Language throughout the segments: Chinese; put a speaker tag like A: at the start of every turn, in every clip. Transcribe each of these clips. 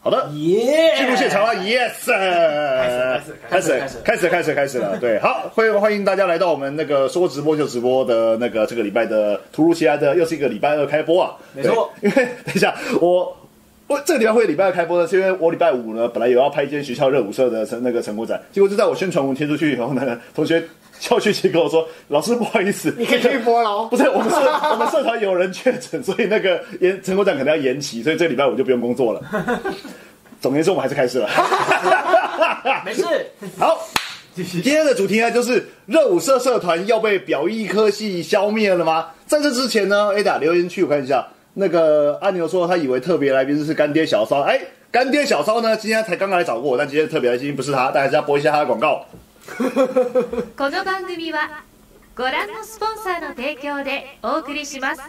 A: 好的，
B: 耶！
A: 进入现场了，yes！
B: 开始
A: 开
B: 开
A: 始
B: 始
A: 开始开始开始了，对，好，欢迎欢迎大家来到我们那个说直播就直播的那个这个礼拜的突如其来的又是一个礼拜二开播啊，
B: 没错
A: 对， 因为等一下我。我这个礼拜会礼拜二开播呢，是因为我礼拜五呢本来有要拍一间学校热舞社的成那个成果展，结果就在我宣传文贴出去以后呢，同学校区群跟我说：“老师不好意思，
C: 你可 以去播了哦
A: 不。是我们社我们社团有人确诊，所以那个延成果展可能要延期，所以这礼拜我就不用工作了。总而言之，我们还是开始了。
B: 没事，
A: 好，今天的主题呢啊就是热舞社社团要被表艺科系消灭了吗？在这之前呢，Ada 留言区我看一下，那个阿牛说他以为特别来宾是干爹小骚，哎，干爹小骚呢今天才刚刚来找过我，但今天特别来宾不是他，大家播一下他的广告。
D: この番組はご覧のスポンサーの提供でお送りします。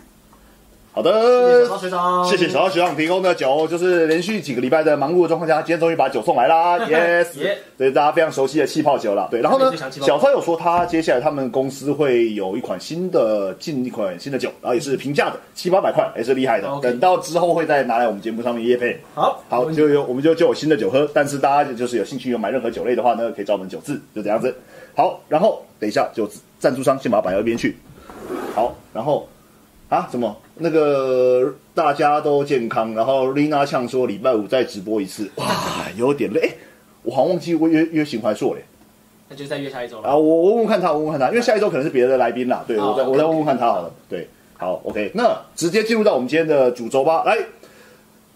A: 好的，
B: 小学长，
A: 呃谢谢小奥学长提供的酒，就是连续几个礼拜的忙碌的状况下，今天终于把酒送来 啦，yes，
B: 耶
A: 对大家非常熟悉的气泡酒啦。对，然后
B: 我
A: 呢
B: 们也是想，气泡酒
A: 小超有说他接下来他们公司会有一款新的进一款新的酒，然后也是平价的，七八百块，也是厉害的。
B: OK
A: 等到之后会再拿来我们节目上面夜配。
B: 好，
A: 好，就有我们就就有新的酒喝，但是大家就是有兴趣有买任何酒类的话呢，可以找我们酒字，就这样子。好，然后等一下就赞助商先把它摆到一边去。好，然后啊，怎么那个大家都健康？然后丽娜呛说礼拜五再直播一次，哇，有点累。诶我好像忘记我约约邢怀硕嘞，
B: 那就再约下一周了。
A: 啊，我我问问看他，我问问看他，因为下一周可能是别的来宾啦，对
B: 哦
A: 我再我再问问看他好了，对，好，OK，那直接进入到我们今天的主轴吧，来，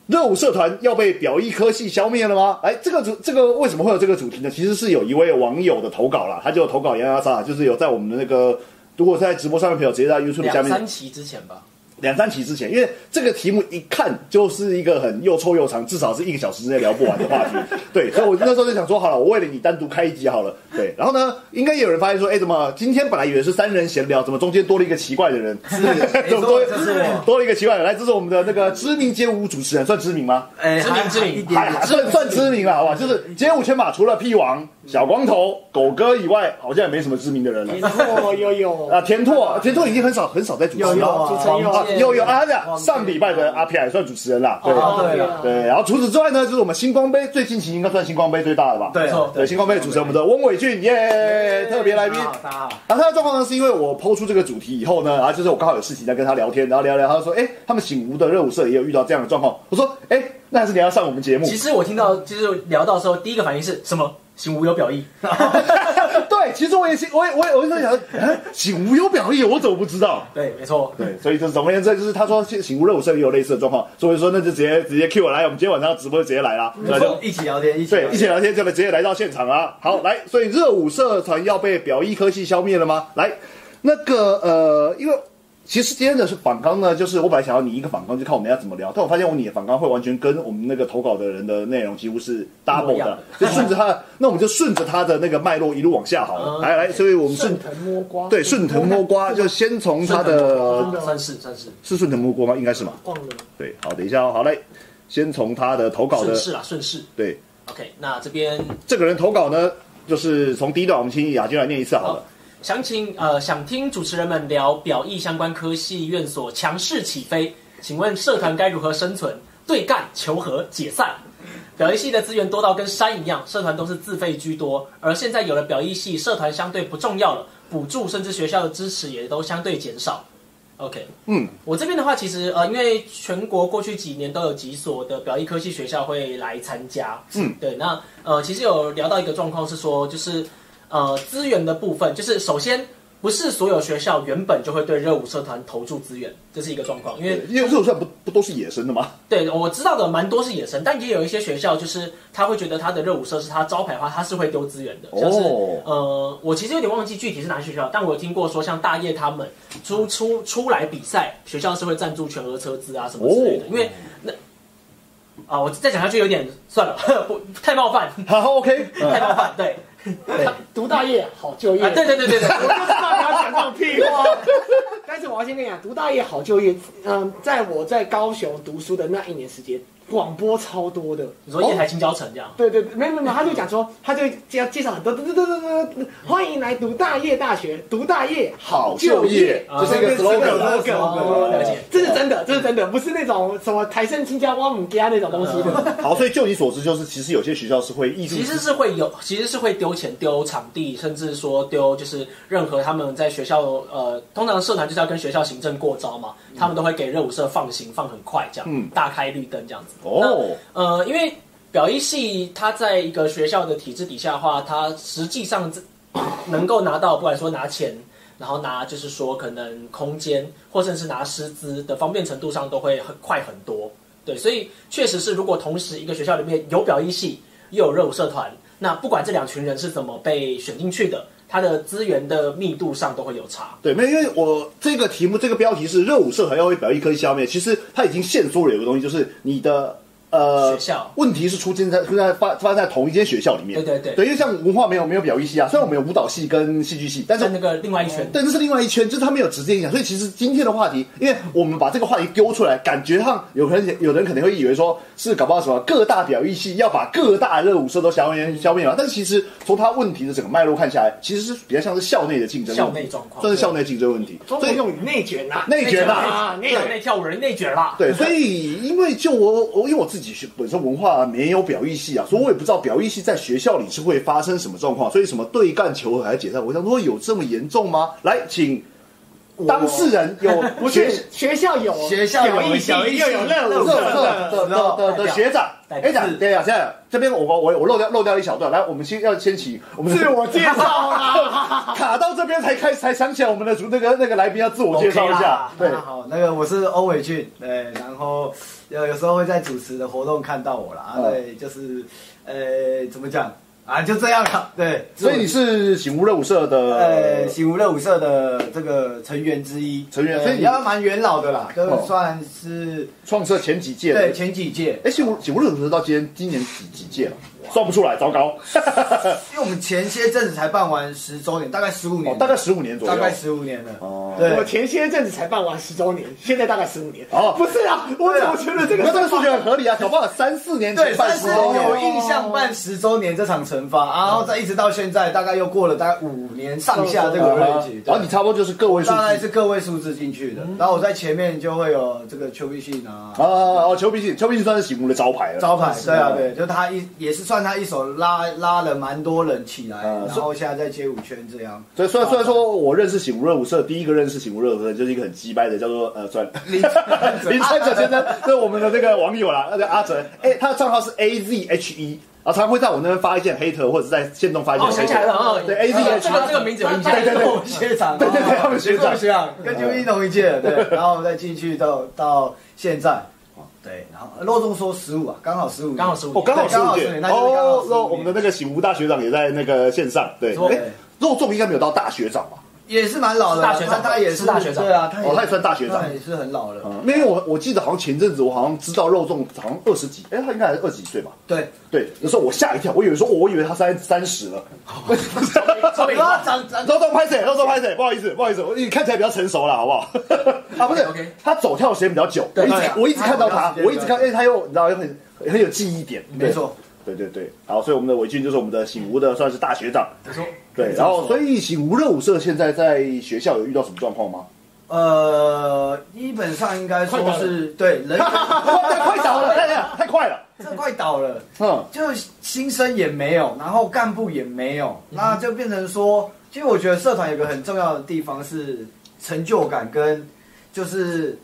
A: 热舞社团要被表艺科系消灭了吗？来，这个主这个为什么会有这个主题呢？其实是有一位网友的投稿啦，他就投稿洋洋洒洒，就是有在我们的那个。如果在直播上面的朋友，直接在 YouTube 下
B: 两
A: 面
B: 三期之前 吧，
A: 两三期之前，因为这个题目一看就是一个很又臭又长，至少是一个小时之内聊不完的话题。对，所以我那时候就想说，好了，我为了你单独开一集好了。对，然后呢，应该也有人发现说，哎，怎么今天本来以为是三人闲聊，怎么中间多了一个奇怪的人？是，怎么多
C: 没错这是 我
A: 多了一个奇怪的人？来，这是我们的那个知名街舞主持人，算知名吗？
C: 哎
B: 知名知名
C: 一
A: 还
C: 点点，
A: 算算知名了，啊好不好？就是街舞圈嘛，除了屁王、小光头、狗哥以外，好像也没什么知名的人了。
C: 哦，有有
A: 啊，田拓，田拓已经很少很少在主持
C: 有
A: 了
C: 有，
A: 啊。
C: 主持人
A: 啊
C: 有，，
A: 有有啊，这样上礼拜的阿皮也算主持人啦，对
B: 哦对
C: 啊
A: 对。然后除此之外呢，就是我们星光杯最近期应该算星光杯最大的吧？
C: 对
B: 没错
A: 对，星光杯的主持人我们的翁伟俊耶，特别来宾。
C: 大家好，
A: 然后他的状况呢，是因为我抛出这个主题以后呢，然后就是我刚好有事情在跟他聊天，然后聊聊，他就说，哎，他们醒吾的热舞社也有遇到这样的状况。我说，哎，那还是你要上我们节目。
B: 其实我听到就是聊到的时候，第一个反应是什么？行无有表意，
A: 对，其实我也是，我也我也我就在想，哎醒吾有表意，我怎么不知道？
B: 对，没错，
A: 对，所以就是总而言之，就是他说醒悟热舞社也有类似的状况，所以说那就直接直接 Q 我来，我们今天晚上直播就直接来
B: 嗯
A: 啦，那就
C: 一起聊天，一起
A: 对一起聊天就能直接来到现场啦。好，来，所以热舞社团要被表艺科系消灭了吗？来，那个呃，因为。其实今天的是访纲呢，就是我本来想要你一个访纲，就看我们要怎么聊，但我发现我你的访纲会完全跟我们那个投稿的人的内容几乎是 double
B: 一样
A: 的
B: 的，
A: 就顺着他 的，那我们就顺着他的那个脉络一路往下好了。
B: 嗯
A: 来来，所以我们顺
C: 顺藤摸瓜，
A: 对顺藤摸瓜，就先从他的
C: 真的
B: 算是算是
A: 是顺藤摸瓜吗？应该是吧。
C: 忘了，
A: 对，好，等一下哦，好嘞，先从他的投稿的
B: 顺，势啦，顺势。
A: 对，
B: OK，那这边
A: 这个人投稿呢，就是从第一段，我们请雅君来念一次好了。
B: 想请呃想听主持人们聊表意相关科系院所强势起飞，请问社团该如何生存？对干、求和、解散。表意系的资源多到跟山一样，社团都是自费居多，而现在有了表意系，社团相对不重要了，补助甚至学校的支持也都相对减少。OK，
A: 嗯，
B: 我这边的话，其实呃，因为全国过去几年都有几所的表艺科系学校会来参加，
A: 嗯，
B: 对，那呃，其实有聊到一个状况是说，就是呃资源的部分，就是首先不是所有学校原本就会对热舞社团投注资源，这是一个状况，因为
A: 对嗯因为热舞社不不都是野生的吗？
B: 对我知道的蛮多是野生，但也有一些学校就是他会觉得他的热舞社是他招牌的话，他是会丢资源的，像是、
A: 哦
B: 呃，我其实有点忘记具体是哪些学校，但我有听过说像大业他们出出出来比赛，学校是会赞助全额车资啊什么之类的，
A: 哦
B: 因为那啊，我再讲下去有点算了，不太冒 犯，
A: 好，OK，
B: 太
A: 嗯
B: 冒犯，对
C: 读大业好就业，
B: 啊，对对 对对对，
C: 我就知道你要讲这种屁话。 但是我要先跟你讲，读大业好就业。嗯，在我在高雄读书的那一年时间，广播超多的。
B: 你说夜台青椒城这样，
C: 对对，对没有没有没有，他就讲说， 他就介介绍很多，对对对对对，欢迎来读大业大学，读大业好就业，
A: 好就业这是一个
C: 对对对
A: 啊 slogan，
C: 这是一个
B: 哦
C: slogan 啊
B: 了解
C: 这是是真的，这是真的，不是那种什么台盛新加坡母家那种东西的。
A: 好，所以就你所知，就是其实有些学校是会挹注
B: 其
A: 资
B: 实是会有，其实是会丢钱、丢场地，甚至说丢就是任何他们在学校呃，通常社团就是要跟学校行政过招嘛，他们都会给热舞社放行放很快这样，
A: 嗯
B: 大开绿灯这样子。
A: 哦，
B: 呃，因为表艺系它在一个学校的体制底下的话，它实际上这能够拿到，不管说拿钱，然后拿就是说可能空间，或甚至拿师资的方便程度上，都会很快很多。对，所以确实是，如果同时一个学校里面有表艺系又有热舞社团，那不管这两群人是怎么被选进去的，它的资源的密度上都会有差。
A: 对，没有，因为我这个题目这个标题是热舞社团要被表一科技消灭，其实它已经限缩了有个东西，就是你的呃
B: 学校
A: 问题是出现在出现在发发生在同一间学校里面。
B: 对对对
A: 对，因为像文化没有没有表艺系啊，虽然我们有舞蹈系跟戏剧系，但是
B: 在那个另外一群，
A: 但这是另外一圈，就是他没有直接影响。所以其实今天的话题，因为我们把这个话题丢出来，感觉上有可能有人可能会以为说是搞不好什么各大表意系要把各大热舞社都消灭消灭了，但是其实从他问题的整个脉络看下来，其实是比较像是校内的竞争问题，
B: 校内状况
A: 算是校内竞争问题。所
C: 中国
A: 以
C: 用语内卷呐，
A: 内卷啊
C: 啊，内
B: 内
C: 卷
B: 内跳舞人内卷啦。
A: 对，所以因为就我我因为我自己学本身文化没有表意系啊，所以我也不知道表意系在学校里是会发生什么状况，所以什么对干球和还解散，我想说有这么严重吗？来，请当事人有
C: 不
A: 学
C: 是学校有
E: 学校有
C: 表
E: 表
C: 艺
E: 艺
C: 系
E: 系
C: 又有热
A: 热
C: 舞
A: 热
C: 社的，
A: 的的的的学长，哎，讲对呀，现在这边我我我漏掉漏掉一小段，来，我们先要先请我们
C: 自我介绍啦。
A: 卡到这边才开才想起来我们的主那个那个来宾要自我介绍一
B: OK
A: 下
B: 啦，
A: 对
E: 大，家好，那个我是欧伟俊，对，然后有有时候会在主持的活动看到我啦，啊，
A: 嗯
E: 对，就是呃，怎么讲啊，就这样了，对，
A: 所以你是醒吾热舞社的
E: 呃，醒吾热舞社的这个成员之一，
A: 成员
E: 对
A: 所以你
E: 也要蛮元老的啦，
A: 哦
E: 都算是
A: 创社前几届
E: 对
A: 的，
E: 前几届，
A: 哎，醒吾醒吾热舞社到今天今年几几届了？算不出来，糟 糕，
E: 因为我们前些阵子才办完十周年，大概十五
A: 哦
E: 年，
A: 大概十五年左
E: 大
A: 右
E: 概。十五年了，
A: 哦
C: 我
E: 对，
C: 前些阵子才办完十周年，现在大概十五年。
A: 哦
C: 不是啊，我怎么觉得这
A: 那这
C: 个
A: 个数据很合理啊，搞不好三四年
E: 对，
A: 前办
E: 但
A: 十
E: 是
A: 周
E: 有
A: 年，
E: 印象办十周年这场惩罚，然后再一直到现在，大概又过了大概五年上下这个
A: 啊
E: range，
A: 然后你差不多就是个位数字
E: 大概是个位数字进去的，然后我在前面就会有这个邱必信啊。
A: 啊哦，丘比信，丘比信算是醒吾的招牌了，
E: 招牌对
A: 啊
E: 啊对，就他一也是算他一手拉拉了蛮多人起来，
A: 嗯
E: 然后现在在街舞圈这样。
A: 所以虽然虽然说我认识醒吾热舞社，第一个认识醒吾热舞社就是一个很鸡掰的，叫做呃，算了，林 林川哲先生，这是我们的这个网友啦，那个阿哲，哎、他的账号是 A Z H E，啊，常常会在我那边发一件黑特，或者在线动发一件
B: 哦，想
A: 黑
B: 起
A: 特、
B: 来了啊，
A: 对 A Z
B: 这个
A: H，
B: 这个这个名字有印象。
A: 对对对，
E: 学长，
A: 对对对他们学长
E: 学长跟邱一同一届，对，然后再进去到到现在，哦对，然后肉粽说十五啊，刚好十五，
B: 刚好15
A: 哦，刚好
E: 对刚好
A: 十
E: 十
A: 五
E: 五
A: 届
E: 那就是刚好
A: 哦
E: 十，五
A: 那我们的那个醒吾大学长也在那个线上，对，
B: 错
A: 哎、肉粽应该没有到大学长吧？
E: 也是蛮老的，
B: 是大学长
E: 他他也
B: 是
E: 是
B: 大学长
E: 对啊，他
A: 哦他也算大学长
E: 他也是很老了，
A: 嗯，因为我我记得好像前阵子我好像知道肉粽好像二十几，哎、他应该还是二十几岁吧？
E: 对，
A: 对，那时候我吓一跳，我以为说，我以为他三三十 了。
E: 所以他长长
A: 肉粽拍谁？肉粽拍谁？不好意思，不好意思，我你看起来比较成熟了，好不 好？啊，不是
B: OK
A: 他走跳的时间比较久，我
B: 对
A: 一直
E: 对啊
A: 我一直看到
E: 他
A: 他
E: 走跳，时间
A: 我一直看，因为他又你知道又很很有记忆点，对
E: 没错，
A: 对对对。好，所以我们的伟俊就是我们的醒吾的算是大学长，
B: 你说
A: 对。然后所以醒吾热舞社现在在学校有遇到什么状况吗？
E: 呃，基本上应该说是对 人
A: 快快倒了，太太快了，
E: 这快倒了，
A: 嗯，
E: 就新生也没有，然后干部也没有，那就变成说，其实我觉得社团有个很重要的地方是成就感跟就是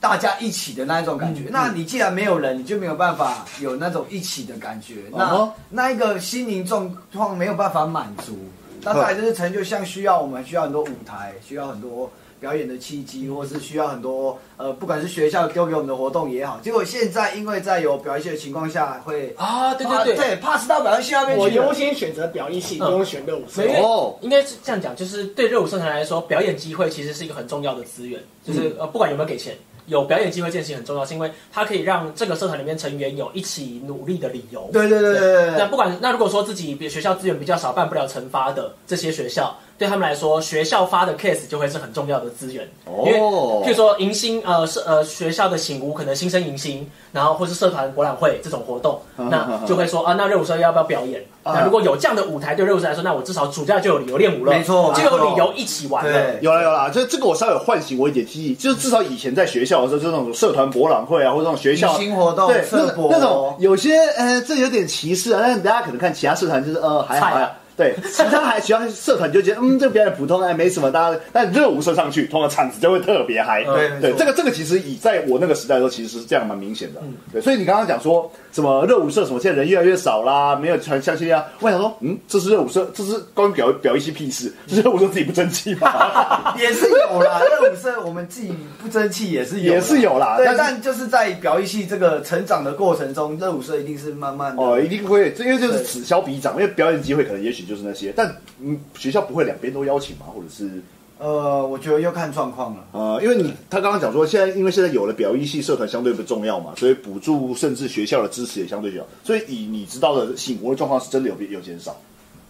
E: 大家一起的那一种感觉。那你既然没有人，你就没有办法有那种一起的感觉，那、
A: 哦
E: 那一个心灵状况没有办法满足。那再来就是成就，像需要我们需要很多舞台，需要很多表演的契机，或是需要很多呃，不管是学校丢给我们的活动也好。结果现在因为在有表演系的情况下，会
B: 啊，对对对，
E: 对，pass 到表演系那边去
C: 我
E: 了。
C: 优先选择表艺系，不用选热舞社
B: 没。有
A: 哦
B: 应该是这样讲，就是对热舞社团来说，表演机会其实是一个很重要的资源，就是、呃，不管有没有给钱，有表演机会这件事情很重要，是因为它可以让这个社团里面成员有一起努力的理由。
E: 对对对对对
B: 那
E: 对，
B: 不管那如果说自己比学校资源比较少，办不了惩罚的这些学校，对他们来说，学校发的 case 就会是很重要的资源。
A: 哦
B: 因为譬如说迎新，呃，是呃学校的醒吾可能新生迎新，然后或是社团博览会这种活动，那就会说啊，那热舞社要不要表演？
A: 啊
B: 那如果有这样的舞台，对热舞社来说，那我至少暑假就有理由练舞了，
E: 没错
B: 就有
E: 没错
B: 理由一起玩了。
E: 对，
A: 有啦有啦，这这个我稍微有唤醒我一点记忆，就是至少以前在学校的时候，就是那种社团博览会啊，或者那种学校
E: 迎新活动
A: 对那
E: 社博
A: 那种有些呃，这有点歧视啊。但是大家可能看其他社团就是呃还好
B: 菜啊
A: 啊， 对，其他还其他社团就觉得嗯这个表演普通哎没什么，大家但热舞社上去，通常场子就会特别嗨。
B: 对
E: 没
A: 对，
E: 错嗯
A: 这个这个其实以在我那个时代的时候，其实是这样蛮明显的。对，所以你刚刚讲说什么热舞社什么，现在人越来越少啦，没有像像现在，我想说嗯，这是热舞社，这是关于表表一些屁事，这是热舞社自己不争气吧？
E: 也是有啦。 热舞社我们自己不争气也是有啦，
A: 也是有啦
E: 对
A: 但，是
E: 但就是在表演系这个成长的过程中，热舞社一定是慢慢的。
A: 哦，一定会，这因为就是此消彼长，因为表演机会可能也许就是那些，但嗯，学校不会两边都邀请嘛，或者是
E: 呃，我觉得要看状况了。
A: 呃，因为你他刚刚讲说，现在因为现在有了表艺系社团相对不重要嘛，所以补助甚至学校的支持也相对小，所以以你知道的醒国的状况是真的有变有减少，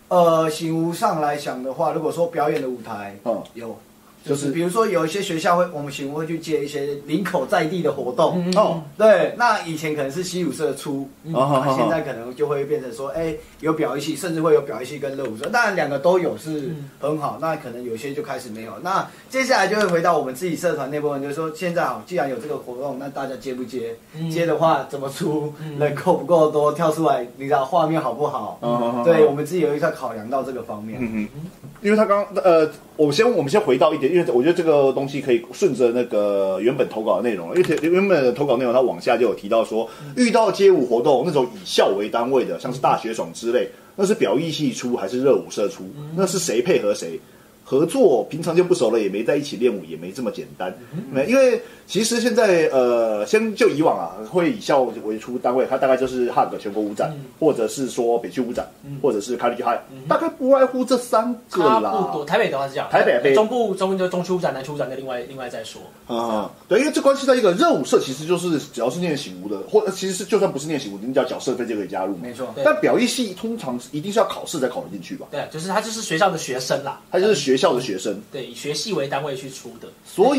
E: 呃，醒吾上来想的话，如果说表演的舞台，
A: 嗯
E: 有，
A: 就
E: 就是是比如说有一些学校会，我们醒吾会去接一些林口在地的活动。
A: 哦，
E: 对，那以前可能是西舞社出，
A: 哦好好
E: 那
A: 好
E: 现在可能就会变成说，哎、有表演系，甚至会有表演系跟热舞社，当然两个都有是很好。那可能有些就开始没有。那接下来就会回到我们自己社团那部分，就是说现在好，既然有这个活动，那大家接不接？接的话怎么出？人够不够多？跳出来，你知道画面好不好？
A: 嗯
E: 对我们自己有一块考量到这个方面。
A: 嗯哼，因为他刚呃，我先我们先回到一点，因为我觉得这个东西可以顺着那个原本投稿的内容，因为原本的投稿内容它往下就有提到说，遇到街舞活动那种以校为单位的，像是大学爽之类，那是表艺系出还是热舞社出？那是谁配合谁？合作平常就不熟了，也没在一起练舞，也没这么简单。
B: 嗯
A: 没，因为其实现在呃，先就以往啊，会以校为出单位，它大概就是汉的全国舞展，
B: 嗯
A: 或者是说北区舞展，或者是卡里海，大概不外乎这三个
B: 差
A: 啦。
B: 不多，台北的话是这样，
A: 台北被
B: 中部中就中区污展、南区污展，那另外另外再说。
A: 啊、对，因为这关系到一个热舞社，其实就是只要是念醒舞的，或其实是就算不是念醒舞，你只要缴社费就可以加入嘛。
E: 没错
B: 对
A: 但表艺系通常是一定是要考试才考得进去吧？
B: 对，啊就是他就是学校的学生啦，
A: 它就是学校的学生，
B: 对以学系为单位去出的。
A: 所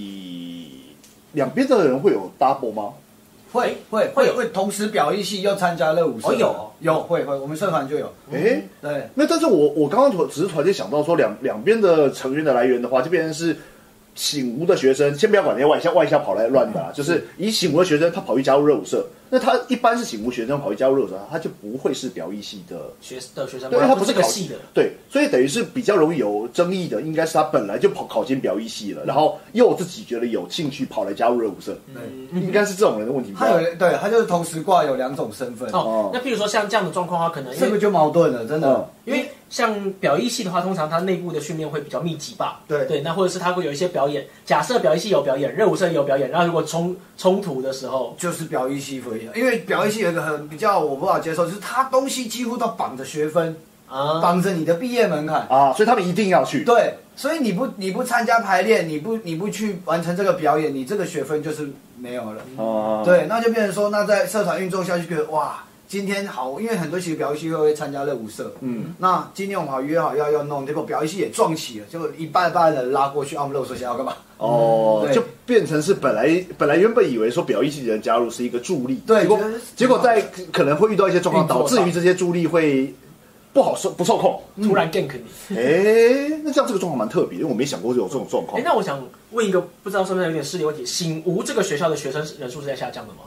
A: 以两边的人会有 double 吗？
E: 会会
B: 会
E: 会
B: 有
E: 会同时表演系又参加热舞社，
B: 哦有哦
E: 有会会，我们社团就有。
A: 诶、
E: 对，
A: 那但是我我刚刚突只是突然间想到说两两边的成员的来源的话，就变成是醒吾的学生，先不要管那些外校外校跑来乱的啦，就是以醒吾的学生他跑去加入热舞社，那他一般是醒吾学生跑去加入热舞社，他就不会是表艺系的。
B: 学的学生，
A: 对，因为他不是
B: 这个
A: 考
B: 系的，
A: 对，所以等于是比较容易有争议的，应该是他本来就跑考进表艺系了，然后又自己觉得有兴趣跑来加入热舞社，应该是这种人的问题比较
E: 他有对他就是同时挂有两种身份，
B: 哦，那譬如说像这样的状况的话，可能因
E: 这个
B: 为
E: 就矛盾了，真
A: 嗯
E: 的。
B: 因为像表艺系的话，通常它内部的训练会比较密集吧？
E: 对
B: 对，那或者是它会有一些表演，假设表艺系有表演，热舞社也有表演，然后如果冲冲突的时候，
E: 就是表意系不一样，因为表意系有一个很比较我不好接受，就是他东西几乎都绑着学分，
B: 啊，
E: 绑着你的毕业门槛。
A: 啊，所以他们一定要去。
E: 对，所以你不你不参加排练，你不你不去完成这个表演，你这个学分就是没有了。
A: 啊，
E: 对，那就变成说，那在社团运作下去，觉得哇，今天好，因为很多其实表演系会会参加热舞社，
A: 嗯，
E: 那今天我们好约好要要弄，结果表演系也撞起了，结果一半一半的拉过去，啊，我们热舞社想要干嘛？
A: 哦，
E: 对
A: 就变成是本来本来原本以为说表意系的人加入是一个助力，
E: 对
A: 结果
E: 觉得是
A: 结果在可能会遇到一些状况，
B: 运作
A: 导致于
B: 上
A: 这些助力会不好受不受控。
B: 突然 gank 你。
A: 哎、那这样这个状况蛮特别，因为我没想过有这种状况
B: 哎，。那我想问一个不知道是不是有点失礼问题，醒吾这个学校的学生人数是在下降的吗？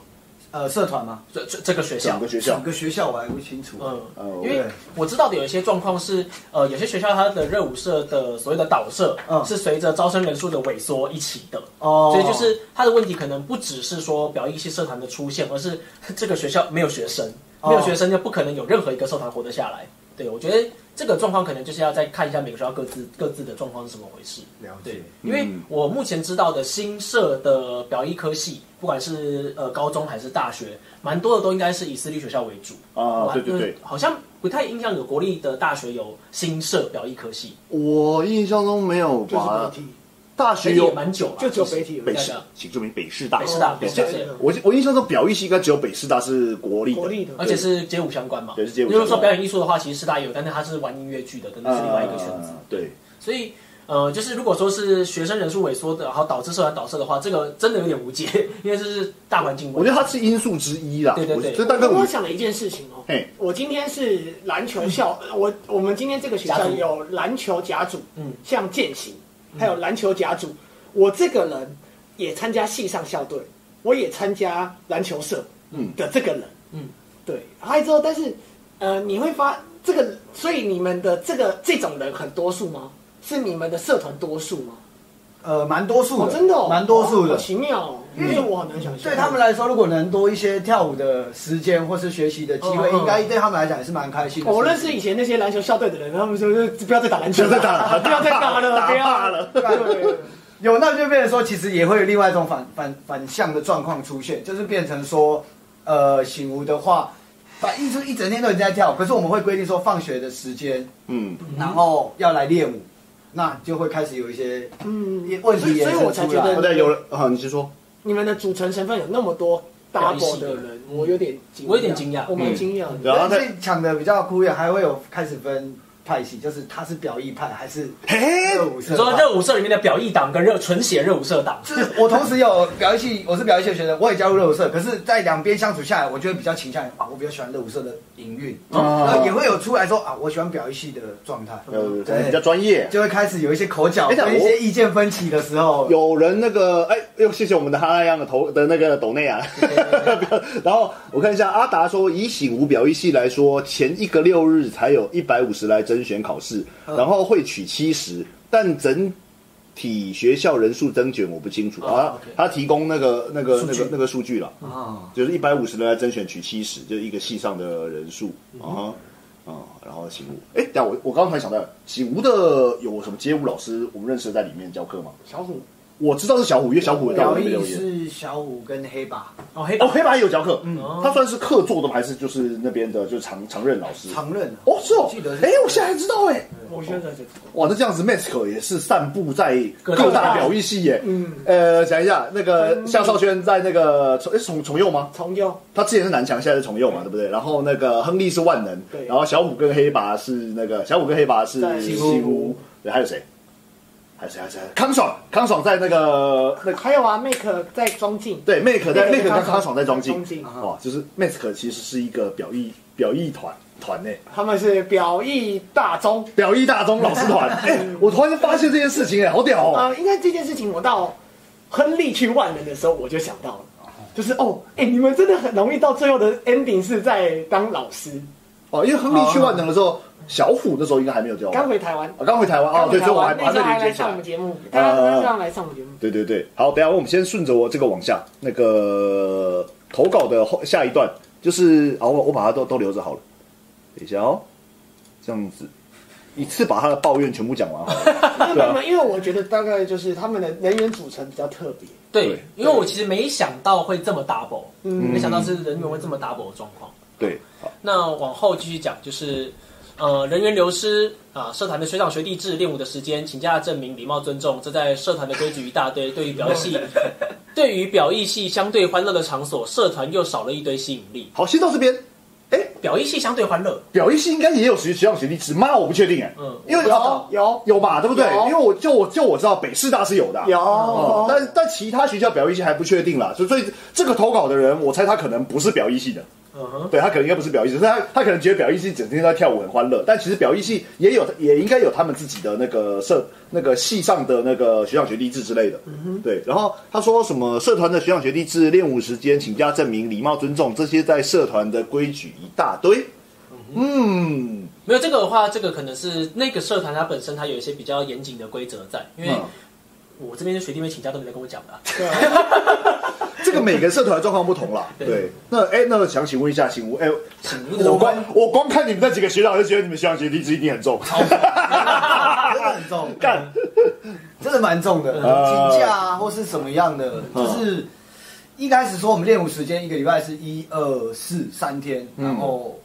E: 呃，社团吗？
B: 这这这个学校
A: 整个学校
E: 整，个学校我还不清楚。
B: 嗯
A: 哦，
B: 因为我知道的有一些状况是，呃，有些学校它的热舞社的所谓的导社，
E: 嗯
B: 是随着招生人数的萎缩一起的，
E: 哦
B: 所以就是它的问题可能不只是说表演系社团的出现，而是 这个学校没有学生，
E: 哦
B: 没有学生就不可能有任何一个社团活得下来。对，我觉得这个状况可能就是要再看一下每个学校各自各自的状况是怎么回事。
E: 了解
B: 对，因为我目前知道的新设的表艺科系，不管是呃高中还是大学，蛮多的都应该是以私立学校为主
A: 啊
C: 哦
B: 我还
A: 对对对
B: 嗯好像不太印象有国立的大学有新设表艺科系，
A: 我印象中没有
C: 就是
A: 吧
C: 媒？体，
A: 大学
B: 北体也
A: 有
B: 蛮久了，啊
C: 就只有北体有
A: 北
B: 那
A: 师
B: 个，
A: 请注明北师大，
B: 北师大
A: 对
B: 哦北师大
A: 这我我印象中表艺系应该只有北师大是国立的，
C: 国立的
B: 而且是街舞相关嘛。
A: 对是街舞
B: 如果
A: 相
B: 说
A: 关
B: 表演艺术的话，其实师大也有，但是它是玩音乐剧的，跟是另外一个圈子。
A: 啊对，
B: 所以呃，就是如果说是学生人数萎缩的，然后导致社团倒社的话，这个真的有点无解，因为这是大环境问
A: 我
B: 题。
A: 觉得它是因素之一啦。
B: 对对
A: 我
B: 对
A: 所以大概
C: 我
A: 我
C: 想了一件事情哦
A: 嘿，
C: 我今天是篮球校，呃我我们今天这个学
B: 甲
C: 校
B: 组
C: 有篮球甲组，
B: 嗯
C: 嗯，像践行，
E: 嗯
C: 还有篮球甲组。我这个人也参加系上校队，我也参加篮球社，
A: 嗯
C: 嗯的这个人，
B: 嗯
C: 嗯，对。还有之后，但是呃，你会发这个，所以你们的这个这种人很多数吗？是你们的社团多数吗？
E: 呃，蛮多数
C: 哦，
E: 的，
C: 真的、哦，
E: 蛮多数
C: 哇
E: 的嗯
C: 好。奇妙、哦，因为我很难想象。
E: 对他们来说，如果能多一些跳舞的时间或是学习的机会，
B: 嗯嗯
E: 应该对他们来讲也是蛮开心的。
C: 哦我认识以前那些篮球校队的人，他们说不要再打篮球了，
A: 不要再打了
C: 不要再打了，
A: 打
C: 不要
A: 怕了
C: 对，
E: 有，那就变成说，其实也会有另外一种反反反向的状况出现，就是变成说，呃，醒吾的话，反一直一整天都已经在跳，可是我们会规定说放学的时间，
A: 嗯，
E: 然后要来练舞，那就会开始有一些
C: 嗯，
E: 问
C: 所
E: 题
C: 以
E: 延
C: 所以我才
E: 伸出
C: 觉
E: 来
A: 好
C: 得
A: 的，有人啊，你先说，
C: 你们的组成成分有那么多 double 的人，我有点惊讶，
B: 我有点惊讶
C: 我蛮惊讶
A: 嗯
C: 的。
A: 然后再
E: 但是抢的比较酷一点，还会有开始分派系，就是他是表意派还是
A: 嘿
E: 热舞社
B: 你
E: 派？
B: 说热舞社里面的表艺党跟热纯血热舞社党，
E: 就是我同时有表演系，我是表演系的学生，我也加入热舞社，可是，在两边相处下来，我就会比较倾向于啊，我比较喜欢热舞社的营运，
A: 哦
E: 那也会有出来说啊，我喜欢表演系的状态，
A: 呃，可能
E: 对
A: 比较专业。
E: 就会开始有一些口角，
A: 哎等
E: 跟
A: 我
E: 一些意见分歧的时候，
A: 有人那个哎，又谢谢我们的哈拉样的头的那个斗内啊。然后我看一下，阿达说，以醒无表一系来说，前一个六日才有一百五十来甄选考试，然后会取七十，但整体学校人数增减我不清楚
B: 哦
A: 啊
B: OK。
A: 他提供那个那个
E: 数
A: 那
E: 据
A: 个那个数据了，
E: 啊，
A: 就是一百五十人来甄选取七十，就是一个系上的人数
E: 嗯
A: 啊哈。啊、然后醒吾，哎，等一下我我刚刚才想到了，醒吾的有什么街舞老师，我们认识的在里面教课吗？
C: 小虎，
A: 我知道是小虎，因为小虎有在我
E: 表
A: 们的
E: 意
A: 留言。
E: 是小五跟黑吧，
B: 哦黑
A: 哦，
B: 党
A: 黑白也有教课，
E: 嗯
B: 哦
A: 他算是客座的吗？还是就是那边的，就是常常任老师？
E: 常任啊
A: 哦，是哦
E: 记得，是
A: 哎，我现在还知道哎，
C: 我现在就
A: 哇，那这样子 Mask 也是散布在
B: 各
A: 各
B: 大
A: 大表意系耶。
C: 嗯，
A: 呃，讲一下那个
C: 嗯
A: 夏少轩在那个重诶是重重佑吗？
C: 重右，
A: 他之前是南强，现在是重佑嘛，对不对？然后那个亨利是万能，
C: 对
A: 然后小虎跟黑拔是那个小虎跟黑拔是
C: 在
A: 西
C: 西
E: 屋
A: 屋，对，还有谁？还有谁？还有谁？康爽，康爽在那个那个
C: 还有啊，Make 在装进，
A: 对，Make 在
C: Make
A: Make 跟
C: 跟
A: 康爽在装
C: 装
A: 进
C: 进，
A: 哇，就是 Make 其实是一个表意表意团团呢，
C: 他们是表意大中。
A: 表意大中老师团。哎，我突然间发现这件事情，哎，好屌哦！
C: 啊，应该这件事情我到亨利去万能的时候我就想到了。就是哦，哎、你们真的很容易到最后的 ending 是在当老师。
A: 哦，因为亨利去万能的时候，小虎那时候应该还没有教，
C: 刚回台湾，
A: 啊刚回台湾啊，
C: 刚
A: 对，
C: 回
A: 所以
C: 台
A: 我还
C: 湾
A: 把
C: 那时
A: 这
C: 候还
A: 里
C: 来
A: 接起
C: 哦上我
A: 来
C: 们。节目，他
A: 呃
C: 他这样来上我们节目。
A: 对对对，好，等一下我们先顺着我这个往下那个投稿的后下一段，就是啊，我我把它都都留着好了。等一下哦，这样子一次把他的抱怨全部讲完好了。
C: 没有没有，因为我觉得大概就是他们的人员组成比较特别。
B: 对
A: 对，
B: 因为我其实没想到会这么 double，
C: 嗯
B: 没想到是人员会这么 double 的状况。
A: 对，好，
B: 那往后继续讲，就是呃人员流失啊、社团的学长学弟制、练舞的时间、请假证明、礼貌尊重，这在社团的规矩一大堆，对于表演系，对于表艺系相对欢乐的场所，社团又少了一堆吸引力。
A: 好，先到这边。
B: 表艺系相对欢乐，
A: 表意系应该也有学学长学弟制吗？我不确定哎，
B: 嗯
A: 因为
C: 有有
A: 有嘛，对不对？因
C: 有
A: 为我就我就我知道北师大是有的啊、
C: 有，
A: 哦，但但其他学校表意系还不确定啦，所以所以这个投稿的人，我猜他可能不是表意系的，
B: 嗯哼，
A: 对他可能应该不是表意系，他他可能觉得表意系整天都在跳舞很欢乐，但其实表意系也有也应该有他们自己的那个社那个系上的那个学长学弟制之类的，
B: 嗯
A: 对。然后他说什么社团的学长学弟制、练舞时间、请假证明、礼貌尊重这些在社团的规矩一大堆，嗯。
B: 没有这个的话，这个可能是那个社团它本身它有一些比较严谨的规则在，因为
A: 嗯
B: 我这边学弟妹请假都没在跟我讲的啊、
C: 对啊，
A: 这个每个社团的状况不同啦。
B: 对
A: 对，那哎，那想请问一下，醒吾，哎，
B: 请勿
A: 我光我光看你们那几个学长，我就觉得你们学长学弟制一定很重。
E: 真的很重，
A: 干，
E: 真的蛮重的，
A: 呃
E: 请假啊或是什么样的，
A: 嗯
E: 就是
A: 嗯
E: 一开始说我们练舞时间一个礼拜是一二四三天，然后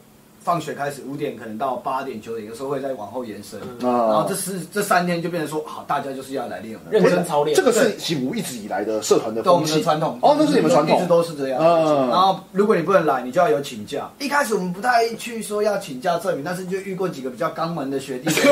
E: 放学开始五点可能到八点九点，有时候会再往后延伸。然后
A: 啊
E: 这，四这三天就变成说，好，大家就是要来练武，
B: 认
A: 不是
B: 真操练
A: 这个是习武一直以来的社团的
E: 对我
A: 风
E: 们
A: 气
E: 的传统
A: 哦，那是你们传统，
E: 一直都是这样。
A: 嗯
E: 然后如果你不能来，你就要有请假。一开始我们不太去说要请假证明，但是就遇过几个比较刚门的学 弟，对，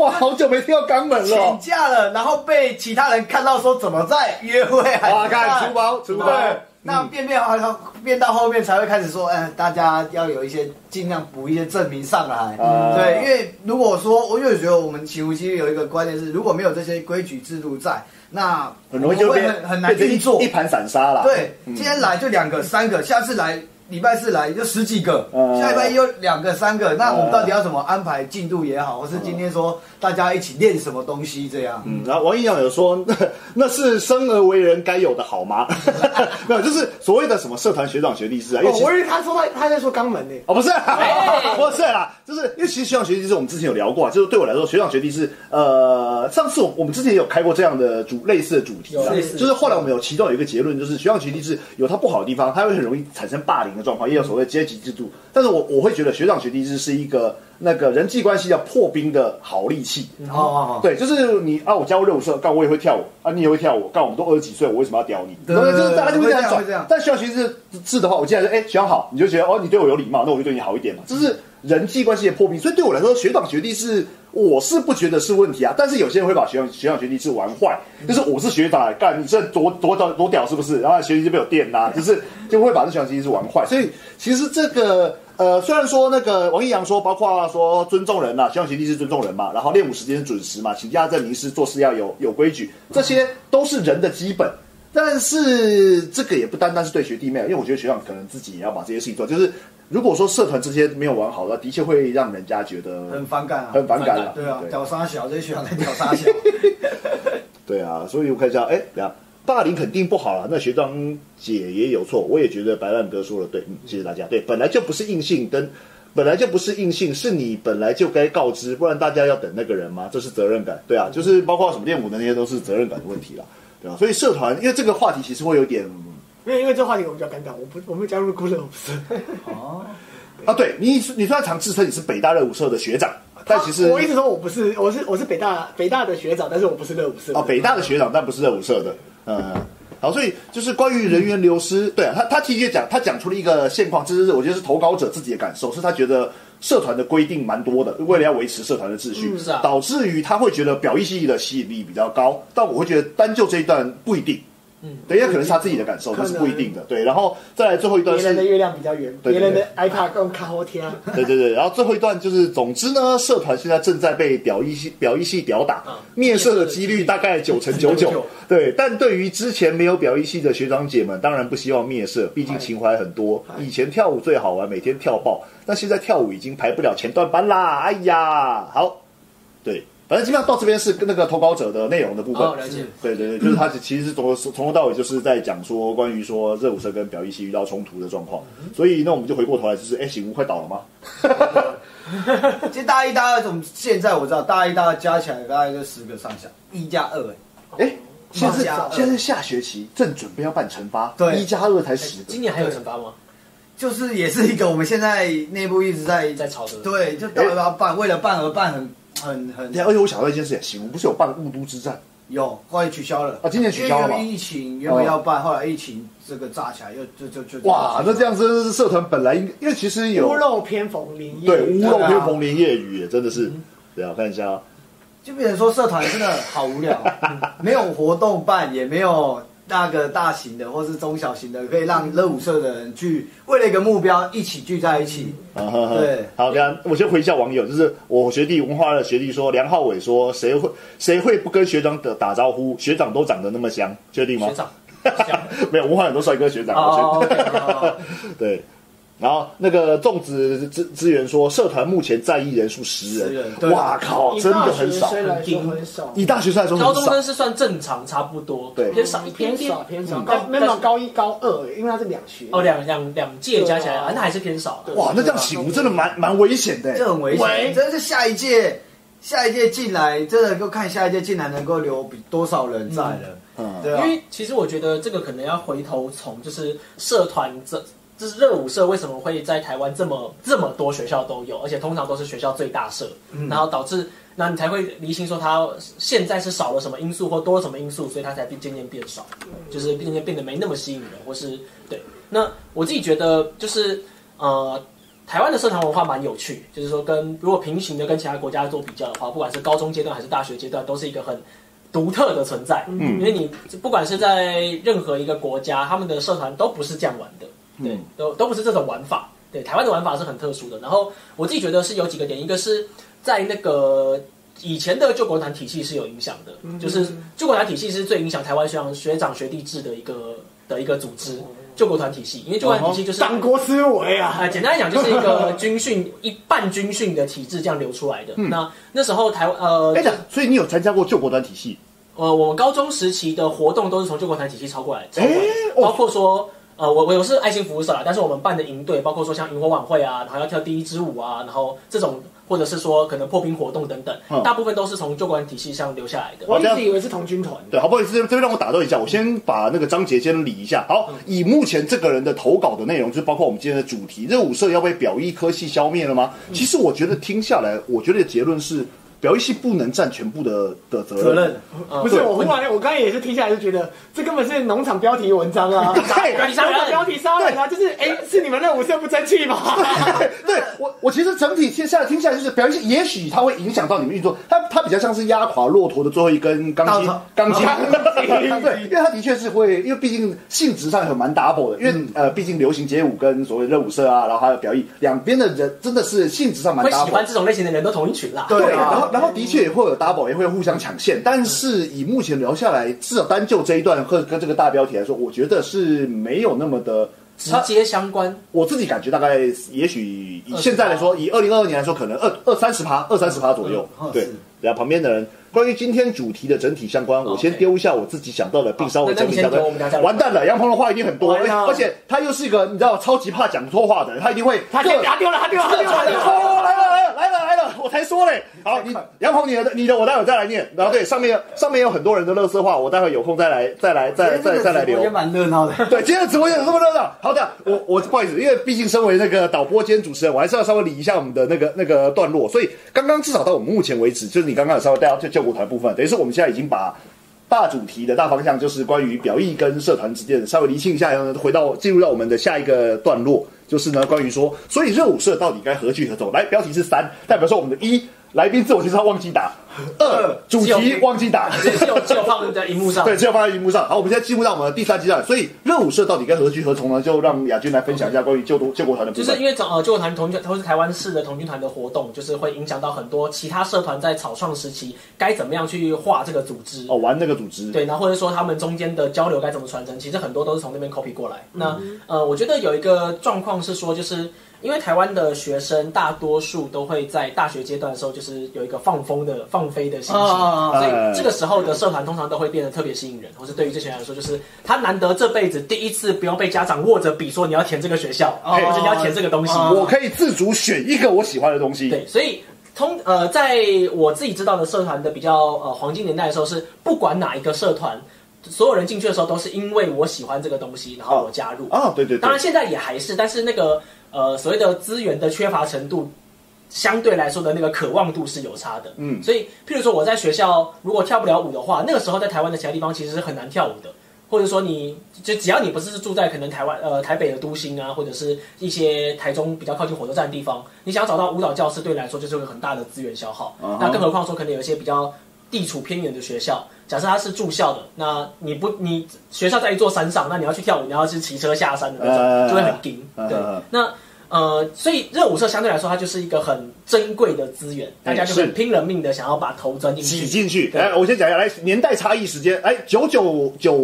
A: 哇，好久没听到肛门
E: 请
A: 了。
E: 假了，然后被其他人看到说怎么在约会还是
A: 哇，看
E: 在
A: 厨包，厨包嗯
E: 对，，那变变好像变到后面才会开始说，哎，大家要有一些尽量补一些证明上来。
A: 啊
E: 对，因为如果说，我就觉得我们骑无机有一个观念是，如果没有这些规矩制度在，那
A: 很容易就
E: 我们
A: 变
E: 会很很难
A: 变成
E: 运作
A: 一。盘散沙啦。
E: 对，
A: 嗯
E: 今天来就两个、三个，下次来礼拜四来就十几个，
A: 嗯
E: 下礼拜一又两个、三个，那我
A: 嗯
E: 们到底要怎么安排进度也好，或是今天说大家一起练什么东西这样？
A: 呃嗯，然后王一阳有说，那是生而为人该有的好吗？ 没有，就是所谓的什么社团学长学弟制啊，因为
C: 哦
A: 其，实
C: 我以为他说他他在说肛门呢、
A: 哦，不是啊，
B: 哎
A: 不是啦，就是因为其实学长学弟制我们之前有聊过啊，就是对我来说，学长学弟是呃，上次我我们之前有开过这样的主类似的主题啊
B: 有类似，
A: 就是后来我们有提到有一个结论，就是学长学弟制有它不好的地方，它会很容易产生霸凌的状况，也有所谓的阶级制度。但是我我会觉得学长学弟制是一个那个人际关系要破冰的好利器。
E: 哦哦哦，
A: 对，就是你啊，我加入热舞社，干我也会跳舞啊，你也会跳舞，干我们都二十几岁，我为什么要屌你？
E: 对
A: 不就是大家就会这
E: 会这样
A: 样转
E: 会这样。
A: 但学长学制制的话，我既然说，哎、学长好，你就觉得哦，你对我有礼貌，那我就对你好一点嘛，这
E: 嗯
A: 是人际关系的破冰。所以对我来说，学长学弟是我是不觉得是问题啊，但是有些人会把学长学长学弟制玩坏，
E: 嗯
A: 就是我是学长，哎干你这多多屌多屌是不是？然后学弟就被我电啦、就
E: 嗯
A: 是就会把这学长学弟制玩坏。所以其实这个。呃，虽然说那个王一阳说，包括说尊重人呐、学长学弟是尊重人嘛，然后练舞时间是准时嘛，请假证明是做事要有有规矩，这些都是人的基本。但是这个也不单单是对学弟妹，因为我觉得学长可能自己也要把这些事情做。就是如果说社团这些没有玩好的话，的确会让人家觉得
E: 很反感啊，
A: 很反感了。
E: 对啊，
A: 对
E: 屌沙小这些学长在屌 沙小，
A: 对啊，所以我看一下，哎，等一下霸凌肯定不好了。那学长姐也有错，我也觉得白烂哥说的对，嗯，谢谢大家。对，本来就不是硬性跟。本来就不是硬性，是你本来就该告知，不然大家要等那个人吗？这是责任感，对啊，就是包括什么练舞的那些都是责任感的问题啦，对啊，所以社团，因为这个话题其实会有点
C: 没有，因为这话题我比较尴尬，我不我没有加入孤冷社，
A: 啊，对你，你虽然常自称你是北大热舞社的学长， 但其实
C: 啊我一直说我不是，我是我是北大北大的学长，但是我不是热舞社的
A: 啊，北大的学长，但不是热舞社的，嗯。好，所以就是关于人员流失，对啊，他他的确讲，他讲出了一个现况，这是我觉得是投稿者自己的感受，是他觉得社团的规定蛮多的，为了要维持社团的秩
C: 嗯
A: 序，
B: 是啊
A: 导致于他会觉得表意系的吸引力比较高，但我会觉得单就这一段不一定，嗯，对，也可能是他自己的感受，
C: 可
A: 但
C: 能
A: 是不一定的，对，然后再来最后一段
C: 别
A: 是
C: 人的月亮比较圆，
A: 对
C: 别
A: 对
C: 人的 iPad 用卡后贴啊，
A: 对对对，然后最后一段就是，总之呢，社团现在正在被表意系表意系屌打
B: 嗯，
A: 面社的几率大概九成九九。对，但对于之前没有表意系的学长姐们，当然不希望灭社，毕竟情怀很多。以前跳舞最好玩，每天跳爆，但现在跳舞已经排不了前段班啦。哎呀，好，对，反正基本上到这边是那个投稿者的内容的部分。
B: 哦了解
A: 对对对，就是他其实从从头到尾就是在讲说关于说热舞社跟表意系遇到冲突的状况，所以那我们就回过头来就是，哎，醒悟快倒了吗？
E: 其实大一、大二，我们现在我知道大一、大二加起来大概就十个上下，一加二、哎
A: 哎，现在是
E: 加二
A: 现在是下学期正准备要办惩罚，
E: 对
A: 一加二才十个
B: 今。年还有惩罚吗？
E: 就是也是一个我们现在内部一直在
B: 在吵的
E: 对，就到底要不要办，为了办而办很，很很
A: 对啊而且我想到一件事情，醒悟不是有办雾都之战
E: 有，后来取消了
A: 啊？今年取消了
E: 因
A: 吗
E: 为？疫情原本要办，后来疫情这个炸起来，又就就就
A: 哇，那这样子社团本来应因为其实有
C: 屋漏偏逢连夜雨
A: 对屋漏
E: 对啊
A: 偏逢连夜雨，也真的是。对啊，看一下啊，
E: 就变成说社团真的好无聊，没有活动办，也没有那个大型的或是中小型的，可以让热舞社的人去为了一个目标一起聚在一起。
A: 啊哈哈
E: 对
A: 好，等一下我先回一下网友，就是我学弟文化的学弟说，梁浩伟说谁会谁会不跟学长打打招呼？学长都长得那么香，确定吗
B: 学？长，
A: 没有，文化很多帅哥学长，我觉得。
E: 哦，OK，好好好
A: 对，然后那个粽子资资源说，社团目前在役人数十
E: 10人
A: 人，
E: 对
A: 哇靠，真的很少
C: 以大学。生来说很少，
A: 以大学生来说
B: 高
A: 很
B: 中
A: 少
B: 生，是算正常，差不多，
A: 对
B: 偏少一点
C: 偏
B: 点
C: 少。偏少，
A: 嗯
C: 高没有
B: 但是
C: 高一高二，因为它是两学
B: 哦，两两两届加起来，
C: 对啊
B: 啊那还是偏少啊。
C: 对
A: 哇，那这样醒悟真的蛮蛮危险的。欸
E: 这很危险，
A: 喂
E: 真的是下一届，下一届进来，真的够看下一届进来能够留比多少人在了，
A: 嗯
E: 对
B: 因
E: 啊，
B: 为其实我觉得这个可能要回头从就是社团这就是热舞社为什么会在台湾这么这么多学校都有，而且通常都是学校最大社，
A: 嗯
B: 然后导致，那你才会厘清说它现在是少了什么因素或多了什么因素，所以它才渐渐变少，就是渐渐变得没那么吸引人，或是对。那我自己觉得就是呃，台湾的社团文化蛮有趣，就是说跟如果平行的跟其他国家做比较的话，不管是高中阶段还是大学阶段，都是一个很独特的存在。嗯，因为你不管是在任何一个国家，他们的社团都不是这样玩的，
A: 嗯
B: 对，都都不是这种玩法。对，台湾的玩法是很特殊的。然后我自己觉得是有几个点，一个是在那个以前的救国团体系是有影响的，就是救国团体系是最影响台湾学长学长学弟制的一个的一个组织。救国团体系，因为救国团体系就是
C: 党国思维啊
B: 啊，，简单来讲就是一个军训一半军训的体制这样流出来的。那那时候台湾呃
A: 哎，，那所以你有参加过救国团体系？
B: 呃，我们高中时期的活动都是从救国团体系抄过来，抄过来的
A: 哎，哦
B: 包括说。呃，我我我是爱心服务社啦，但是我们办的营队，包括说像萤火晚会啊，然后要跳第一支舞啊，然后这种或者是说可能破冰活动等等，
A: 嗯
B: 大部分都是从救国团体系上留下来的。
C: 我一直以为是童军团。
A: 对，好不好意思，这边让我打断一下，我先把那个章节先理一下。好，以目前这个人的投稿的内容，就是包括我们今天的主题，热舞社要被表意科系消灭了吗？其实我觉得听下来，我觉得结论是，表意系不能占全部的的责任。
E: 责任，
C: 不是，我忽然我刚才也是听下来就觉得，这根本是农场标题文章啊，
A: 对
C: 农场标题杀人啊，就是哎，是你们那五社不 争气吧？
A: 对我，我其实整体听下来听下来就是表演，也许它会影响到你们运作，它它比较像是压垮骆驼的最后一根钢筋
E: 稻草，
A: 钢筋， 对，因为它的确是会，因为毕竟性质上很蛮 double 的，因为、呃，毕竟流行街舞跟所谓热舞社啊，然后还有表演，两边的人真的是性质上蛮
B: 会喜
A: double
B: 欢嗯
A: 的。
B: 这种类型的人都同一群啦。
A: 对，
E: 对啊
A: 然后然后的确也会有 double，也会互相抢线，但是以目前聊下来，至少单就这一段和跟这个大标题来说，我觉得是没有那么的
B: 直接相 关。
A: 我自己感觉大概，也许以现在来说，以二零二二年来说，可能二二三十趴，二三十趴左右。
E: 嗯
A: 对
E: 是，
A: 然后旁边的人，关于今天主题的整体相关，我先
B: OK
A: 丢一下我自己想到的，并稍微整理一下
B: 哦那你先丢我们聊下。来
A: 完蛋了，杨鹏的话一定很多，
C: 完了
A: 而且他又是一个你知道超级怕讲错话的人，他一定会
C: 他
A: 各
C: 丢他丢了，他丢了，他丢了他丢了。
A: 哦，来了来了来了来了，我才说嘞。好，你杨鹏，你的你的我待会再来念。然后对上面上面有很多人的乐色话，我待会有空再来再来再再再来
E: 我觉
A: 留
E: 得。蛮热闹的。
A: 对，今天的直播间有这么热闹。好的，我我不好意思，因为毕竟身为那个导播兼主持人，我还是要稍微理一下我们的那个那个呃段落。所以刚刚至少到我们目前为止，就是你刚刚有稍微带到救救国团部分，等于是我们现在已经把大主题的大方向，就是关于表意跟社团之间的稍微厘清一下，然后呢回到进入到我们的下一个段落，就是呢关于说，所以热舞社到底该何去何从？来，标题是三，代表说我们的一来宾自我介绍忘记打，二主题忘记打。
B: 只有只有放在荧幕上，
A: 对，只有放在荧幕上。好，我们现在进入到我们的第三阶段，所以热舞社到底该何去何从呢？就让雅君来分享一下关于救国救国团的部
B: 就
A: 分。
B: 是因为呃救国团同军都是台湾市的同军团的活动，就是会影响到很多其他社团在草创时期该怎么样去画这个组织。
A: 哦，玩那个组织，，
B: 对，然后或者说他们中间的交流该怎么传承，其实很多都是从那边 copy 过来。那呃，我觉得有一个状况是说，就是因为台湾的学生大多数都会在大学阶段的时候，就是有一个放风的放飞的心情，
E: 啊
B: 所以
A: 哎
B: 这个时候的社团通常都会变得特别吸引人，或是对于这些人来说，就是他难得这辈子第一次不用被家长握着笔说你要填这个学校，或者你要填这个东西，
A: 我可以自主选一个我喜欢的东西。
B: 对，所以通呃，在我自己知道的社团的比较呃黄金年代的时候，是不管哪一个社团，所有人进去的时候都是因为我喜欢这个东西，然后我加入。
A: 啊，对对对，
B: 当然现在也还是，但是那个呃所谓的资源的缺乏程度。相对来说的那个渴望度是有差的，
A: 嗯
B: 所以譬如说我在学校如果跳不了舞的话，那个时候在台湾的其他地方其实是很难跳舞的，或者说你就只要你不是住在可能台湾呃台北的都心啊，或者是一些台中比较靠近火车站的地方，你想要找到舞蹈教室，对你来说就是有很大的资源消耗。
A: 嗯哼
B: 那更何况说可能有一些比较地处偏远的学校，假设它是住校的，那你不你学校在一座山上，那你要去跳舞，你要去骑车下山的那种，
A: 呃
B: 就会很紧。
A: 呃
B: 对
A: 呃，
B: 那。呃，所以热舞社相对来说，它就是一个很珍贵的资源，大家就很
A: 是
B: 拼了命的想要把头钻进去。
A: 挤进去。
B: 对
A: 来，我先讲一下，来年代差异时间，来九九九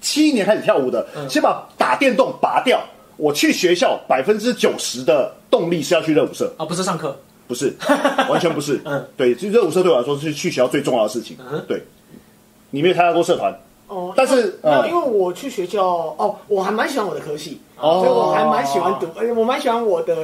A: 七年开始跳舞的，先把打电动拔掉。我去学校百分之九十的动力是要去热舞社，
B: 啊，不是上课，
A: 不是，完全不是。
B: 嗯，
A: 对，就热舞社对我来说是去学校最重要的事情。
B: 哼
A: 对，你没有参加过社团，
C: 哦
A: 但是
C: 那
A: 嗯
C: 因为我去学校哦，我还蛮喜欢我的科系，所以我还蛮喜欢读，而且我蛮喜欢我的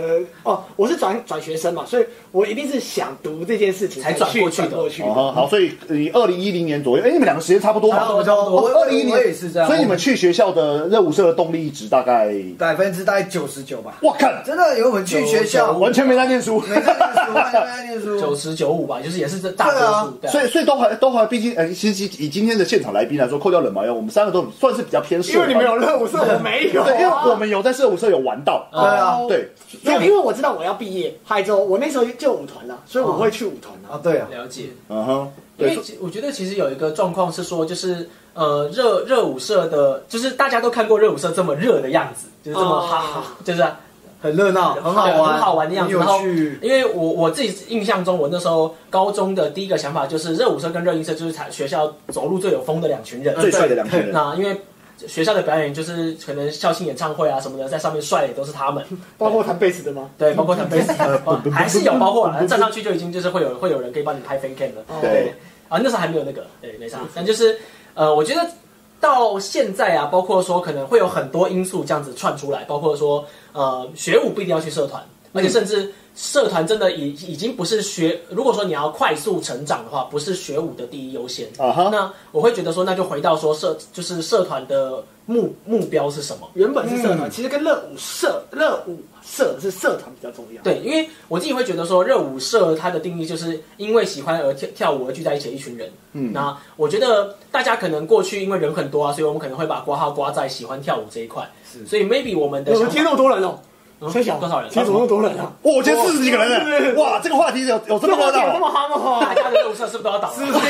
C: 哦，我是转转学生嘛，所以我一定是想读这件事情
B: 才转
C: 转
B: 过去的
C: 转过去的。
A: 哦，好，所以你二零一零年左右，哎，你们两个时间差不多吧？
E: 差不多差不多
A: 哦
E: 我
A: 2010
E: 我也是这样
A: 所以你们去学校的热舞社的动力值大概，
E: 百分之大概九十九吧。
A: 哇，看
E: 真的，因为我们去学校，
A: 完全没在念书，
E: 没 在念书，完全没在念
B: 九
E: 书。
B: 十九五吧，就是也是这大多数。对啊
A: 啊所以所以都还都还，毕竟呃，其实以今天的现场来宾来说，扣掉冷毛羊，我们三个都算是比较偏社
C: 因为
A: 团，
C: 你们有任务，是我没有、啊。
A: 对，因为我们有在社舞社有玩到，
B: 哦
E: 对啊，
A: 对，
C: 没有，因为我知道我要毕业，还有之后我那时候就舞团了，所以我会去舞团
B: 哦
C: 啊。
E: 啊对啊，
B: 了解。
A: 嗯哼，
B: 因
A: 对
B: 为，其我觉得其实有一个状况是说，就是呃热热舞社的，就是大家都看过热舞社这么热的样子，就是这么
C: 哦
B: 哈哈，就是啊
E: 很热闹，很好
B: 对
E: 玩，
B: 啊很好玩的样子。
E: 很
B: 然
E: 有
B: 后
E: 趣，。
B: 因为我我自己印象中，我那时候高中的第一个想法就是热舞社跟热音社就是才学校走路最有风的两群人。
A: 最帅的两群人，
B: 那因为学校的表演就是可能校庆演唱会啊什么的，在上面帅的也都是他们，
C: 包括弹贝斯的吗？
B: 对，包括他 们呃
A: 不
B: 还是有包括啦，站上去就已经就是会有会有人可以帮你拍 fan cam 了。
E: 哦
A: 对，
B: 啊，那时候还没有那个，对，没啥。但就是，呃，我觉得到现在啊，包括说可能会有很多因素这样子串出来，包括说，呃，学舞不一定要去社团，而且甚至社团真的已已经不是学，如果说你要快速成长的话，不是学舞的第一优先。
A: 啊哈，
B: 那我会觉得说，那就回到说社，就是社团的目目标是什么？
C: 原本是社团，其实跟热舞社、热舞社是社团比较重要。
B: 对，因为我自己会觉得说，热舞社它的定义就是因为喜欢而跳跳舞而聚在一起的一群人。嗯，那我觉得大家可能过去因为人很多啊，所以我们可能会把挂号挂在喜欢跳舞这一块。
E: 是
B: 所以 maybe 我们的
C: 我
B: 想
C: 们
B: 法
C: 今天那么多人哦、
B: 嗯
C: 崔小
B: 多少人？
C: 今天怎么那么多人啊？
A: 哇，我今天四十几个人呢，哇，这个话题有有这么
C: 么
A: 热
C: 屌这
A: 闹
C: 么
A: 啊，
B: 大
C: 憨哦、
B: 家的热舞社是不是都要倒了？是不
C: 啊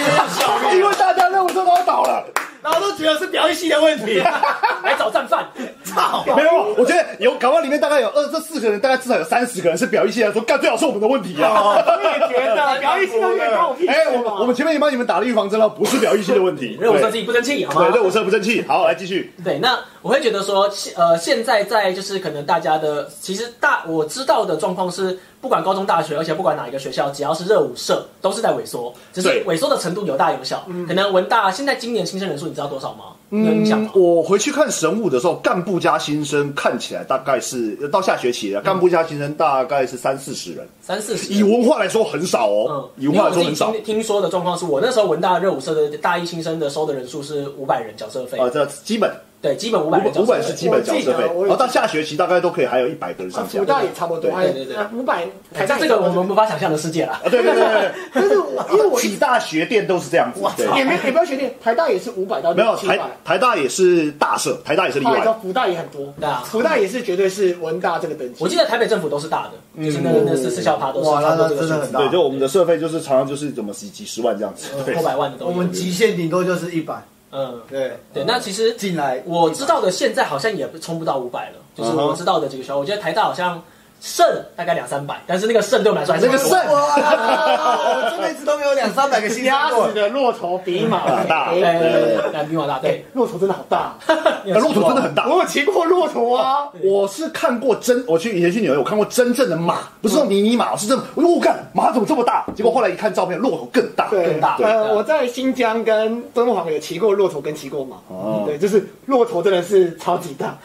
A: 因为大家任务社都要倒了。
C: 然后都觉得是表演系的问题。
B: 来找战犯。
C: 操！
A: 没有，我觉得有，搞不好里面大概有二这四个人，大概至少有三十个人是表意系来说，干最好是我们的问题啊。
C: 我也觉得表演系的问题关我屁事 嘛。
A: 哎，我们我们前面也帮你们打了预防针了，不是表意系的问题，
B: 热舞社自
A: 对
B: 己不争气，好吗？
A: 对，热舞社不争气。好，来继续。
B: 对，那我会觉得说，现呃，现在在就是可能大家的，其实大我知道的状况是，不管高中、大学，而且不管哪一个学校，只要是热舞社，都是在萎缩，只是
A: 对
B: 萎缩的程度有大有小。可能文大现在今年新生人数你知道多少吗？你
C: 嗯
A: 嗯
B: 有印象吗？
A: 我回去看神武的时候，干部加新生看起来大概是到下学期了，干部加新生大概是三四十
C: 嗯
A: 人，
B: 三四十。
A: 以文化来说很少哦
B: 嗯，，
A: 以文化来说很少
B: 因为我自己听听说的状况是我那时候文大热舞社的大一新生的收的人数是五百人缴社费，
A: 啊，这基本
B: 对，基本五
A: 五
B: 百人
A: 本
B: 缴
A: 五
B: 社
A: 本
B: 费。
A: 是基本缴社费
C: 我记得我，有
A: 然后到下学期大概都可以还有一百个人上下。
C: 辅大也差不多，还有
B: 对对对
C: 呃五百。台
B: 哎这
C: 大
B: 这个我们无法想象的世界啦。
A: 啊，对对对对对。
C: 但是我因为我一
A: 几大学店都是这样子，对，
C: 也没也不要学弟，台大也是五百到
A: 没有
C: 七
A: 台
C: 百，
A: 台大也是大社，台大也是例
C: 后来到
A: 外。
C: 福大也很多
B: 对啊，
C: 福大也是绝对是文大这个等级。
B: 我记得台北政府都是大的，就是那那四四小趴都是
E: 哇，
B: 差
E: 那
B: 不多这
E: 那
B: 个
E: 真
B: 数
E: 的
B: 字
E: 很，
A: 对，
E: 大。
A: 就我们的社费就是常常就是怎么几几十万这样子，对
B: 嗯，破百万的都有
E: 我们极限顶多就是一百，
B: 嗯，
E: 对，
B: 对，那其实
E: 进来
B: 我知道的，现在好像也冲不到五百了，
A: 嗯
B: 就是我知道的几个学校，我觉得台大好像剩大概两三百，但是那个剩对我们来说还是
A: 那个
B: 很多
A: 剩
E: 哇，我这辈子都没有两三百个新加
C: 压
E: 坡
C: 死。的骆驼比马
A: 大
B: 对对对
C: 哎
B: 对，对比我大，对，
C: 骆驼真的好大，
B: 你有
A: 哎那骆呃驼真的很大。
C: 我有骑过骆驼啊。
A: 我是看过真，我去以前去纽约，我看过真正的马，不是那种迷你马，是真的。我说我看马怎么这么大？结果后来一看照片，骆驼更大。
C: 对，
B: 更大对
C: 呃，我在新疆跟敦煌有骑过骆驼跟骑过马。
A: 哦
C: 对，就是骆驼真的是超级大。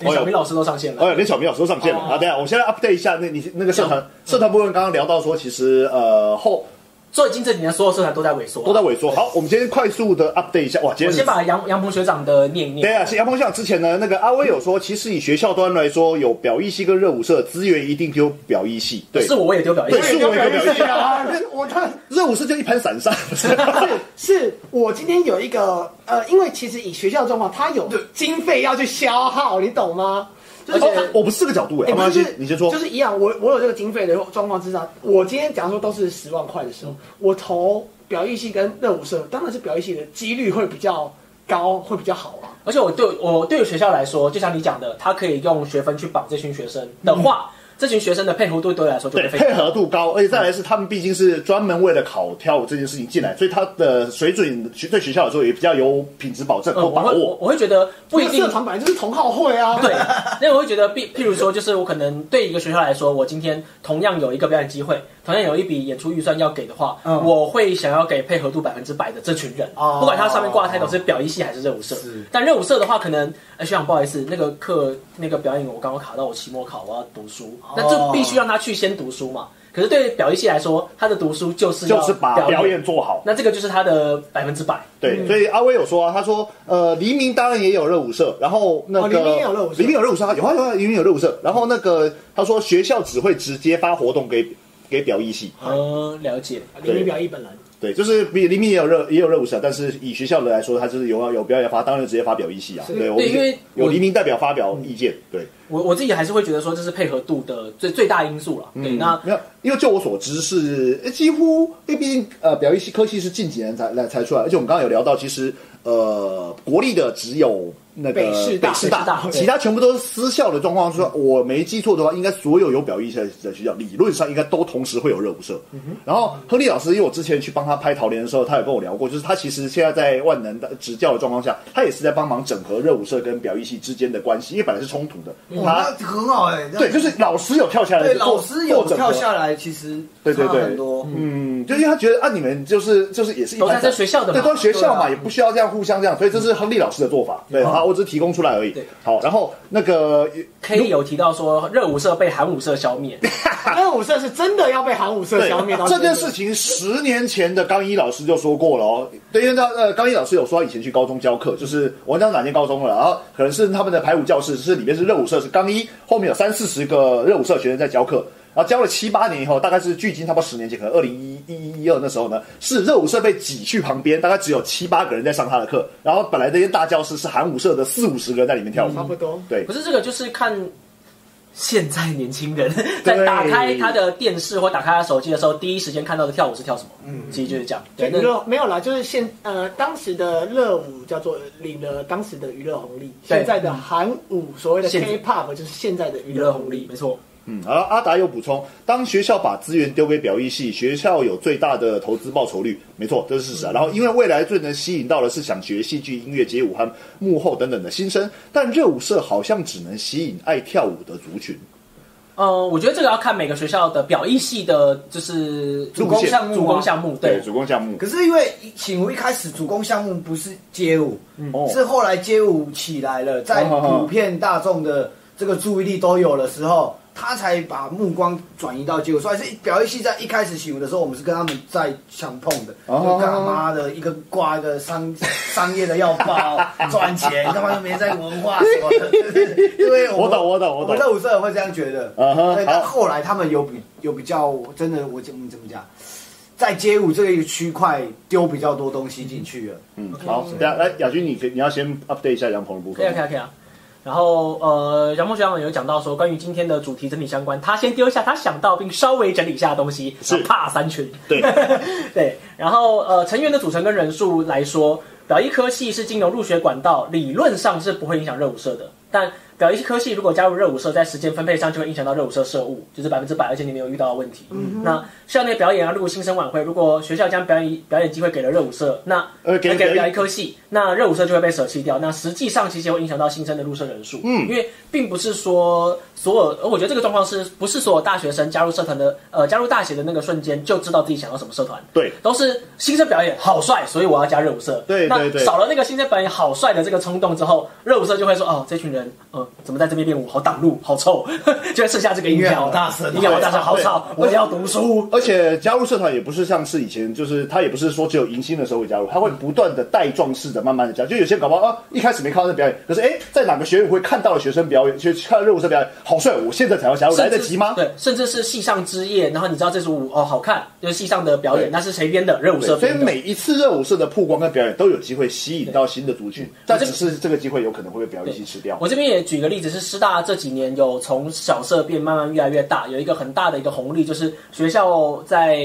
B: 连小明老师都上线
A: 哎
B: 了，
A: 呀，连小明老师都上线了
B: 哦
A: 啊！等一下，我现在 update 一下那你那个社团社团部分，刚刚聊到说，其实呃后
B: 所以近这几年所有社团都在萎缩，啊
A: 都在。萎缩。好，我们今天快速的 update 一下，哇，今天
B: 我先把杨杨鹏学长的念一
A: 对
B: 念，
A: 啊，是杨鹏校之前呢，那个阿威有说，其实以学校端来说，有表艺系跟热舞社资源一定丢表艺系，对，
B: 是我我也丢表
A: 对
B: 演，
A: 是我一个表演系
C: 啊，我看
A: 热舞社就一盘散 沙，不是
C: 是我今天有一个呃，因为其实以学校状况，它有经费要去消耗，你懂吗？就
B: 而
C: 是
B: 且
A: 哦我不是这个角度哎，
C: 哎
A: 没
C: 不
A: 关系
C: 是，
A: 你先说
C: 就。是一样，我我有这个经费的状况之下，我今天假如说都是十万块的时候，我投表艺系跟热舞社，当然是表艺系的几率会比较高，会比较好啊。
B: 而且我对我对于学校来说，就像你讲的，他可以用学分去绑这群学生的话，这群学生的配合度对我来说
A: 嗯
B: 就
A: 对，
B: 会非常
A: 配合度高，而且再来是他们毕竟是专门为了考跳舞这件事情进来，所以他的水准对学校来说也比较有品质保证，
B: 呃，
A: 有
B: 我
A: 把
B: 会我
A: 握。
B: 我会觉得不一
C: 这
B: 定
C: 个社团本来就是同好会啊，
B: 对，那我会觉得，譬譬如说，就是我可能对一个学校来说，我今天同样有一个表演机会，团练有一笔演出预算要给的话，
E: 嗯
B: 我会想要给配合度百分之百的这群人，
E: 哦
B: 不管他上面挂的 title 是表一系还是热舞社
E: 是。
B: 但热舞社的话，可能哎学长不好意思，那个课那个表演我刚刚卡到我期末考，我要读书，那这必须让他去先读书嘛。可是对表一系来说，他的读书就是要
A: 就是把表演做好。
B: 那这个就是他的百分之百。
C: 嗯
A: 对，所以阿威有说啊，他说呃，黎明当然也有热舞社，然后那
C: 哦
A: 个、
C: 黎明也有热舞社
A: 黎明有热舞社，有啊有啊，黎明有热舞社。然后那个他说学校只会直接发活动给给表艺系，
B: 嗯，了解。
C: 李明表一本人，
A: 对，就是比黎明也有热也有热舞社，但是以学校的来说，他就是有啊有表演发，当然直接发表艺系啊。
C: 是
A: 对，我
B: 对因为
A: 有
B: 我
A: 黎明代表发表意见，对。
B: 我我自己还是会觉得说，这是配合度的最最大因素了。对，那
A: 没有，因为就我所知是呃几乎，因为毕竟呃，表演系科系是近几年才来才出来，而且我们刚刚有聊到，其实呃，国立的只有那个
C: 北师大
A: 师
B: 北师大对
A: 其他全部都是私校的状况。说我没记错的话，应该所有有表演系的学校理论上应该都同时会有热舞社。然后亨利老师，因为我之前去帮他拍《桃莲》的时候，他有跟我聊过，就是他其实现在在万能的执教的状况下，他也是在帮忙整合热舞社跟表演系之间的关系，因为本来是冲突的。他
E: 哇，那很好哎、这样
A: 对，就是老师有跳下来，
E: 嗯对
A: 做
E: 老师有
A: 做整合
E: 跳下来，其实
A: 对对
E: 差
A: 对
E: 很多，
A: 嗯，就因为他觉得啊，你们就是就是也是一般
B: 都在这学校的嘛
A: 对，都在学校
E: 对
A: 嘛，
E: 啊
A: 也不需要这样互相这样，所以这是亨利老师的做法。对，好，我只是提供出来而已
B: 嗯对。
A: 好，然后那个
B: K 有提到说，热舞社被韩舞社消 灭，
C: 那舞社是真的要被韩舞社
A: 对
C: 消灭到
A: 这件事情，十年前的刚一老师就说过了哦。对，因为他呃，刚一老师有说他以前去高中教课，就是我忘记哪间高中了，然后可能是他们的排舞教室，是里面是热舞社，是刚一后面有三四十个热舞社学生在教课。然后教了七八年以后，大概是距今差不多十年前，可能二零一一一二那时候呢，是热舞社被挤去旁边，大概只有七八个人在上他的课。然后本来那些大教室是韩舞社的四五十个人在里面跳舞，
C: 差不多
A: 对
B: 不，是这个就是看现在年轻人在打开他的电视或打开他手机的时候，第一时间看到的跳舞是跳什么，嗯，其实就是这样。对，
C: 娱
B: 那
C: 乐没有啦，就是现呃当时的热舞叫做领了当时的娱乐红利，
B: 对
C: 现在的韩舞所谓的
B: 现
C: K-pop 就是现在的娱
B: 娱乐
C: 乐
B: 红
C: 红
B: 利
C: 利，
B: 没错。
A: 嗯，然后阿达有补充，当学校把资源丢给表意系，学校有最大的投资报酬率，没错，这是事实啊。然后因为未来最能吸引到的是想学戏剧、音乐、街舞和幕后等等的新生，但热舞社好像只能吸引爱跳舞的族群。
B: 嗯，我觉得这个要看每个学校的表意系的，就是
A: 主
E: 攻项目啊
B: 主攻项目对。
A: 主攻项目
E: 可是因为醒吾一开始主攻项目不是街舞，
A: 哦
E: 是后来街舞起来了，在
A: 哦哦哦
E: 普遍大众的这个注意力都有的时候，他才把目光转移到街舞。所以是表演系在一开始醒吾的时候，我们是跟他们在相碰的，
A: 哦
E: 就干嘛的一个挂一个商商业的要爆赚钱，他妈又没在文化什么的，因为
A: 我懂我懂我懂
E: 们热舞社也会这样觉得。
A: 嗯哼
E: 对，但
A: 好
E: 后来他们有比有比较真的，我怎么怎么讲？在街舞这个区块丢比较多东西进去了。
A: 嗯，好，等下来雅君，你可以你要先 update 一下杨鹏的部
B: 可以
A: 分
B: 啊，。可以啊，可以啊。然后呃，杨梦学长有讲到说，关于今天的主题整体相关，他先丢一下他想到并稍微整理一下的东西，
A: 是
B: 然后怕三群。
A: 对，
B: 对，然后呃，成员的组成跟人数来说，表一科系是经由入学管道，理论上是不会影响热舞社的。但表一科系如果加入热舞社，在时间分配上就会影响到热舞社社务，就是百分之百，而且你没有遇到的问题。那校内表演啊，如果新生晚会，如果学校将表演表演机会给了热舞社，那
A: 呃给了
B: 哎给了
A: 表
B: 表
A: 演
B: 一科系，那热舞社就会被舍弃掉。那实际上其实也会影响到新生的入社人数，嗯，因为并不是说所有，呃我觉得这个状况是不是所有大学生加入社团的，呃，加入大学的那个瞬间就知道自己想要什么社团，
A: 对
B: 都是新生表演好帅，所以我要加热舞社。
A: 对对对
B: 那少了那个新生表演好帅的这个冲动之后，热舞社就会说哦，这群人呃怎么在这边练舞，好挡路，好臭， 就会剩下这个音
E: 音
B: 乐
E: 乐好大声
B: 音乐好大声，
A: 对
B: 好吵，我要读书。
A: 而且加入社团也不是像是以前，就是他也不是说只有迎新的时候会加入，他会不断的带状式的慢慢的加入。就有些搞不好啊，一开始没看到这表演，可是哎，在哪个学院会看到了学生表演，去看到热舞社表演，好帅，我现在才要加入，来得及吗？
B: 对，甚至是戏上之夜，然后你知道这支舞哦好看，就是戏上的表演
A: 对，
B: 那是谁编的？热舞
A: 对
B: 社
A: 所以
B: 编的。
A: 每一次热舞社的曝光跟表演都有机会吸引到新的族群，但只是这个机会有可能会被表演系吃掉。
B: 我这边也举个例子，是师大这几年有从小社变慢慢越来越大，有一个很大的一个红利，就是学校在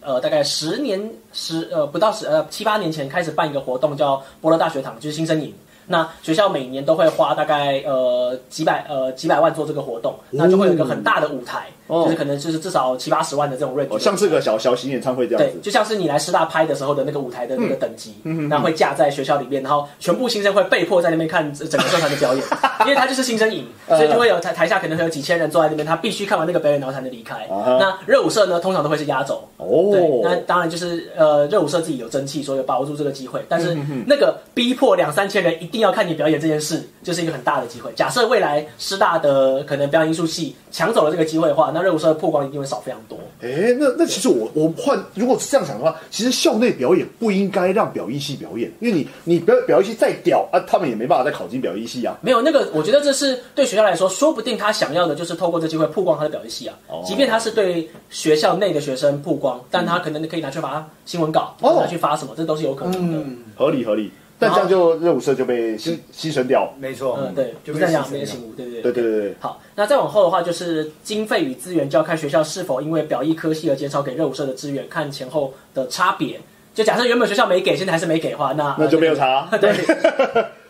B: 呃大概十年十呃不到十呃七八年前开始办一个活动叫伯乐大学堂，就是新生营。那学校每年都会花大概呃几百呃几百万做这个活动，那就会有一个很大的舞台，
A: 哦
B: 就是可能就是至少七八十万的这种 range，、
A: 哦，像是个小小型演唱会这样
B: 对，
A: 子。嗯
B: 就像是你来师大拍的时候的那个舞台的那个等级，那会架在学校里面，然后全部新生会被迫在那边看整个社团 的表演，因为他就是新生营，
A: 嗯
B: 所以就会有台台下可能会有几千人坐在那边，他必须看完那个表演然后才能离开。
A: 啊哈
B: 那热舞社呢，通常都会是压轴。对，那
A: 哦，
B: 当然就是呃，热舞社自己有争气，所以有把握住这个机会。
A: 嗯
B: 但是那个逼迫两三千人一定要看你表演这件事，就是一个很大的机会。假设未来师大的可能表演艺术系抢走了这个机会的话，那热舞社的曝光一定会少非常多。
A: 哎，那那其实我我换，如果是这样想的话，其实校内表演不应该让表艺系表演，因为你你表表艺系再屌啊，他们也没办法再考进表艺系啊。
B: 没有那个，我觉得这是对学校来说，说不定他想要的就是透过这机会曝光他的表演系啊。
A: 哦
B: 即便他是对学校内的学生曝光，但他可能可以拿去发新闻稿，
A: 哦
B: 拿去发什么，这都是有可能的。嗯，
A: 合理合理。但这样就热舞社就被牺牺牲掉。
E: 没错，
B: 呃对，
E: 就
B: 不
E: 被
B: 是这样
E: 牺牲
B: 没
E: 掉
B: 有醒悟，对不对？
A: 对对对对，
B: 好，那再往后的话，就是经费与资源就要看学校是否因为表意科系而减少给热舞社的资源，看前后的差别。就假设原本学校没给，现在还是没给的话，那
A: 那就没有。差。
B: 呃 对，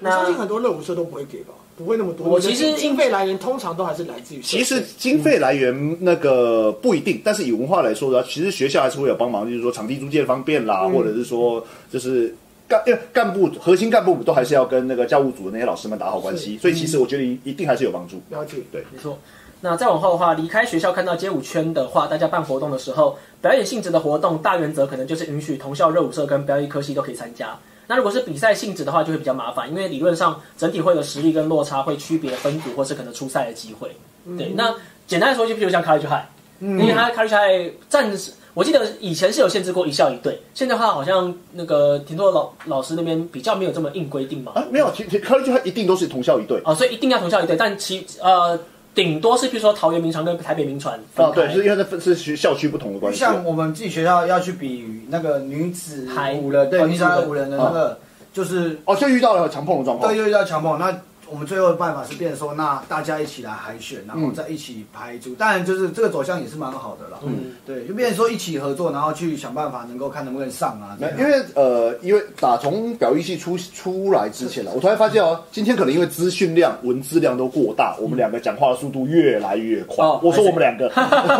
C: 我相信很多热舞社都不会给吧，不会那么多。
B: 我其实
C: 觉得经费来源通常都还是来自于社
A: 其
C: 会
A: 实经费来源那个不一定，但是以文化来说的话，其实学校还是会有帮忙，就是说场地租借方便啦，或者是说就是干因为干部核心干部都还是要跟那个教务组的那些老师们打好关系，所以其实我觉得一定还是有帮助。
C: 了解，
B: 没错。那再往后的话，离开学校看到街舞圈的话，大家办活动的时候，表演性质的活动大原则可能就是允许同校热舞社跟表演科系都可以参加。那如果是比赛性质的话，就会比较麻烦，因为理论上整体会有实力跟落差，会区别分组或是可能出赛的机会。对，那简单来说，就比如像 College High，、因为它 College High 暂时我记得以前是有限制过一校一队，现在的话好像那个田拓老老师那边比较没有这么硬规定嘛。
A: 啊，没有，其实科技它一定都是同校一队。
B: 哦，所以一定要同校一队，但其呃顶多是比如说桃园名传跟台北名传分
A: 啊，
B: 开。
A: 对，是因为它是学校区不同的关系。
E: 像我们自己学校要去比那个女子
B: 排
E: 五人，对
B: 分
E: 女子
B: 组的
E: 五人的那个，就是
A: 哦，就遇到了强碰的状况
E: 对，。又要强迫。那我们最后的办法是变成说，那大家一起来海选，然后再一起排组。当然，就是这个走向也是蛮好的啦。嗯，对，就变成说一起合作，然后去想办法能够看能不能上啊。
A: 没
E: 这，样
A: 因为呃，因为打从表意系出出来之前呢，我突然发现哦，今天可能因为资讯量、文字量都过大，我们两个讲话的速度越来越快。
B: 哦
A: 我说我们 两个，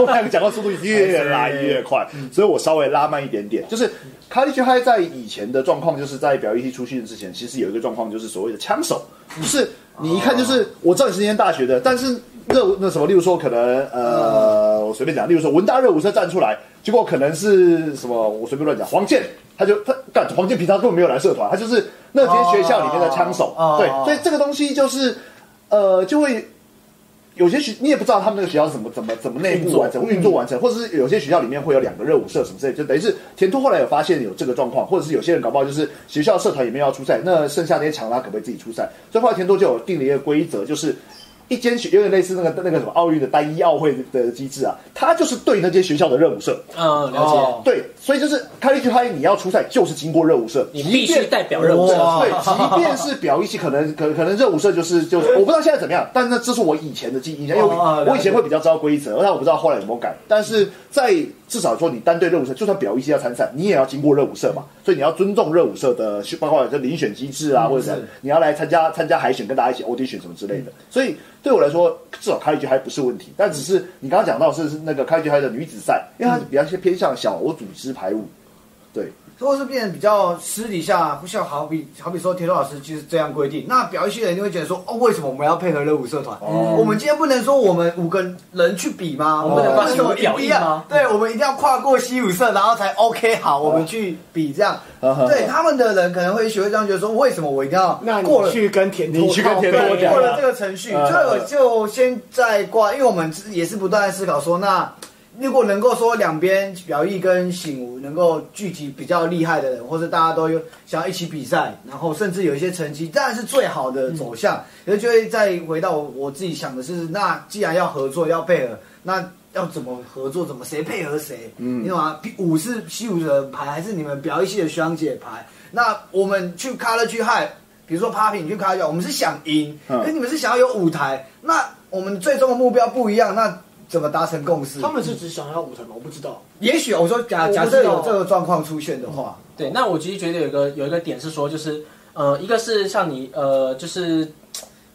A: 我们两个讲话速度越来越快，
E: 嗯
A: 所以我稍微拉慢一点点。就是卡利奇嗨在以前的状况，就是在表意系出现之前，其实有一个状况就是所谓的枪手，就是你一看就是我知道你是念大学的，但是热舞那什么，例如说可能
E: 嗯
A: 呃，我随便讲，例如说文大热舞社站出来，结果可能是什么，我随便乱讲，黄健他就他干黄健平常根本没有来社团，他就是那间学校里面的枪手，
E: 哦
A: 对
E: 哦，
A: 所以这个东西就是呃就会。有些学你也不知道他们那个学校是怎么怎么怎么内部完成运作完成，或者是有些学校里面会有两个热舞社什么之类，就等于是田兔后来有发现有这个状况，或者是有些人搞不好就是学校社团里面要出赛，那剩下那些强拉可不可以自己出赛？所以后来田兔就有定了一个规则，就是一间学有点类似那个那个什么奥运的单一奥会的机制啊，它就是对那间学校的热舞社，
B: 嗯，了解。
E: 哦
A: 对，所以就是开一句嗨，你要出赛就是经过热舞社，
B: 你必须
A: 即便
B: 代表热舞
E: 社
A: 对，即便是表意系，可能可可能热舞社就是就是，我不知道现在怎么样，但那这是我以前的记忆，因为
E: 哦了解
A: 我以前会比较知道规则，但我不知道后来有没有改。但是在至少说你单对热舞社，就算表意系要参赛，你也要经过热舞社嘛，所以你要尊重热舞社的，包括这遴选机制啊，或者怎样
E: 嗯是嗯
A: 你要来参加参加海选，跟大家一起 audition 什么之类的。所以对我来说，至少开一局还不是问题。但只是你刚刚讲到是是那个开一局还的女子赛，因为它
E: 嗯
A: 是比较偏偏向小组织排舞，对，
E: 或是变得比较私底下，不像好比好比说田螺老师就是这样规定，那表演系的人就会觉得说，哦，为什么我们要配合热舞社团？我们今天不能说我们五个人去比吗？
B: 我
E: 我
B: 们
E: 们
B: 不能
E: 为什么
B: 跨西舞表
E: 一
B: 意
E: 定要
B: 吗？
E: 对，我们一定要跨过西舞社，然后才 OK 好，我们去比这样。对他们的人可能会学会这样觉得说，为什么我一定要
C: 那
E: 过
C: 你
E: 了？
C: 去跟田拓
A: 你去跟田拓
C: 靠背
A: 讲
E: 过了这个程序，
A: 嗯
E: 这个就先在挂，因为我们也是不断在思考说，那如果能够说两边表意跟醒吾能够聚集比较厉害的人，或者大家都有想要一起比赛，然后甚至有一些成绩，当然是最好的走向。然后就会再回到我我自己想的是，那既然要合作要配合，那。要怎么合作？怎么谁配合谁？嗯，你懂吗？舞是西舞的人排，还是你们表演系的学长姐排？那我们去卡乐去嗨，比如说 Papi，你去卡乐，我们是想赢，
A: 嗯
E: 可你们是想要有舞台，那我们最终的目标不一样，那怎么达成共识？
C: 他们是只想要舞台吗？我不知道。
E: 也许我说假
C: 我不知
E: 假
C: 道
E: 设有这个状况出现的话，
B: 对，那我其实觉得有一个有一个点是说，就是呃，一个是像你呃，就是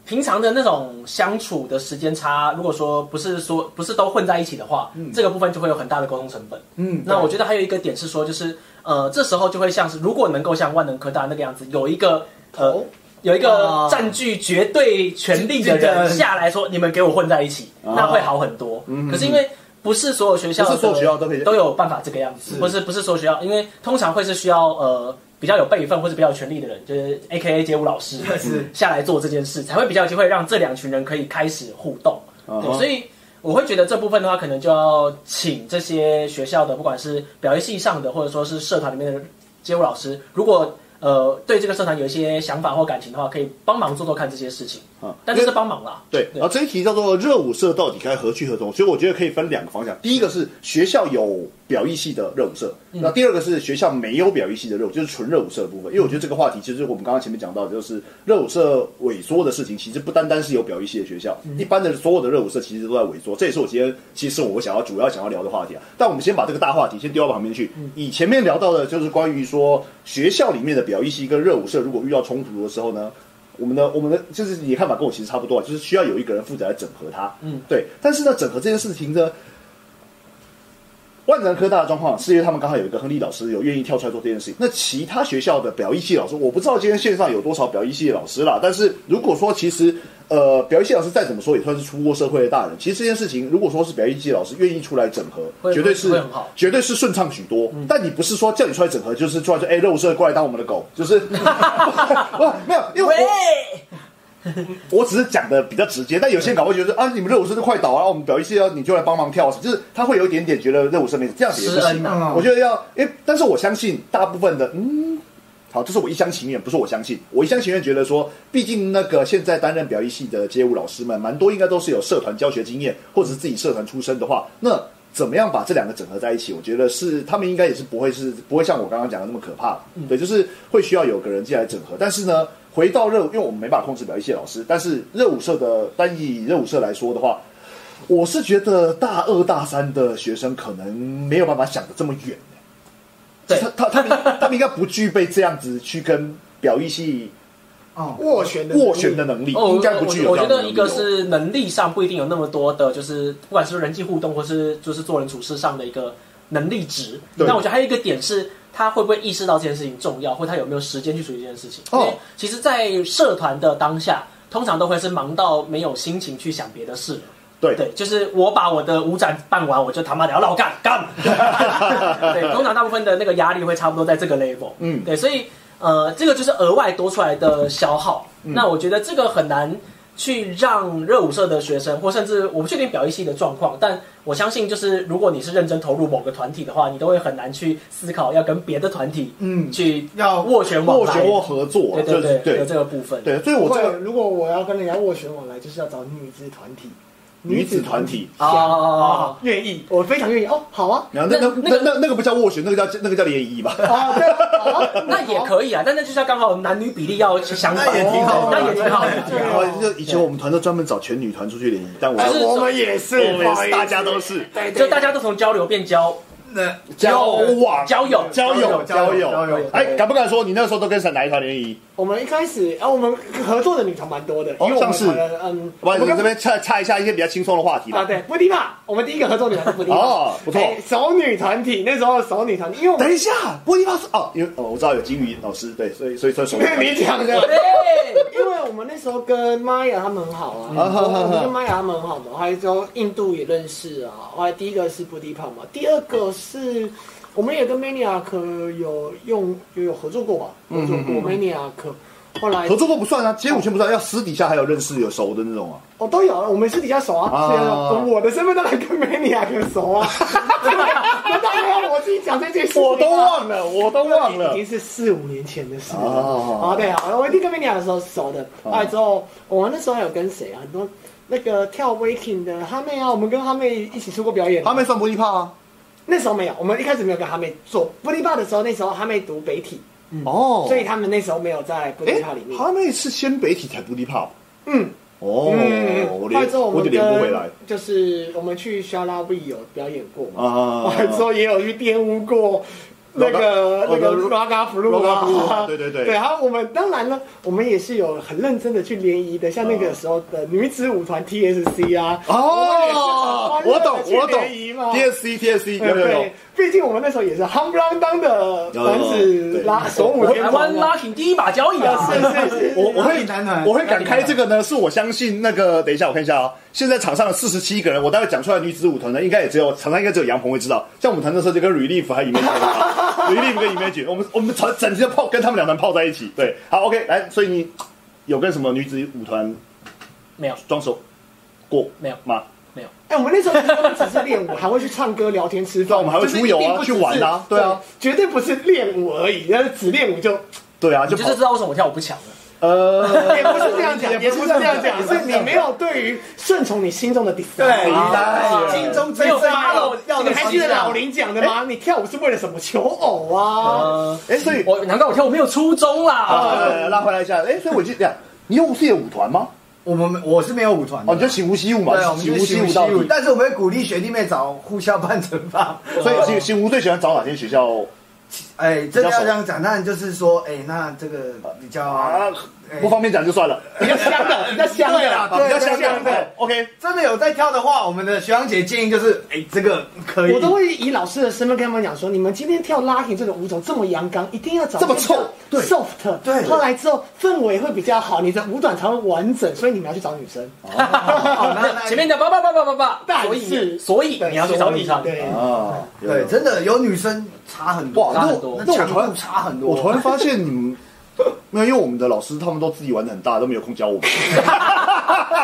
B: 平常的那种相处的时间差，如果说不是说不是都混在一起的话，
A: 嗯
B: 这个部分就会有很大的沟通成本。
E: 嗯，
B: 那我
E: 对
B: 觉得还有一个点是说，就是呃，这时候就会像是如果能够像万能科大那个样子，有一个呃
C: 头，
B: 有一个
E: 啊
B: 占据绝对权力的
E: 这
B: 人
E: 个
B: 下来说，你们给我混在一起，那会好很多。可是因为不是所有学校
A: 啊嗯不
B: 的，
A: 是所有学校都可以
B: 都有办法这个样子，不是不是所有学校，因为通常会是需要呃比较有辈分或者比较有权力的人，就是 A K A 街舞老师
E: 是
B: 下来做这件事，才会比较有机会让这两群人可以开始互动。对，所以我会觉得这部分的话，可能就要请这些学校的，不管是表演系上的，或者说是社团里面的街舞老师，如果呃对这个社团有一些想法或感情的话，可以帮忙做做看这些事情。
A: 啊
B: 但这是帮忙啦，
A: 对，然后这一题叫做热舞社到底该何去何从，所以我觉得可以分两个方向。第一个是学校有表意系的热舞社，那第二个是学校没有表意系的热舞，就是纯热舞社的部分。因为我觉得这个话题其实我们刚刚前面讲到，的就是热舞社萎缩的事情，其实不单单是有表意系的学校，一般的所有的热舞社其实都在萎缩。这也是我今天其实我想要主要想要聊的话题啊。但我们先把这个大话题先丢到旁边去。以前面聊到的就是关于说学校里面的表意系跟热舞社如果遇到冲突的时候呢，我们的我们的就是你的看法跟我其实差不多啊，就是需要有一个人负责来整合它。
B: 嗯，
A: 对。但是呢，整合这件事情呢，万能科大的状况是因为他们刚好有一个亨利老师有愿意跳出来做这件事情。那其他学校的表意系老师，我不知道今天线上有多少表意系的老师啦。但是如果说其实呃表意系老师再怎么说也算是出过社会的大人，其实这件事情如果说是表意系老师愿意出来整合，
B: 会
A: 绝对是
B: 会很好嗯
A: 绝对是顺畅许多。但你不是说叫你出来整合，就是出来说哎肉色过来当我们的狗，就是 不没有，因为我我只是讲的比较直接，但有些人搞不好觉得啊，你们热舞社就快倒啊，我们表演系要你就来帮忙跳，就是他会有一点点觉得热舞社没这样子也不
B: 施恩
A: 行。
B: 呐、
E: 嗯
A: 我觉得要，诶，但是我相信大部分的，嗯，好，这是我一厢情愿，不是我相信，我一厢情愿觉得说，毕竟那个现在担任表演系的街舞老师们，蛮多应该都是有社团教学经验，或者是自己社团出身的话，那怎么样把这两个整合在一起？我觉得是他们应该也是不会是不会像我刚刚讲的那么可怕，对，就是会需要有个人进来整合，但是呢。回到热舞，因为我们没办法控制表演系的老师，但是热舞社的单以热舞社来说的话，我是觉得大二大三的学生可能没有办法想的这么远。
B: 对
A: 他他他们 他们应该不具备这样子去跟表意系
E: 哦，
C: 斡旋的
A: 斡旋的能力，
B: 哦，
A: 应该不具有
B: 我
A: 这样
B: 觉
A: 的
B: 得
A: 能
B: 一
A: 力哦。
B: 个是能力上不一定有那么多的，就是不管是人际互动，或是就是做人处事上的一个能力值。
A: 对
B: 那我觉得还有一个点是，他会不会意识到这件事情重要，或他有没有时间去处理这件事情？
A: 哦
B: 因为其实，在社团的当下，通常都会是忙到没有心情去想别的事了。
A: 对
B: 对，就是我把我的舞展办完，我就他妈的要老干 干。对，通常大部分的那个压力会差不多在这个 level。
A: 嗯
B: 对，所以呃，这个就是额外多出来的消耗。
A: 嗯
B: 那我觉得这个很难去让热舞社的学生，或甚至我不确定表演系的状况，但我相信就是如果你是认真投入某个团体的话，你都会很难去思考要跟别的团体
E: 嗯
B: 去
E: 要
B: 斡旋往
A: 斡
B: 来。
A: 旋或合作啊，
B: 对对
A: 就是
B: 对，有
A: 对
B: 这个部分。
A: 对，所以我这
C: 会，
A: 个
C: 如果我要跟人家斡旋往来，就是要找女子团体，
A: 女子团体
B: 哦哦哦哦哦，
C: 愿意，我非常愿意哦，好啊，
A: 然后那那
B: 那那哦
A: 那那那个不叫斡旋，那个叫那个叫联谊吧。
C: 好，对，好啊，
B: 那也可以啊，但那就是要刚好男女比例要相反，
E: 那也挺好的
B: 那也挺好的。
C: 对
A: 然后就以前我们团都专门找全女团出去联谊，啊但我
B: 但是
C: 我们也是，
A: 我们
C: 不好意思
A: 大家都是
C: 对，
B: 就大家都从交流变交
E: 那
A: 交往
B: 交友
A: 交友
E: 交友
A: 交
E: 交
A: 友
E: 友。
A: 哎，敢不敢说你那时候都跟哪一团联谊？
C: 我们一开始，啊，我们合作的女团蛮多的，
A: 哦
C: 因为我们
A: 像是
C: 可能嗯，
A: 我
C: 我
A: 们
C: 们
A: 这边岔岔一下一些比较轻松的话题
C: 啊，
A: 吧。
C: 对，布迪帕，我们第一个合作女团是布迪帕，
A: 哦不错
C: 哎熟女团体，那时候熟女团体，因为我
A: 等
C: 们
A: 一下，波迪巴斯哦，因为哦，我知道有金鱼老师，对，所以所以算熟。
C: 你讲的，
B: 对，
C: 因为我们那时候跟玛雅他们很好啊，
A: 嗯
C: 我们我们跟玛雅他们很好嘛，还有就印度也认识啊，后来第一个是布迪帕嘛，第二个是我们也跟 Maniac 有用有有合作过吧，合作过 Maniac，后来
A: 合作过不算啊，街舞圈不算，要私底下还有认识有熟的那种啊。
C: 哦都有啊，我们私底下熟
A: 啊
C: 啊，所以啊我的身份当然跟 Maniac 熟啊，那当然要我自己讲这件事情啊，
A: 了，我都
C: 已经是四五年前的事了。
A: 哦
C: 哦，对，好，我一定跟 Mania 的时候熟的。
A: 哦
C: 后来之后，我们那时候还有跟谁啊？很多那个跳 Waking 的哈妹啊，我们跟哈妹一起出过表演。
A: 他们算不一怕啊。
C: 那时候没有，我们一开始没有跟哈妹做玻璃坝的时候，那时候哈妹读北体，
A: 哦
C: 嗯所以他们那时候没有在玻璃坝里面。
A: 他们是先北体才不地怕。
C: 嗯
A: 哦，
C: 嗯，
A: 我
C: 后来之
A: 连
C: 后我
A: 我就
C: 们
A: 连不回来
C: 跟就是我们去 s h a l a v 有表演过嘛，
A: 啊
C: 后来之后也有去玷污过那个那个
A: Raga-
C: Raga f l u
A: 啊
C: 啊，
A: 对对对
C: 对，然后我们当然呢，我们也是有很认真的去联谊的，像那个时候的女子舞团 TSC 啊，
A: 哦，我懂，哦我懂
C: 联谊嘛。
A: ，TSC TSC 有有有
C: 对，，毕竟我们那时候也是夯不啷当的
A: 有有有
C: 男子
A: 对
C: 拉手舞
B: 台
C: 天
B: 湾
C: 王啊，
B: 拉挺第一把交椅啊！
C: 是是是，
A: 我我会
E: 哪里男团
A: 我会敢开这个呢，是我相信那个。等一下，我看一下啊，现在场上有四十七个人，我待会讲出来女子舞团呢，应该也只有场上应该只有杨鹏会知道。像我们团的时候，就跟 Relief 还有 Imagine，Relief 跟 Imagine，我们我们团整天泡跟他们两团泡在一起。对，好，OK，来，所以你有跟什么女子舞团
B: 没有，
A: 装熟过
B: 没有
A: 吗？
C: 哎，我们那时候不只是练舞，还会去唱歌、聊天、吃
A: 那
C: 饭，
A: 我们还会出游啊，去玩啊，对啊，，
C: 绝对不是练舞而已，那只练舞就
A: 对啊，就
B: 你就是
A: 跑
B: 知道为什么我跳舞不强了。
A: 呃，
C: 也不是这样讲，也不是这样讲，是你没有对于顺从你心中的 desire。
E: 对，心中最正要啊要
C: 你
E: 的
C: 还记得老林讲的吗？你跳舞是为了什么？求偶哎啊！
B: 呃，
A: 哎，所 以
B: 我难怪我跳舞没有初衷
A: 好
B: 啦。
A: 来来拉回来一下，哎，所以我记得你有自己的舞团吗？
E: 我们我是没有舞团的，
A: 哦，你就起舞习舞嘛
E: 对，我，们
A: 起
E: 就
A: 舞
E: 是
A: 习
E: 习
A: 舞
E: 武
A: 到
E: 习武
A: 底，。
E: 但是我们会鼓励学弟妹找互相办惩罚。
A: 所以新新吴最喜欢找哪些学校
E: 哎，真的要这样讲，那就是说，哎，那这个比较
A: 啊？不方便讲就算了，
C: 比较香 的，比较香
E: 对
C: 的
E: 啊。
A: 啊，比较相
E: 对
A: 像
E: 对对
A: 的。OK，
E: 真的有在挑的话，我们的学长姐建议就是，哎，这个可以。
C: 我都会以老师的身份跟他们讲说，你们今天跳拉丁这种舞种这么阳刚，一定要找
A: 这么臭
C: 对 soft，
E: 对
C: 后来之后氛围会比较好，你的舞蹈才会完整，所以你们要去找女生。
E: 哦那那
B: 前面的叭叭叭叭叭叭，
C: 但
B: 所
C: 是
B: 以所以
C: 对
B: 你要去找女生。哦
C: 对，
A: 啊，
E: 对，真的有女生差很多，
B: 哇差很多
E: 那
A: 那我
E: 强
A: 突然
E: 度差很多。
A: 我突然发现你们没有，因为我们的老师他们都自己玩的很大，都没有空教我们。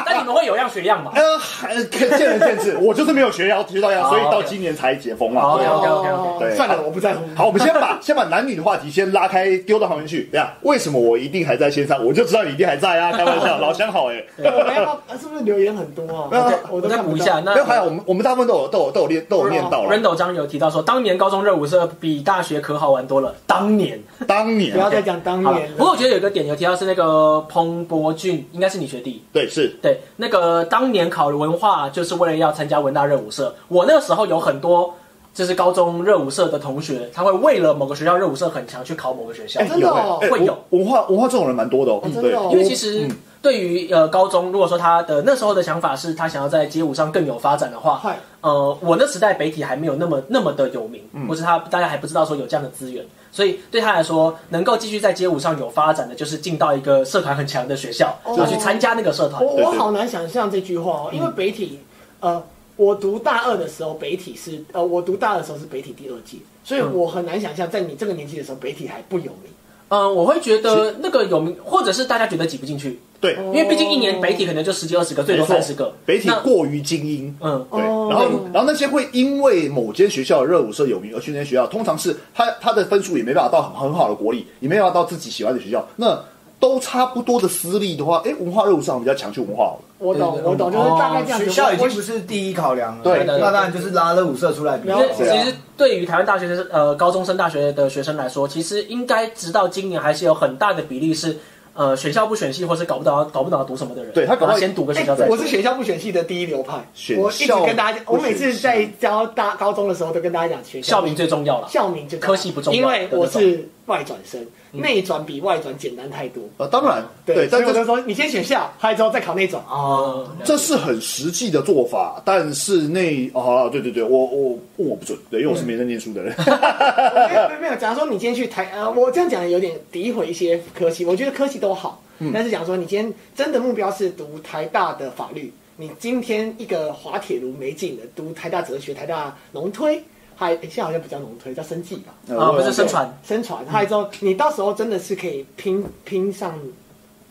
B: 但你们会有样学样嘛？
A: 呃，还见仁见智， 我就是没有学要学到呀，所以到今年才解封嘛。
B: 好
A: 对啊
B: OK，OK，OK，OK
A: 对
C: 哦算了，我不在乎。
A: 好，我们先把 先把男女的话题先拉开，丢到旁边去。等一下，为什么我一定还在线上？我就知道你一定还在 啊！开玩笑，老乡好哎、
C: 我们要不要是不是留言很多啊？
A: 啊
C: 我
B: 我
C: 都
B: 再
C: 看不
B: 补一
C: 到
B: 下，那
A: 没有，还好我们我们大部分都有都有都有念都有念到了。
B: Rendo 张有提到说，当年高中热舞社比大学可好玩多了。当年，
A: 当年
C: 不要再讲当
B: 好了
C: 年
B: 不过
C: 了。
B: 我觉得有一个点有提到是那个彭博俊，应该是你学弟。
A: 对是
B: 对，那个当年考文化就是为了要参加文大热舞社。我那时候有很多就是高中热舞社的同学，他会为了某个学校热舞社很强去考某个学校。
C: 哎真的哦
A: 哎
B: 会有
A: 文文化文化这种人蛮多的哦，
C: 真
A: 对
C: 的哦
B: 因为其实
A: 嗯
B: 对于呃高中，如果说他的那时候的想法是他想要在街舞上更有发展的话，
C: 嗨
B: 呃，我那时代北体还没有那么那么的有名，
A: 嗯
B: 或是他大家还不知道说有这样的资源，所以对他来说，能够继续在街舞上有发展的，就是进到一个社团很强的学校，
C: 哦
B: 然后去参加那个社团
C: 我。
A: 对
C: 我好难想象这句话哦，因为北体，呃，我读大二的时候，北体是呃，我读大二的时候是北体第二届，所以
B: 嗯
C: 我很难想象在你这个年纪的时候，北体还不有名。
B: 嗯、我会觉得那个有名，或者是大家觉得挤不进去，
A: 对，
B: 因
C: 哦
B: 为毕竟一年北体可能就十几二十个，最多
A: 没错
B: 三十个。
A: 北体
B: 那
A: 过于精英。
B: 嗯，
A: 对，
C: 哦
A: 然后然后那些会因为某间学校的热舞社有名而去那间学校，通常是他他的分数也没办法到很很好的国立，也没办法到自己喜欢的学校，那都差不多的私立的话，哎，文化热舞社好像比较强去文化好了。
C: 我懂
B: 对，哦对
C: 我懂，就是大概这样子。
E: 学校已
C: 我
E: 经不是第一考量了，
A: 对
E: 那当然就是拉了舞社出来比较
C: 了
A: 解
E: 好。啊
B: 其实对于台湾大学生呃高中生、大学的学生来说，其实应该直到今年还是有很大的比例是呃选校不选系，或是搞不懂搞不懂要读什么的人。
A: 对他搞不好
B: 然后先读个学校再
C: 哎
B: 读。
C: 我是学校不选系的第一流派，
A: 选
C: 我一直
A: 校
C: 跟大家讲，
A: 不
C: 我
A: 选
C: 每次在教大高中的时候都跟大家讲，学校
B: 校名最重要了。
C: 校名就
B: 科系不重要
C: 因为我
B: 对嗯
C: 是外转生，内转比外转简单太多。
A: 呃，当然，
C: 对，所
A: 但
C: 以我
A: 这
C: 就说你先选校，还之后再考内转。
B: 哦，
A: 这是很实际的做法，但是那哦，好了对对对，我我我不准，对，因为
B: 嗯
A: 我是没在念书 的人。
C: 没有没有没有，假如说你今天去台，呃，我这样讲有点诋毁一些科系，我觉得科系都好，但是讲说你今天真的目标是读台大的法律，你今天一个滑铁卢没进的，读台大哲学、台大农推，还诶现在好像不叫农推，叫生技吧，
A: 呃
B: 啊，
A: 我
B: 不是生传，
C: 生传，还有之后你到时候真的是可以拼拼上，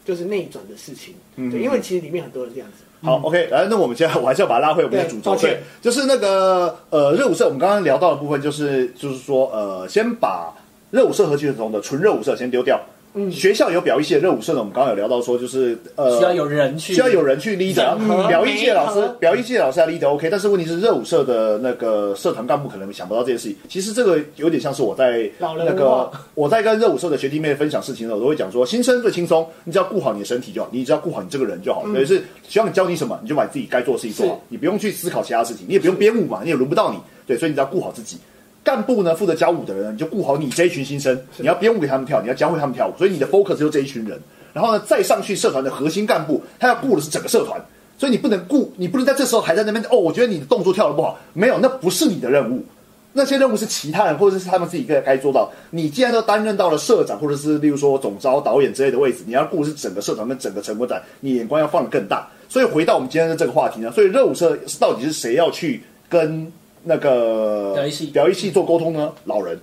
C: 就是内转的事情，对，因为其实里面很多人这样子。
A: 好，OK，来，那我们现在我还是要把它拉回我们的
C: 对
A: 主轴
C: 抱，歉
A: 对，就是那个呃热舞社，我们刚刚聊到的部分就是就是说呃，先把热舞社和传统的纯热舞社先丢掉。嗯，学校有表一些热舞社呢，我们刚刚有聊到说就是呃
B: 需要有人去，
A: 需要有人去 leader，嗯
C: 整合
A: 表一届老
C: 媒
A: 师
C: 合，
A: 表一届老师来 leader OK，但是问题是热舞社的那个社团干部可能想不到这件事情。其实这个有点像是我在
C: 老人
A: 那
C: 文
A: 个
C: 化
A: 我在跟热舞社的学弟妹分享事情的时候，我都会讲说，新生最轻松，你只要顾好你的身体就好，你只要顾好你这个人就好。等于是学校你教你什么，你就把自己该做的事情做
C: 嗯是
A: 好，你不用去思考其他事情，你也不用编舞嘛，你也轮不到你。对，所以你只要顾好自己。干部呢负责教舞的人，你就顾好你这一群新生，你要编舞给他们跳，你要教会他们跳舞，所以你的 focus 就这一群人。然后呢，再上去社团的核心干部，他要顾的是整个社团，所以你不能顾，你不能在这时候还在那边哦，我觉得你的动作跳的不好，没有，那不是你的任务。那些任务是其他人或者是他们自己该该做到。你既然都担任到了社长，或者是例如说总招、导演之类的位置，你要顾的是整个社团跟整个成果展，你眼光要放得更大。所以回到我们今天的这个话题呢，所以热舞社到底是谁要去跟那个
B: 表演系
A: 表演系做沟通呢？老人。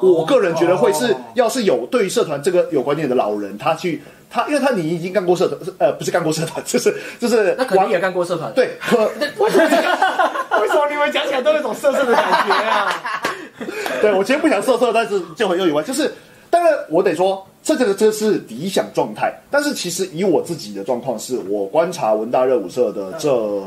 A: 我个人觉得会是
E: 哦，
A: 要是有对于社团这个有观念的老人，他去他，因为他你已经干过社团，呃，不是干过社团，就是就是
B: 那肯定也干过社团，，
A: 对，可
C: 为什么这个？为什么你们讲起来都有一种涩涩的感觉啊？
A: 对我今天不想色色，但是就很有意外，就是当然我得说，这这个这是理想状态，但是其实以我自己的状况是，我观察文大热舞社的这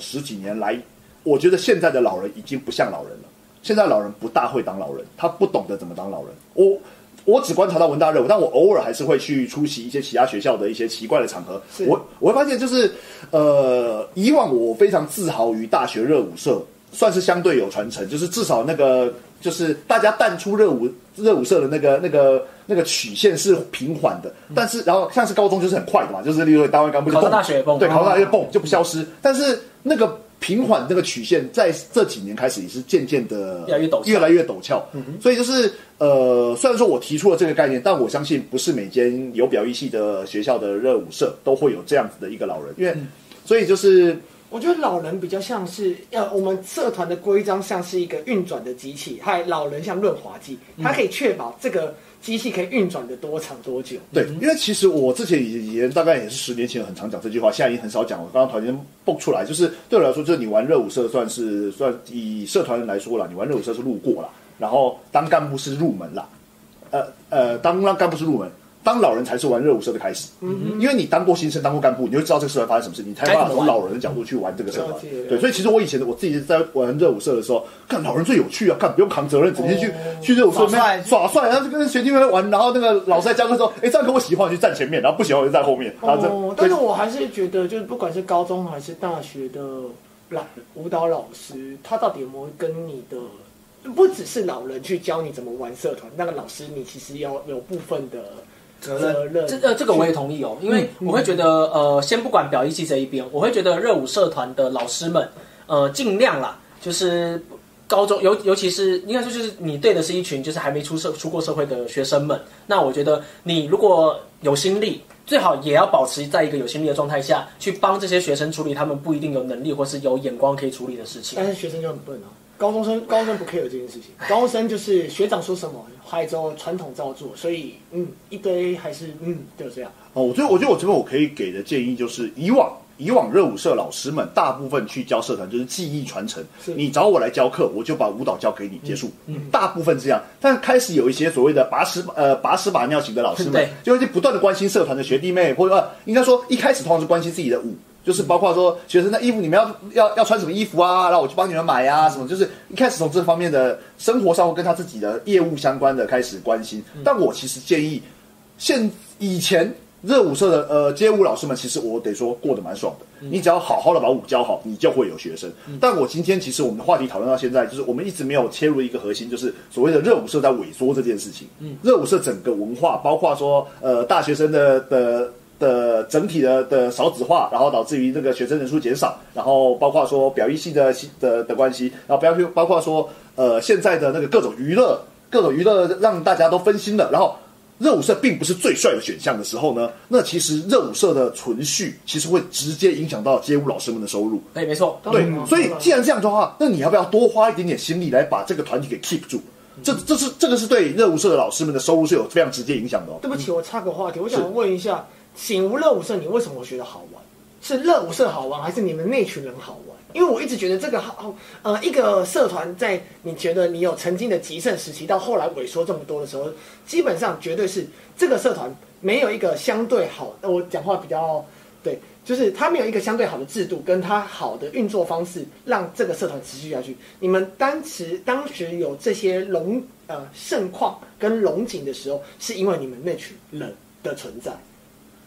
A: 十几年来，我觉得现在的老人已经不像老人了，现在老人不大会当老人，他不懂得怎么当老人，我。我只观察到文大热舞，但我偶尔还是会去出席一些其他学校的一些奇怪的场合。
C: 是
A: 我我会发现，就是呃，以往我非常自豪于大学热舞社，算是相对有传承，就是至少那个就是大家淡出热舞热舞社的那个那个那个曲线是平缓的，但是然后像是高中就是很快的嘛，就是例如单位干部就
B: 考上
A: 蹦
B: 大学也蹦嗯
A: 对，考上大学就蹦就不消失，但是那个。平缓那个曲线，在这几年开始也是渐渐的
B: 越来越陡峭嗯
A: 越来越陡峭。所以就是呃，虽然说我提出了这个概念，但我相信不是每间有表意系的学校的热舞社都会有这样子的一个老人，因为、
B: 嗯
A: 所以就是
C: 我觉得老人比较像是要我们社团的规章像是一个运转的机器，还有老人像润滑剂，
B: 嗯
C: 它可以确保这个机器可以运转的多长多久。
A: 对，因为其实我之前也也大概也是十年前很常讲这句话，现在已经很少讲了。我刚刚突然间蹦出来，就是对我来说，就是你玩热舞社算是算以社团来说啦，你玩热舞社是路过啦，然后当干部是入门啦，呃呃，当干部是入门。当老人才是玩热舞社的开始，
C: 嗯
A: 因为你当过新生、当过干部，你就知道这个社团发生什么事，你才有办法从老人的角度去玩这个社团
C: 了解了。解
A: 对，所以其实我以前我自己在玩热舞社的时候，看老人最有趣啊，看不用扛责任，直接
C: 哦
A: 去去热舞社
E: 耍帅
A: 耍帅，啊然后就跟学弟妹玩，然后那个老师在教课说，哎，这样可我喜欢我就站前面，然后不喜欢我就站后面，
B: 啊
A: 然后
C: 哦，但
A: 这
C: 是我还是觉得，就是不管是高中还是大学的老舞蹈老师，他到底有没有跟你的，不只是老人去教你怎么玩社团，那个老师你其实要有部分的
E: 责任
C: 任。
B: 这呃这个我也同意哦，因
C: 嗯
B: 为我会觉得呃，先不管表意系这一边，我会觉得热舞社团的老师们呃，尽量啦，就是高中尤尤其是应该说就是你对的是一群就是还没出社出过社会的学生们，那我觉得你如果有心力。最好也要保持在一个有心力的状态下去帮这些学生处理他们不一定有能力或是有眼光可以处理的事情
C: 但。是学生就很笨啊。高中生，高中生不 care 这件事情。高中生就是学长说什么，还之后传统照做，所以嗯，一堆还是嗯，就这样。
A: 哦，我觉得，我觉得我这边我可以给的建议就是，以往以往热舞社老师们大部分去教社团就是技艺传承，
C: 是
A: 你找我来教课，我就把舞蹈教给你，结束，大部分这样。但开始有一些所谓的把屎呃把屎把尿型的老师们
B: 对，
A: 就会去不断的关心社团的学弟妹，或者呃应该说一开始通常是关心自己的舞。就是包括说学生的衣服，你们要要要穿什么衣服啊？然后我去帮你们买啊，什么就是一开始从这方面的生活上或跟他自己的业务相关的开始关心。但我其实建议现以前热舞社的呃街舞老师们，其实我得说过得蛮爽的。你只要好好的把舞教好，你就会有学生。但我今天其实我们的话题讨论到现在，就是我们一直没有切入一个核心，就是所谓的热舞社在萎缩这件事情。嗯，热舞社整个文化，包括说呃大学生的的。的整体的的少子化，然后导致于这个学生人数减少，然后包括说表意系的的的关系，然后包括包括说呃现在的那个各种娱乐，各种娱乐让大家都分心了，然后热舞社并不是最帅的选项的时候呢，那其实热舞社的存续其实会直接影响到街舞老师们的收入。
B: 对，没错，
C: 当
A: 对
E: 嗯
C: 然，啊
A: 所以
C: 当然
A: 既然这样的话，那你要不要多花一点点心力来把这个团体给 keep 住？这这是这个是对热舞社的老师们的收入是有非常直接影响的哦。
C: 对不起，我插个话题，我想问一下，醒吾热舞社，你为什么觉得好玩？是热舞社好玩，还是你们那群人好玩？因为我一直觉得这个好，呃，一个社团在你觉得你有曾经的极盛时期，到后来萎缩这么多的时候，基本上绝对是这个社团没有一个相对好，呃我讲话比较对，就是它没有一个相对好的制度，跟它好的运作方式，让这个社团持续下去。你们当时当时有这些龙呃盛况跟龙井的时候，是因为你们那群人的存在，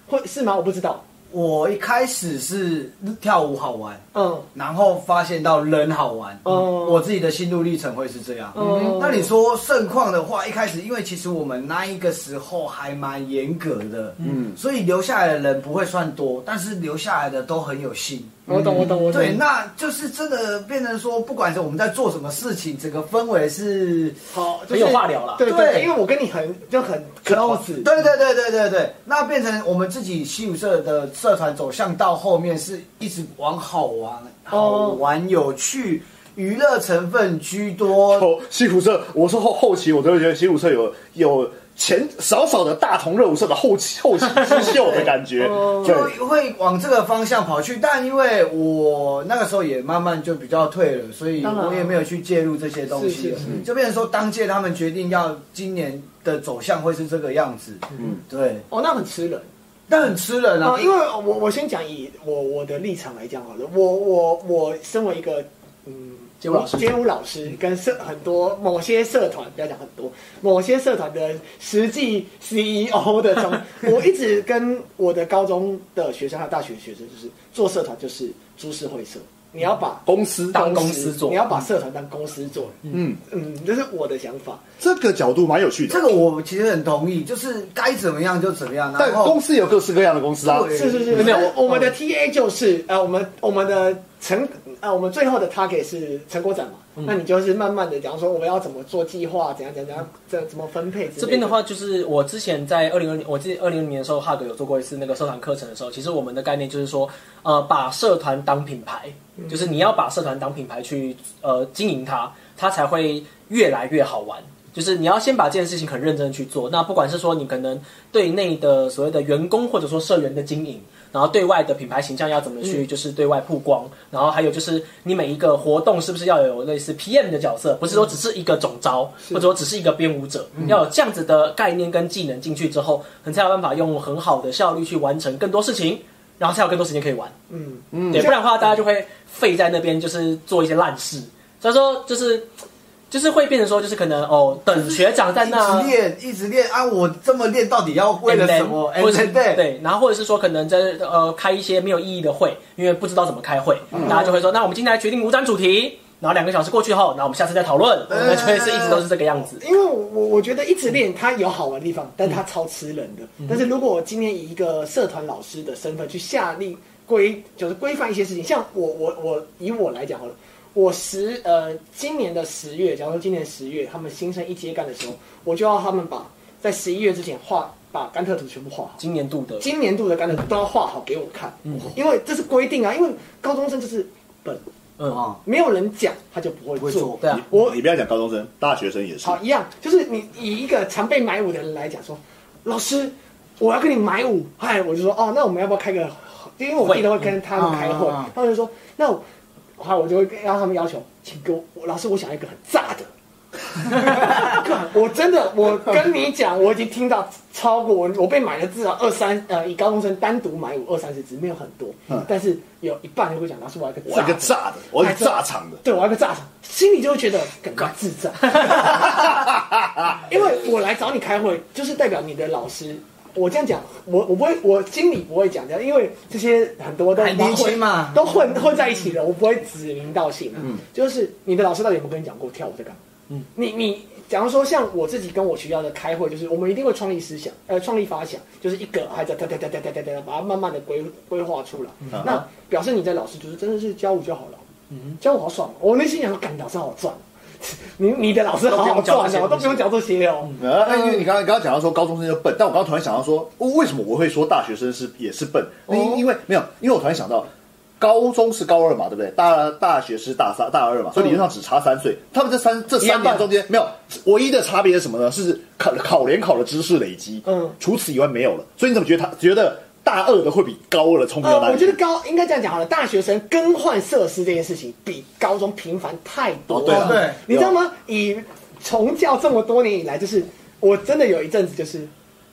C: 会是吗？我不知道，
E: 我一开始是跳舞好玩，
C: 嗯
E: 然后发现到人好玩，
C: 哦
E: 我自己的心路历程会是这样。
C: 嗯
E: 那你说盛况的话，一开始因为其实我们那一个时候还蛮严格的，嗯，所以留下来的人不会算多，但是留下来的都很有心。
C: 我懂我懂我懂，
E: 对，那就是真的变成说，不管是我们在做什么事情，整个氛围是
C: 好，就
B: 很
C: 是
B: 有话聊啦。
C: 对
E: 对
C: 对，因为我跟你很就很 close，
E: 对对对对对对，那变成我们自己西武社的社团走向到后面是一直往好玩、好玩、有趣、娱乐成分居多。
A: 后西湖社，我说后后期，我都会觉得西湖社有有前少少的大同热舞社的后期后期之秀的感 觉，
E: 就
A: 对，
E: 会往这个方向跑去，但因为我那个时候也慢慢就比较退了，所以
C: 当然
E: 我也没有去介入这些东西了
C: 是是
E: 就变成说当届他们决定要今年的走向会是这个样子，嗯，对，
C: 哦，那很吃人。
E: 但很吃人啊
C: 啊，，因为我我先讲以我我的立场来讲好了，我我我身为一个嗯
B: 街舞老师
C: 街舞老师跟社很多某些社团，不要讲很多，某些社团的实际 CEO 的从，我一直跟我的高中的学生还有大学学生，就是做社团就是株式会社，你要把
A: 公司
B: 当公司做
C: 你要把社团当公司做，
A: 嗯，
C: 嗯，这是我的想法，
A: 这个角度蛮有趣的。
E: 这个我其实很同意，就是该怎么样就怎么样，
A: 但
E: 然后
A: 公司有各式各样的公司啊，
E: 对
C: 是是是，
B: 没有
C: 我我们的 TA 就是呃，我们我们的成呃，我们最后的 target 是成果展嘛，
B: 嗯
C: 那你就是慢慢的讲说我们要怎么做计划，怎样怎样怎样，怎怎么分配之类
B: 这边的，话，就是我之前在二零二零，我记得二零二零年的时候，哈格有做过一次那个社团课程的时候，其实我们的概念就是说，呃，把社团当品牌，
C: 嗯
B: 就是你要把社团当品牌去呃经营它，它才会越来越好玩。就是你要先把这件事情很认真地去做，那不管是说你可能对内的所谓的员工或者说社员的经营，然后对外的品牌形象要怎么去就是对外曝光，然后还有就是你每一个活动是不是要有类似 PM 的角色，不是说只是一个总招，或者说只是一个编舞者，要有这样子的概念跟技能进去之后，你才有办法用很好的效率去完成更多事情，然后才有更多时间可以玩。
C: 嗯，
B: 对，不然的话大家就会废在那边，就是做一些烂事。所以说就是就是会变成说，就是可能哦，等学长在那
E: 一直练，一直练啊！我这么练到底要为了
B: And then，
E: 什么？哎，
B: 或者是
E: 对对，
B: 对，然后或者是说可能在呃开一些没有意义的会，因为不知道怎么开会，
E: 嗯
B: 大家就会说，那我们今天来决定五展主题，然后两个小时过去后，那我们下次再讨论，
E: 嗯
B: 那就会是一直都是这个样子。
C: 因为我我我觉得一直练它有好玩的地方，但它超吃人的。但是如果我今天以一个社团老师的身份去下令规，就是规范一些事情，像我我我以我来讲好了。我十呃，今年的十月，假如说今年十月他们新生一接干的时候，我就要他们把在十一月之前画把甘特图全部画好。
B: 今年度的
C: 今年度的甘特都要画好给我看，因为这是规定啊，因为高中生就是笨，
B: 嗯，
E: 啊，
C: 没有人讲他就不
E: 不会
C: 会
E: 做
C: 做。
B: 对啊
A: 你，
C: 我
A: 你不要讲高中生，大学生也是。
C: 好，一样，就是你以一个常被买舞的人来讲说，老师，我要跟你买舞，嗨，我就说哦，那我们要不要开个？因为我
B: 会
C: 弟都会跟他们开会
E: 嗯嗯嗯嗯，
C: 他们就说那我，好，我就会跟让他们要求，请给我，我老师，我想要一个很炸的。 干我真的，我跟你讲，我已经听到超过我我被买了至少二三呃，以高中生单独买五二三十只没有很多，但是有一半就会讲，老师我要一个
A: 我要一个
C: 的
A: 炸的，我要一个炸场的，
C: 对，我要个炸场，心里就会觉得感觉智障， 因为我来找你开会，就是代表你的老师。我这样讲，我我不会，我心里不会讲这样，因为这些很多都
E: 很年轻嘛嗯
C: 都混混在一起的，我不会指名道姓、啊。就是你的老师到底有没有跟你讲过跳舞在干嘛？嗯，你你假如说像我自己跟我学校的开会，就是我们一定会创立思想，呃，创立发想，就是一个还在哒哒哒哒哒哒哒，把它慢慢的规规划出来。
E: 嗯
C: 那表示你的老师就是真的是教舞就好了。教我好爽哦，我内心想说，干老师好赚哦，你你的老师好好赚哦，都不用讲这些哦。
A: 呃，那因为你刚刚刚刚讲到说高中生就笨，但我刚刚突然想到说，哦为什么我会说大学生是也是笨？因、
C: 哦
A: 因为没有，因为我突然想到，高中是高二嘛，对不对？大大学是大三大二嘛，所以理论
C: 嗯
A: 上只差三岁。他们这三这三年中间没有唯一的差别是什么呢？是考考联考的知识累积，
C: 嗯
A: 除此以外没有了。所以你怎么觉得他觉得大二的会比高二的聪明到哪
C: 呃，
A: 里
C: 我觉
A: 去
C: 得高应该这样讲好了，大学生更换设施这件事情比高中频繁太多
A: 哦对
C: 了。
A: 啊
E: 对
C: 你知道吗？以从教这么多年以来，就是我真的有一阵子就是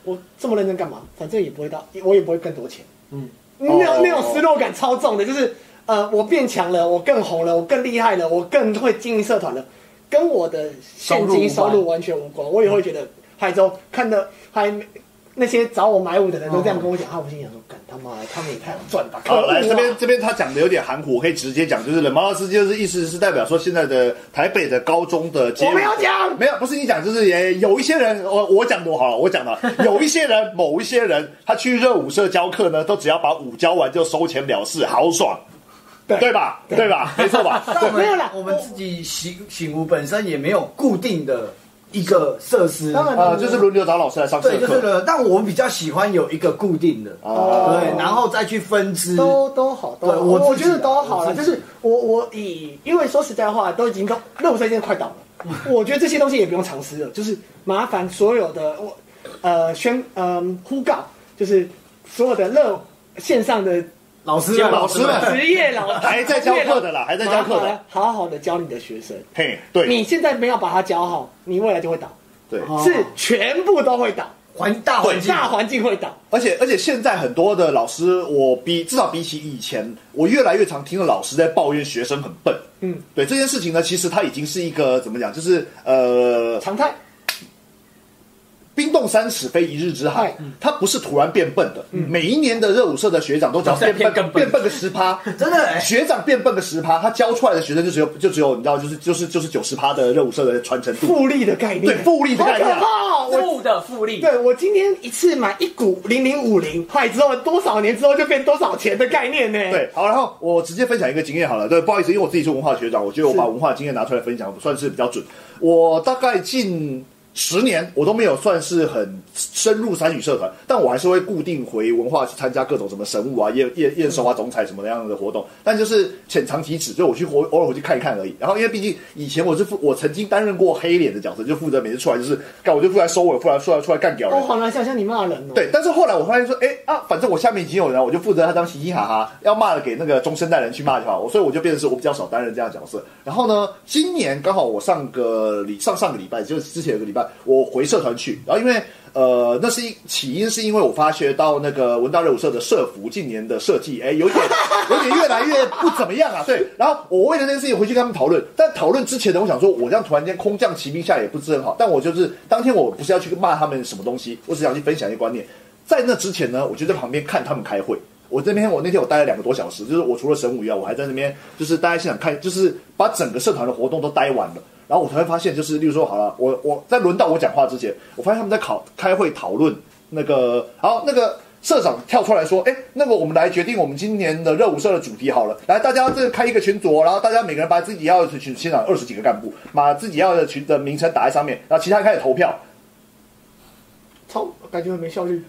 C: 我这么认真干嘛？反正也不会到，我也不会更多钱。嗯，那
A: 哦
C: 种那种失落感超重的，就是呃，我变强了，我更红了，我更厉害了，我更会经营社团了，跟我的现金
E: 收
C: 收
E: 入无关嗯
C: 入完全无关。我也会觉得海州看的还那些找我买舞的人都这
E: 嗯
C: 样跟我讲，他我心想说，干他妈的，他们也太好赚了吧？
A: 好，来
C: 可恶啊
A: 这边这边他讲的有点含糊，我可以直接讲，就是冷毛老师就是意思是代表说现在的台北的高中的街舞
C: 我没有讲
A: 没有，不是你讲，就是也有一些人，我我讲的我好了，我讲的有一些人，某一些人，他去热舞社教课呢，都只要把舞教完就收钱了事，豪爽，
C: 对
A: 对吧？对吧？没错 吧？
E: 但我们
C: 没有啦
E: 我们自己醒醒悟本身也没有固定的一个设施，
C: 当然
A: 呃，就是轮流找老师来上
E: 对，
A: 课
E: 就是
A: 课。
E: 了。但我比较喜欢有一个固定的，
A: 哦
E: 对，然后再去分支。
C: 都都好，都
E: 对
C: 好
E: 我
C: 我
E: 自己
C: 觉得都好
E: 我
C: 了。
E: 自
C: 就
E: 己
C: 是我我以，因为说实在话，都已经到热舞社现在快 倒了，我觉得这些东西也不用尝试了。就是麻烦所有的我呃宣嗯呼告，就是所有的热线上的
E: 老师们，
A: 老师们
C: 职业老
A: 还在教课的啦还在教课的，
C: 职业老麻烦好好的教你的学生。
A: 嘿，对
C: 你现在没有把它教好，你未来就会倒，
A: 对，
E: 哦
C: 是全部都会倒，
E: 环大环境，
C: 大环境会倒。
A: 而且而且现在很多的老师，我比至少比起以前，我越来越常听到老师在抱怨学生很笨。
C: 嗯，
A: 对这件事情呢，其实它已经是一个怎么讲，就是呃，
C: 常态。
A: 冰冻三尺非一日之寒
C: 嗨，
A: 它不是突然变笨的。每一年的热舞社的学长都只要
B: 都在
A: 变笨，
B: 变更笨
A: 变笨个十趴，
E: 真的哎
A: 学长变笨个十趴，他教出来的学生就只有就只有你知道，就是就是就是九十趴的热舞社的传承度。
C: 复利的概念，
A: 对复利的概念
C: 好可怕哦！我
B: 负的复利，
C: 对我今天一次买一股零零五零，坏之后多少年之后就变多少钱的概念呢？
A: 对，好，然后我直接分享一个经验好了。对，不好意思，因为我自己是文化学长，我觉得我把文化经验拿出来分享算是比较准。我大概近十年我都没有算是很深入参与社团，但我还是会固定回文化去参加各种什么神物啊、验验验收啊、总采什么样的活动，但就是浅尝即止，就我去偶偶尔回去看一看而已。然后因为毕竟以前我是负，我曾经担任过黑脸的角色，就负责每次出来就是干，我就负责收尾，负责出来出来干屌人
C: 我。好难想象你骂人哦。，
A: 对，但是后来我发现说，哎啊，反正我下面已经有人了，我就负责他当嘻嘻哈哈，要骂的给那个中生代人去骂就好。所以我就变成是我比较少担任这样的角色。然后呢，今年刚好我上个礼上上个礼拜，就是之前有个礼拜，我回社团去，然后因为呃，那是一起因是因为我发觉到那个文大热舞社的社服近年的设计，哎，有点有点越来越不怎么样啊。对，然后我为了这件事情回去跟他们讨论，但讨论之前呢，我想说，我这样突然间空降骑兵下来也不是很好。但我就是当天我不是要去骂他们什么东西，我只想去分享一个观念。在那之前呢，我就在旁边看他们开会。我这边我那天我待了两个多小时，就是我除了神武以外，我还在那边就是待在现场看，就是呃把整个社团的活动都待完了。然后我才会发现，就是例如说，好了，我呃我在轮到我讲话之前，我发现他们在考开会讨论那个，好那个。社长跳出来说：“哎，那个我们来决定我们今年的热舞社的主题好了，来大家这个开一个群组哦，然后大家每个人把自己要的群现场啊二十几个干部，把自己要的群的名称打在上面，然后其他人开始投票。
C: 超感觉很没效率。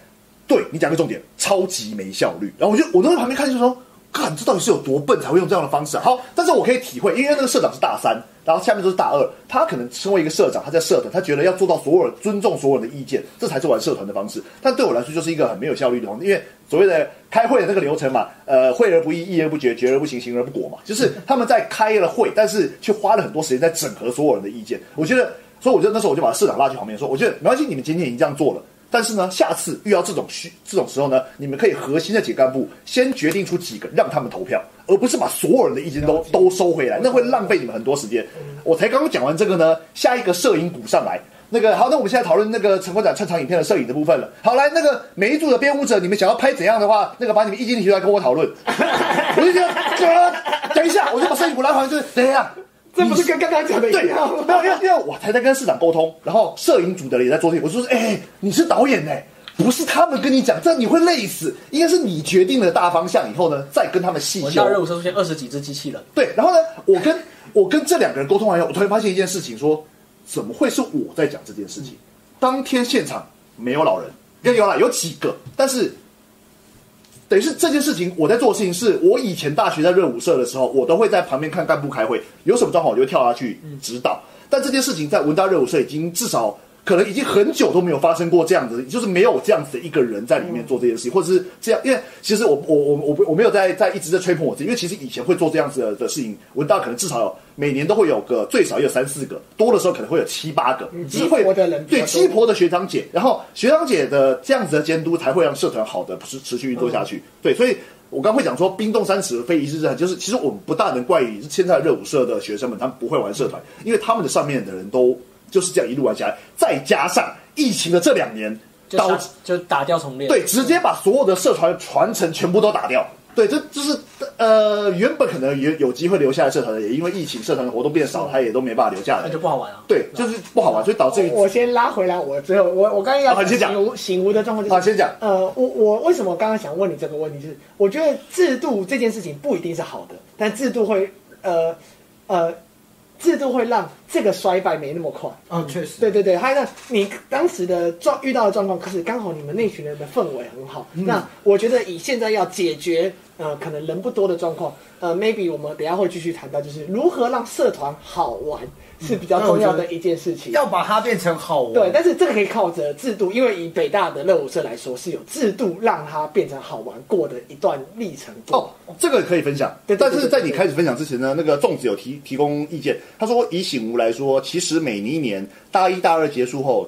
A: 对你讲个重点，超级没效率。然后我就我都在旁边看就说，干这到底是有多笨才会用这样的方式、啊？好，但是我可以体会，因为那个社长是大三，然后下面都是大二，他可能身为一个社长，他在社团，他觉得要做到所有人尊重所有人的意见，这才是玩社团的方式。但对我来说，就是一个很没有效率的方式，因为所谓的开会的那个流程嘛，呃，会而不议，议而不决，决而不行，行而不果嘛，就是他们在开了会，但是却花了很多时间在整合所有人的意见。我觉得，所以我就那时候我就把社长拉去旁边说，我觉得没关系，你们今天已经这样做了。但是呢，下次遇到这种需这种时候呢，你们可以核心的几个干部先决定出几个让他们投票，而不是把所有人的意见都都收回来，那会浪费你们很多时间。我才刚刚讲完这个呢，下一个摄影股上来。那个好，那我们现在讨论那个陈馆长串场影片的摄影的部分了。好，来，那个每一组的编舞者，你们想要拍怎样的话，那个把你们意见提出来跟我讨论。我就觉得， 呃等一下，我就把摄影股拉回来，就是等一下，
C: 这不是跟刚刚讲的 一
A: 对，没
C: 样
A: 有，
C: 吗？
A: 因为因为我才在跟市长沟通，然后摄影组的人也在做事情。我说，哎、你是导演呢、不是他们跟你讲，这样你会累死。应该是你决定了大方向以后呢，再跟他们细
B: 我
A: 究
B: 大。任务车出现二十几只机器人，
A: 对，然后呢，我跟我跟这两个人沟通完以后，我突然发现一件事情说怎么会是我在讲这件事情？当天现场没有老人，也有啦，有几个，但是等于是这件事情我在做的事情是，我以前大学在热舞社的时候，我都会在旁边看干部开会，有什么状况我就跳下去指导。但这件事情在文大热舞社已经至少可能已经很久都没有发生过这样子，就是没有这样子的一个人在里面做这件事情，或者是这样。因为其实我我我我我没有在在一直在吹捧我自己，因为其实以前会做这样子的的事情，文大可能至少有每年都会有个最少也有三四个，多的时候可能会有七八个，
C: 激活的人比
A: 对
C: 较多
A: 激活的学长姐，然后学长姐的这样子的监督，才会让社团好的持持续运作下去。对，所以我刚会讲说，冰冻三尺非一日之寒，就是其实我们不大能怪于现在热舞社的学生们，他们不会玩社团，因为他们的上面的人都就是这样一路玩下来，再加上疫情的这两年。
B: 就
A: 导
B: 杀就打掉重练，
A: 对，直接把所有的社团传承全部都打掉。对，这就是呃，原本可能有有机会留下来社团的，也因为疫情，社团的活动变少，他也都没办法留下来
B: 那就。不好玩啊了。
A: 对，就是不好玩，所以导致于
C: 我先拉回来，我最后我我刚刚要
A: 好你先讲
C: 醒悟醒悟的状况就是
A: 啊，先讲
C: 呃，我我为什么刚刚想问你这个问题是，我觉得制度这件事情不一定是好的，但制度会呃呃，制度会让这个衰败没那么快。
E: 嗯，确实，
C: 对对对，还有呢，你当时的状遇到的状况，可是刚好你们那群人的氛围很好。
A: 嗯
C: 那我觉得以现在要解决呃可能人不多的状况，呃，maybe 我们等一下会继续谈到，就是如何让社团好玩是比较重要的一件事情。
E: 要把它变成好玩。
C: 对，但是这个可以靠着制度，因为以北大的热舞社来说，是有制度让它变成好玩过的一段历程。
A: 哦，，这个可以分享。
C: 对对对
A: 但是在你开始分享之前呢，那个粽子有提提供意见，他说以醒吾来说，其实每一年大一大二结束后，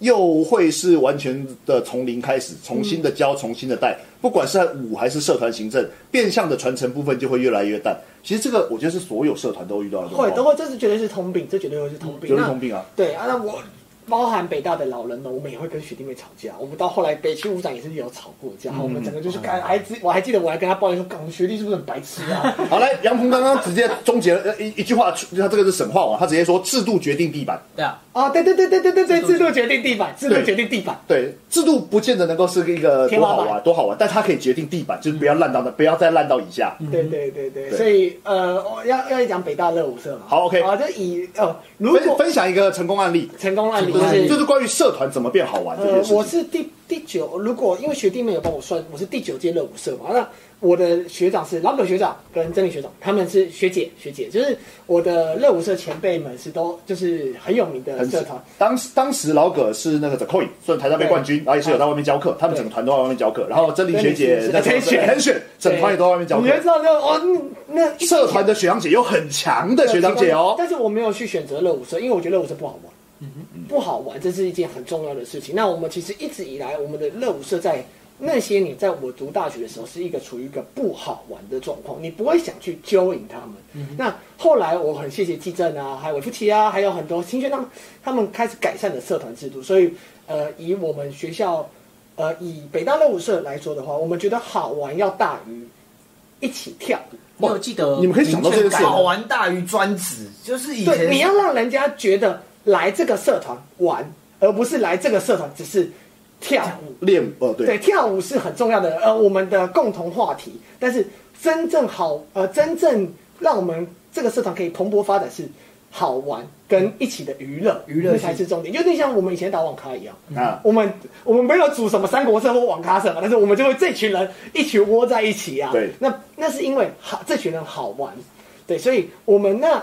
A: 又会是完全的从零开始，重新的
C: 嗯
A: 教，重新的带，不管是在舞还是社团行政，变相的传承部分就会越来越淡。其实这个我觉得是所有社团都遇到的状
C: 会
A: 况，
C: 都会，这是绝对是通病，这绝对会是通病。
A: 有人
C: 那
A: 通病啊。
C: 对啊，那我包含北大的老人们，我们也会跟学弟妹吵架。我们到后来北区舞长也是有吵过架，我
A: 嗯
C: 们整个
A: 哦
C: 就是干，还记我还记得我还跟他抱怨说，干我们学弟是不是很白痴啊？
A: 好，来，杨鹏刚刚直接终结了呃一一句话，他这个是神话啊王，他直接说制度决定地板。
B: 对啊，
C: 啊，对对对对对对对，制度决定地板，制度决定地板。
A: 对，制度不见得能够是一个
C: 天
A: 多
C: 花板
A: 好玩，多好玩，但它可以决定地板，就是不要烂到那，不要再烂到以下。
C: 对对对对，
A: 嗯对
C: 所以呃，我要要讲北大热舞社嘛。
A: 好，OK
C: 啊，就以呃，如
A: 分
C: 果
A: 分享一个成功案例，
C: 成功案例
A: 就
C: 就是是
A: 就是关于社团怎么变好玩这
C: 呃
A: 件，事
C: 我
A: 情。
C: 是第第九，如果因为学弟妹有帮我算，我是第九届热舞社嘛。那我的学长是老葛学长跟曾理学长，他们是学姐学姐，就是我的热舞社前辈们是都就是很有名的
A: 很
C: 社团。
A: 当时当时老葛是那个 The Coin，算台大杯冠军，然后也是有在外面教课，他们整个团都在外面教课。然后真理学姐、
C: 真理学姐
A: 很选，整团也都在外面教
C: 你
A: 课
C: 就。知道那哦，那那
A: 社团的学长姐有很强的学长姐哦，嗯
C: 但是我没有去选择热舞社，因为我觉得热舞社不好玩。不好玩，这是一件很重要的事情。那我们其实一直以来，我们的热舞社在那些年，在我读大学的时候，是一个处于一个不好玩的状况，你不会想去揪引他们。
A: 嗯
C: 那后来我很谢谢季正啊，还有韦夫奇啊，还有很多新学长，他们开始改善了社团制度。所以，呃，以我们学校，呃，以北大热舞社来说的话，我们觉得好玩要大于一起跳。
B: 因为我记得
A: 你们可以想到这件事
E: 好玩大于专职，就是以
C: 对，
E: 前
C: 你要让人家觉得来这个社团玩，而不是来这个社团只是跳舞。
A: 练呃对
C: 对，，跳舞是很重要的，呃，我们的共同话题。但是真正好，呃，真正让我们这个社团可以蓬勃发展是好玩跟
E: 嗯
C: 一起的娱乐，
E: 娱乐性
C: 那才是重点。有点像我们以前打网咖一样，
A: 啊，
C: 我们我们没有组什么三国社或网咖社嘛，但是我们就会这群人一起窝在一起啊。
A: 对
C: 那那是因为好，这群人好玩，对，所以我们那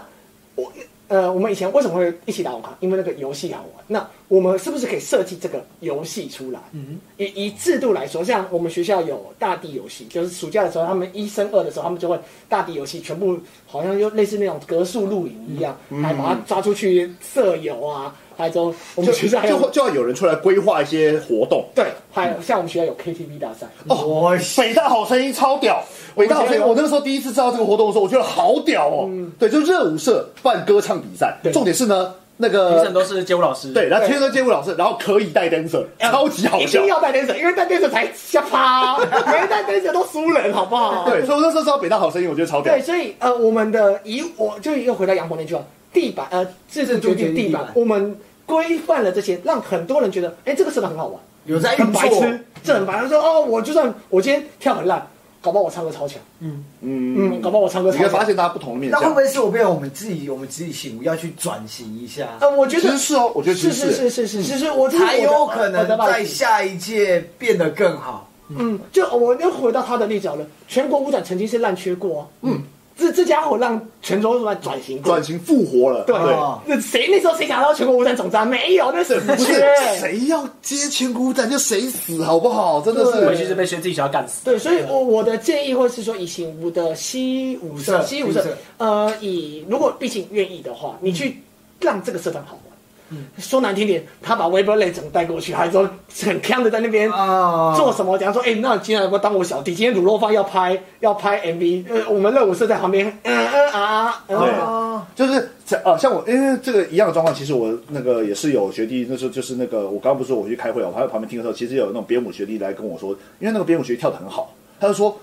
C: 我呃，我们以前为什么会一起打网咖？因为那个游戏好玩。那我们是不是可以设计这个游戏出来？嗯，以以制度来说，像我们学校有大地游戏，就是暑假的时候，他们一升二的时候，他们就会大地游戏，全部好像就类似那种格数露营一样，来把它抓出去舍友啊，还有就嗯我们
A: 就
C: 学校还有
A: 就就要有人出来规划一些活动。
C: 对，还有像我们学校有 KTV 大赛，
A: 哦
E: 我
A: 北大好声音超屌，北大好声音，
C: 我觉得
A: 我那个时候第一次知道这个活动的时候，我觉得好屌哦。对，就热舞社办歌唱比赛，
C: 嗯对
A: 重点是呢，那
B: 评审
A: 个
B: 都是街舞老师，
A: 对，然后天生街舞老师，然后可以带 dancer，超级好
C: 一
A: 笑
C: 定。要带 dancer，因为带 dancer 才瞎趴，没带 dancer 都输人，好不好？
A: 对，所以我那时候知道北大好声音，我觉得超屌
C: 对，。所以呃，我们的以我就又回到杨鹏那句话，地板呃，制度决定地板，我们规范了这些，让很多人觉得，哎，这个社团很好玩，
E: 有在
C: 很
E: 运
C: 白
E: 作，
A: 嗯
C: 痴，这很白痴。说哦，我就算我今天跳很烂，搞不好我唱歌超强，
A: 嗯
C: 嗯，搞不好我唱歌
A: 你
C: 超
A: 会发
C: 强。
A: 现大家不同的面
E: 那会不
A: 相。
E: 会是我被我们自己我们自己醒悟要去转型一下？
C: 呃，我觉
A: 其
C: 得
A: 实是嗯哦，我觉得其
C: 是
A: 实
C: 是是是是是是，我这是
E: 才
C: 我的
E: 有可
C: 我
E: 能
C: 的把
E: 在
C: 柄
E: 下一届变得更好。
C: 嗯，就我又回到他的例子好了，全国舞展曾经是烂缺过、嗯，这这家伙让泉州来转型过
A: 转，型复活了。
C: 对，
E: 哦
C: 那谁那时候谁想到全国舞展总站没有？那是
A: 不是
C: 缺
A: 谁要接千古战就谁死，好不好？真的
C: 对
B: 回
A: 是。
B: 去就被学自己小孩干死。
C: 对，所以我我的建议会是说，以行舞的西舞社，
E: 社
C: 西舞
E: 西舞
C: 社
E: 社，
C: 呃，以如果毕竟愿意的话，你去让这个社团好玩。说难听点，他把 Weber 类整带过去，还说很强的在那边
E: 啊
C: 做什么？讲说，哎、那你今天要不要当我小弟？今天卤肉饭要拍要拍呃 MV，呃，我们热舞社在旁边，嗯嗯啊，嗯
A: 对
C: 啊，
A: 就是在啊，像我，因为这个一样的状况，其实我那个也是有学弟，那时候就是那个我刚刚不是说我去开会啊，我还在旁边听的时候，其实有那种编舞学弟来跟我说，因为那个编舞学弟跳得很好，他就说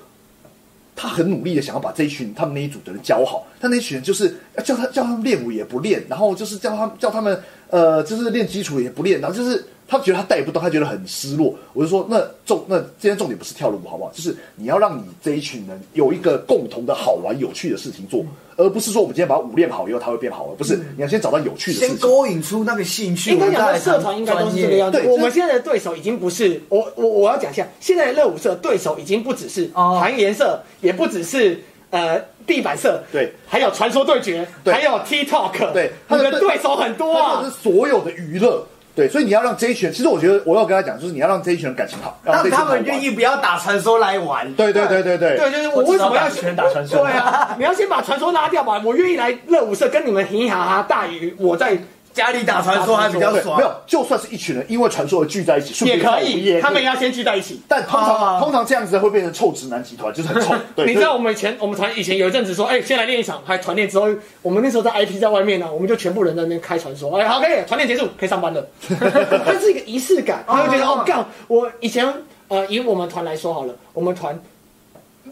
A: 他很努力的想要把这一群他们那一组的人教好，但那一群人就是呃叫他叫他们练舞也不练，然后就是叫他们叫他们呃就是练基础也不练，然后就是他觉得他带不动，他觉得很失落。我就说那重那今天重点不是跳了舞好不好，就是你要让你这一群人有一个共同的好玩有趣的事情做，
E: 嗯
A: 而不是说我们今天把舞练好以后他会变好了，不是你要先找到有趣的事
E: 先
A: 情。
E: 勾引出那个兴趣，
C: 应该
E: 我
C: 讲
E: 们
C: 说
E: 再来
C: 社
E: 谈
C: 团应该都是这个样子
A: 专。业对
C: 我们现在的对手已经不是我我我要讲一下，现在的热舞社对手已经不只是
E: 哦
C: 韩颜社，也不只是呃地板社，
A: 对，
C: 还有传说对决，
A: 对
C: 还有 TikTok，
A: 对
C: 你
A: 他的
C: 们对手很多
A: 它就是
C: 啊。
A: 所有的娱乐，对，所以你要让这一群人，其实我觉得我要跟他讲，就是你要让这一群人感情好，让这
E: 让
A: 一群
E: 他
A: 人好玩
E: 们愿意不要打传说来玩。
A: 对对对对对
C: 对，就是我为什么要
B: 全打传说？
C: 对，啊，你要先把传说拉掉吧。我愿意来热舞社跟你们嘻嘻哈哈，大于我在
E: 家里打传说还比较
A: 对，
E: 爽
A: 没。有，就算是一群人因为传说而聚在一起，顺
C: 啊也
A: 便
C: 可
A: 跳舞
C: 以，
A: 也
C: 他们要先聚在一起。
A: 但通常、
E: 啊
A: 通常这样子会变成臭直男集团，就是很 臭。对，
C: 你知
A: 就是
C: 道我们以前我们团以前有一阵子说，哎、先来练一场，还团练之后，我们那时候在 IP 在外面呢、啊我们就全部人在那边开传说，哎、好，可以团练结束，可以上班了。 它是一个仪式感，他会觉得
E: 哦
C: 哦，干，我以前呃，以我们团来说好了，我们团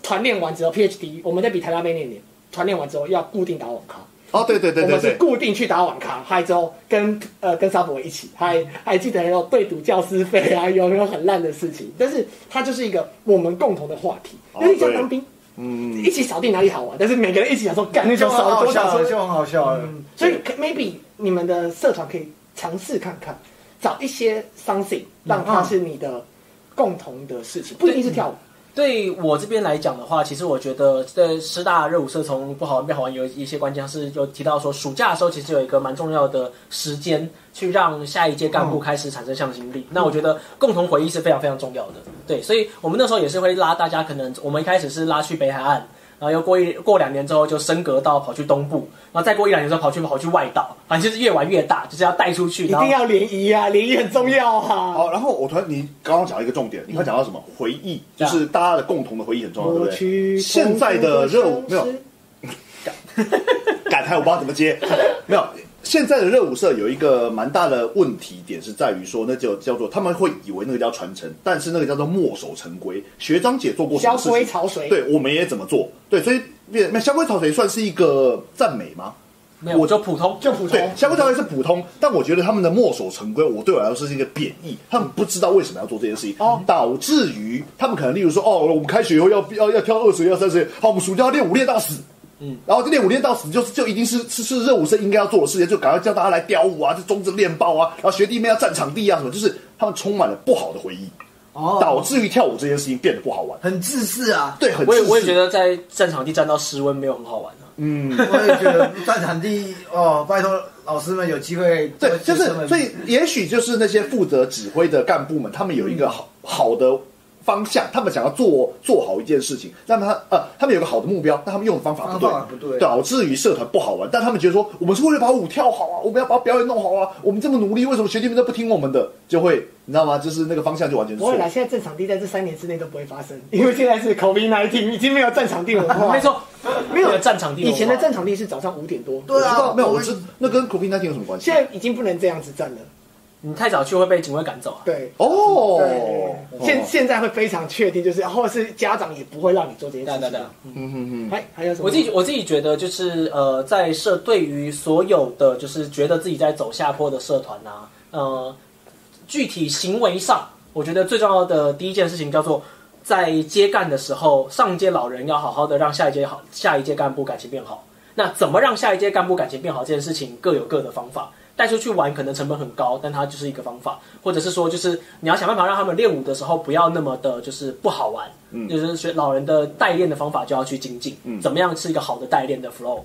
C: 团练完之后，PhD 我们在比台大妹那年团练完之后要固定打网咖。
A: 哦，对对对
C: 我
A: 对
C: 们是
A: 对，
C: 固定去打网咖，嗨之后跟呃跟沙博一起，还还记得有对赌教师 费啊，有没有很烂的事情？但是它就是一个我们共同的话题，
A: 哦
C: 因为像
A: 对
C: 当兵，
A: 嗯，
C: 一起扫地哪里好玩？但是每个人一起想说，干那
E: 就
C: 就
E: 很
C: 扫
E: 好
C: 多
E: 笑
C: 少
E: 了，
C: 说，
E: 就很好笑了。嗯
C: 所以可 maybe 你们的社团可以尝试看看，找一些 something
A: 嗯
C: 让它是你的共同的事情，不一定是跳舞。
A: 嗯
B: 对我这边来讲的话，其实我觉得在师大热舞社从不好玩变好玩，有一些关键是有提到说，暑假的时候其实有一个蛮重要的时间，去让下一届干部开始产生向心力。那我觉得共同回忆是非常非常重要的。对，所以我们那时候也是会拉大家，可能我们一开始是拉去北海岸。然后又过一过两年之后就升格到跑去东部，然后再过一两年之后跑去跑去外岛，反正就是越玩越大，就是要带出去，
C: 一
B: 然后
C: 定要联谊啊，联谊很重要啊。
A: 好，然后我突然你刚刚讲到一个重点，你刚讲到什么？回忆，就是大家的共同的回忆很重要，哦对
C: 嗯我
A: 不对？
C: 去
A: 现在的热舞没有感叹我不知道怎么接， 没有。现在的热舞社有一个蛮大的问题点是在于说，那就叫做他们会以为那个叫传承，但是那个叫做墨守成规。学长姐做过什
C: 交
A: 么事情
C: 规，潮水，
A: 对，我们也怎么做？对，所以变那香龟草水算是一个赞美吗？
B: 没有，我就普通
C: 就普
A: 对
C: 通，。
A: 香龟草水是普通，但我觉得他们的墨守成规，我对我来说是一个贬义。他们不知道为什么要做这件事情，
B: 哦
A: 导致于他们可能例如说，哦，我们开学以后要要要跳二十要三十，好，我们暑假要练舞练到死。嗯，然后就练舞练到死，就是就一定是是是热舞社应该要做的事情，就赶快叫大家来雕舞啊，就中正练爆啊，然后学弟妹要占场地啊什么，就是他们充满了不好的回忆，
E: 哦，
A: 导致于跳舞这件事情变得不好玩。
E: 很自私啊。
A: 对，很
B: 我也我也
A: 自私
B: 觉得在战场地站到室温没有很好玩啊。
C: 嗯
E: 我也觉得在场地哦，拜托老师们有机会
A: 对，就是
E: 学生们
A: 所以，也许就是那些负责指挥的干部们，他们有一个好好的方向，他们想要做做好一件事情，那么他呃，他们有个好的目标，但他们用的方法不对
E: 方法，不对
A: 导致于社团不好玩。但他们觉得说，我们是为了把舞跳好啊，我们要把表演弄好啊，我们这么努力，为什么学弟们都不听我们的？就会你知道吗？就是那个方向就完全是
C: 不
A: 错
C: 会
A: 的
C: 啦，。现在正场地在这三年之内都不会发生，因为现在是 COVID 1 9已经没有正场地文化。
B: 没，错，
C: 没有
B: 战场地文
C: 以
B: 化，
C: 前的正场地是早上五点多，
E: 对
A: 我知
E: 啊
A: 道，没有，
E: 我
A: 我知那跟 COVID 1 9有什么关系
C: 现？在已经不能这样子站了。
B: 你太早去会被警卫赶走啊。
C: 对，
A: 哦，
C: 现
A: 哦
C: 现在会非常确定，就是哦或者是家长也不会让你做这些
B: 对啊
C: 事
B: 对啊
C: 情
B: 对啊
C: 了。还还有什么？
B: 我自己我自己觉得就是呃，在社对于所有的就是觉得自己在走下坡的社团啊，呃，具体行为上，我觉得最重要的第一件事情叫做。在接干的时候，上一届老人要好好的让下一届好下一届干部感情变好。那怎么让下一届干部感情变好这件事情，各有各的方法。带出去玩可能成本很高，但它就是一个方法，或者是说，就是你要想办法让他们练舞的时候不要那么的，就是不好玩。嗯，就是学老人的代练的方法就要去精进。嗯，怎么样是一个好的代练的 flow？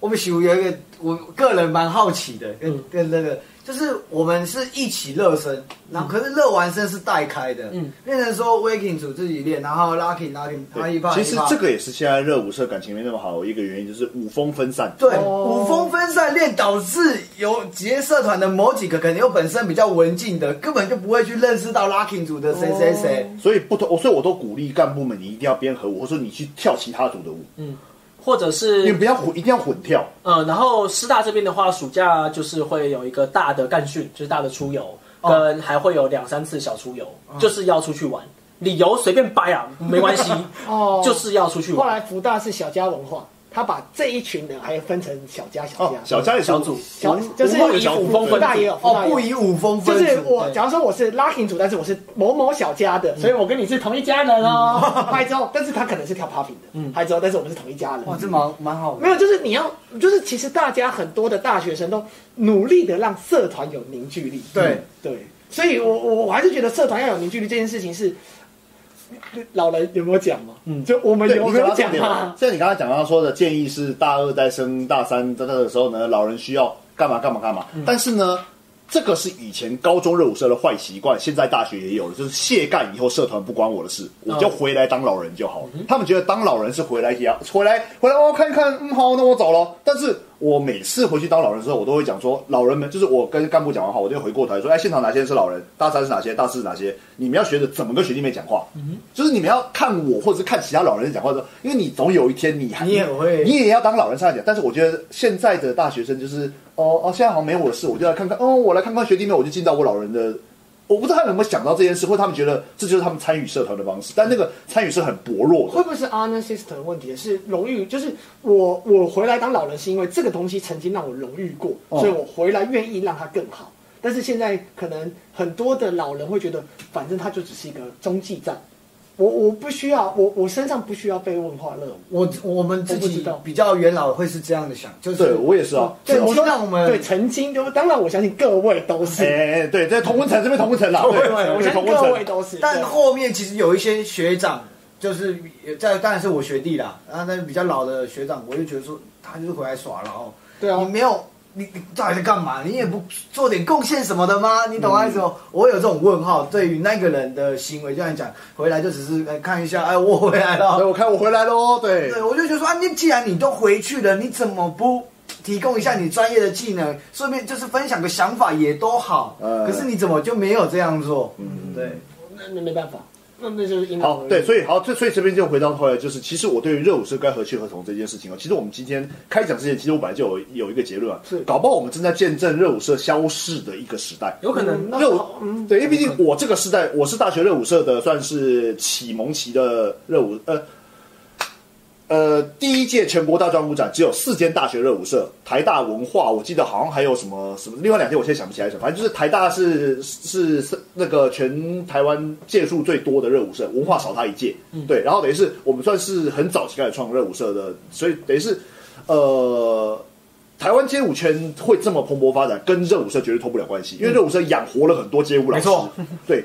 E: 我们喜舞有一个我个人蛮好奇的，跟、跟那个就是我们是一起热身，然后可是热完身是带开的，
B: 嗯
E: 变成说 waking 组自己练，然后 lucky lucky 他一
A: 对
E: 半
A: 其实这个也是现在热舞社感情没那么好，一个原因就是舞风分散。
E: 对，
C: 哦
E: 五风分散练导致有职业社团的某几个可能又本身比较文静的，根本就不会去认识到 locking 组的谁谁谁。
A: 所以不同，所以我都鼓励干部们，你一定要边合舞，或者说你去跳其他组的舞。
B: 嗯，或者是
A: 你不要混，一定要混跳。
B: 呃，然后师大这边的话，暑假就是会有一个大的干训，就是大的出游，
C: 哦
B: 跟还会有两三次小出游，就是要出去玩。理由随便掰啊，没关系，
C: 哦，
B: 就是要出去
C: 后
B: 玩。
C: 来福大是小家文化，他把这一群人还分成小家小
A: 哦
C: 家，
A: 小家也是
B: 小组
C: 小
A: 文
C: 就是
A: 文化有
C: 以
A: 小
C: 武
A: 组
C: 风
A: 分
C: 福大也有，福
E: 哦
C: 大也有
E: 不以武风分
C: 就
E: 组，
C: 是我，
E: 对嗯
C: 假如说我是拉丁组，但是我是某某小家的，所以我跟你是同一家人哦。 拍之后，但是他可能是跳 popping 的，拍之后，但是我们是同一家人。
E: 嗯哇，这蛮蛮好的，
C: 没有，就是你要，就是其实大家很多的大学生都努力的让社团有凝聚力。
E: 对
C: 嗯对，所以我我我还是觉得社团要有凝聚力这件事情是，老人有没有讲嘛？嗯，就我们
A: 对，
C: 有
A: 你
C: 没
A: 讲
C: 有
A: 到重
C: 讲
A: 点
C: 啊
A: 了。？像你刚才讲到说的建议是，大二在升大三在那个时候呢，老人需要干嘛干嘛干嘛。但是呢，这个是以前高中热舞社的坏习惯，现在大学也有了，就是卸干以后社团不关我的事，我就回来当老人就好了。他们觉得当老人是回来养，回来回来哦，看一看，嗯，好，那我走了。但是我每次回去当老人的时候，我都会讲说，老人们就是我跟干部讲完话，我就会回过头来说，哎，现场哪些是老人，大三是哪些，大四是哪些，你们要学着怎么跟学弟妹讲话，就是你们要看我或者是看其他老人讲话的时候，因为你总有一天你还
E: 你也会
A: 你也要当老人上来讲。但是我觉得现在的大学生就是，哦哦，现在好像没我的事，我就来看看，哦，我来看看学弟妹，我就进到我老人的。我不知道他们有没有想到这件事，或者他们觉得这就是他们参与社团的方式，但那个参与是很薄弱的。
C: 会不会是 honor system 的问题？是荣誉，就是我我回来当老人是因为这个东西曾经让我荣誉过，
A: 哦
C: 所以我回来愿意让它更好。但是现在可能很多的老人会觉得，反正它就只是一个中继站，我我不需要，我我身上不需要被文化热舞。
E: 我我们自
C: 我不知
E: 己
C: 道
E: 比较元老会是这样的想，就是
A: 对我也是啊，
E: 曾
C: 我
E: 经
C: 说
E: 让我们
C: 对曾经就当然我相信各位都是，
A: 哎哎、哎对，在同温层这边同温层啦，对，
C: 我
A: 对
C: 相
A: 同
C: 信
A: 温
C: 各位
A: 层。
C: 都是。
E: 但
C: 对
E: 后面其实有一些学长，就是也在当然是我学弟啦，然后那比较老的学长，我就觉得说他就是回来耍了哦。
C: 对啊
E: 你没有你你到底在干嘛？你也不做点贡献什么的吗？你懂我意思吗？我有这种问号，对于那个人的行为，就像你讲，回来就只是哎看一下，哎，我回来
A: 对，
E: 了。
A: 我看我回来喽，对，
E: 对，我就觉得说啊，你既然你都回去了，你怎么不？提供一下你专业的技能，顺便就是分享个想法也都好。
A: 呃
E: 可是你怎么就没有这样做？嗯，对。
C: 那那没办法，那那就是因
A: 好，对，
C: 以
A: 所以好，这所以这边就回到后来，就是其实我对于热舞社该何去何从这件事情哦，其实我们今天开讲之前，其实我本来就有有一个结论啊
C: 是，
A: 搞不好我们正在见证热舞社消逝的一个时代。
B: 有可能
C: 那
A: 热舞
C: 好嗯，
A: 对，因为毕竟我这个时代，我是大学热舞社的，算是启蒙期的热舞，呃。呃，第一届全国大专舞展只有四间大学热舞社，台大文化，我记得好像还有什么什么，另外两间我现在想不起来什么，反正就是台大是是是那个全台湾届数最多的热舞社，文化少它一届，
C: 嗯
A: 对，然后等于是我们算是很早期开始创热舞社的，所以等于是呃，台湾街舞圈会这么蓬勃发展，跟热舞社绝对脱不了关系，因为热舞社养活了很多街舞老师。
E: 没错，
A: 对。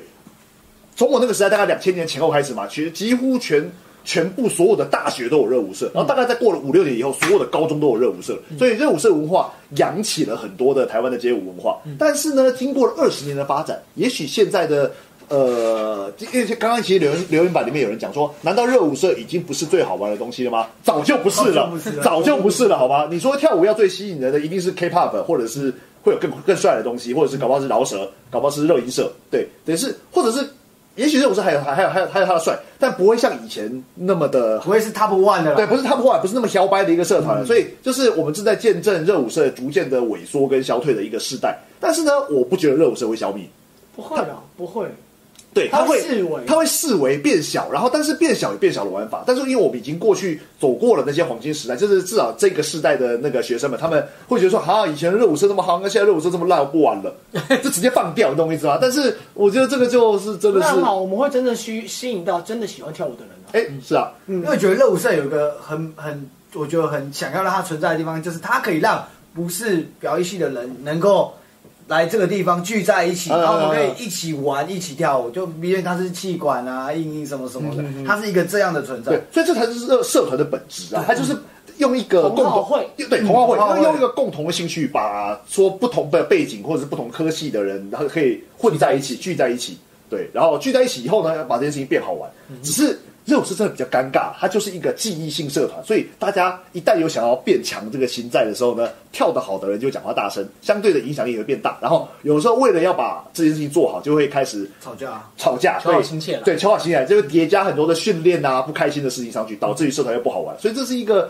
A: 从我那个时代，大概两千年前后开始嘛，其实几乎全全部所有的大学都有热舞
E: 嗯
A: 社，然后大概在过了五六年以后，所有的高中都有热舞社，所以热舞社文化养起了很多的台湾的街舞文化。
E: 嗯
A: 但是呢，经过了二十年的发展，也许现在的。呃，因为刚刚其实留言留言板里面有人讲说，难道热舞社已经不是最好玩的东西了吗？早就不是了
E: 早就不是，了
A: 早就不是了，好吧？你说跳舞要最吸引人的，一定是 K-pop，或者是会有更更帅的东西，或者是搞不好是饶舌，搞不好是热音社，对，等于是或者是，也许热舞社还有还有还有还有他的帅，但不会像以前那么的
E: 不会是 Top One 的啦。
A: 对，不是他们后来不是那么摇摆的一个社团了，所以就是我们正在见证热舞社逐渐的萎缩跟消退的一个时代。但是呢，我不觉得热舞社会消灭，
C: 不会啦，不会。
A: 对，
C: 它
A: 它会
C: 视为
A: 它会视为变小，然后但是变小有变小的玩法，但是因为我们已经过去走过了那些黄金时代，就是至少这个时代的那个学生们，他们会觉得说，哈，以前的热舞社那么夯，那现在热舞社这么烂，我不玩了，就直接放掉，你懂我意思吗？但是我觉得这个就是真的
C: 那
A: 是，
C: 好，我们会真的吸吸引到真的喜欢跳舞的人啊。
A: 哎，是啊，
E: 因为我觉得热舞社有一个很很，我觉得很想要让它存在的地方，就是它可以让不是表演系的人能够来这个地方聚在一起，
A: 嗯
E: 然后我
A: 嗯
E: 们可
A: 嗯
E: 以一起玩、一起跳舞。就毕竟它是气管啊、硬硬什么什么的
A: 嗯嗯嗯，
E: 它是一个这样的存在
A: 对。，所以这才是社社团的本质啊，它就是用一个
C: 同
A: 共
C: 好
A: 同
C: 会
A: 对同好会，
E: 同好会
A: 用用一个共同的兴趣，把说不同的背景或者是不同科系的人，然后可以混在一起，聚在一起，对，然后聚在一起以后呢，把这件事情变好玩。只是这种事真的比较尴尬，它就是一个记忆性社团，所以大家一旦有想要变强这个心在的时候呢，跳得好的人就讲话大声，相对的影响力也会变大。然后有时候为了要把这件事情做好，就会开始
E: 吵架啊，
A: 吵架，
B: 求好
A: 对
B: 心切啦
A: 对，求好心切，就会叠加很多的训练啊、不开心的事情上去，导致于社团又不好玩。所以这是一个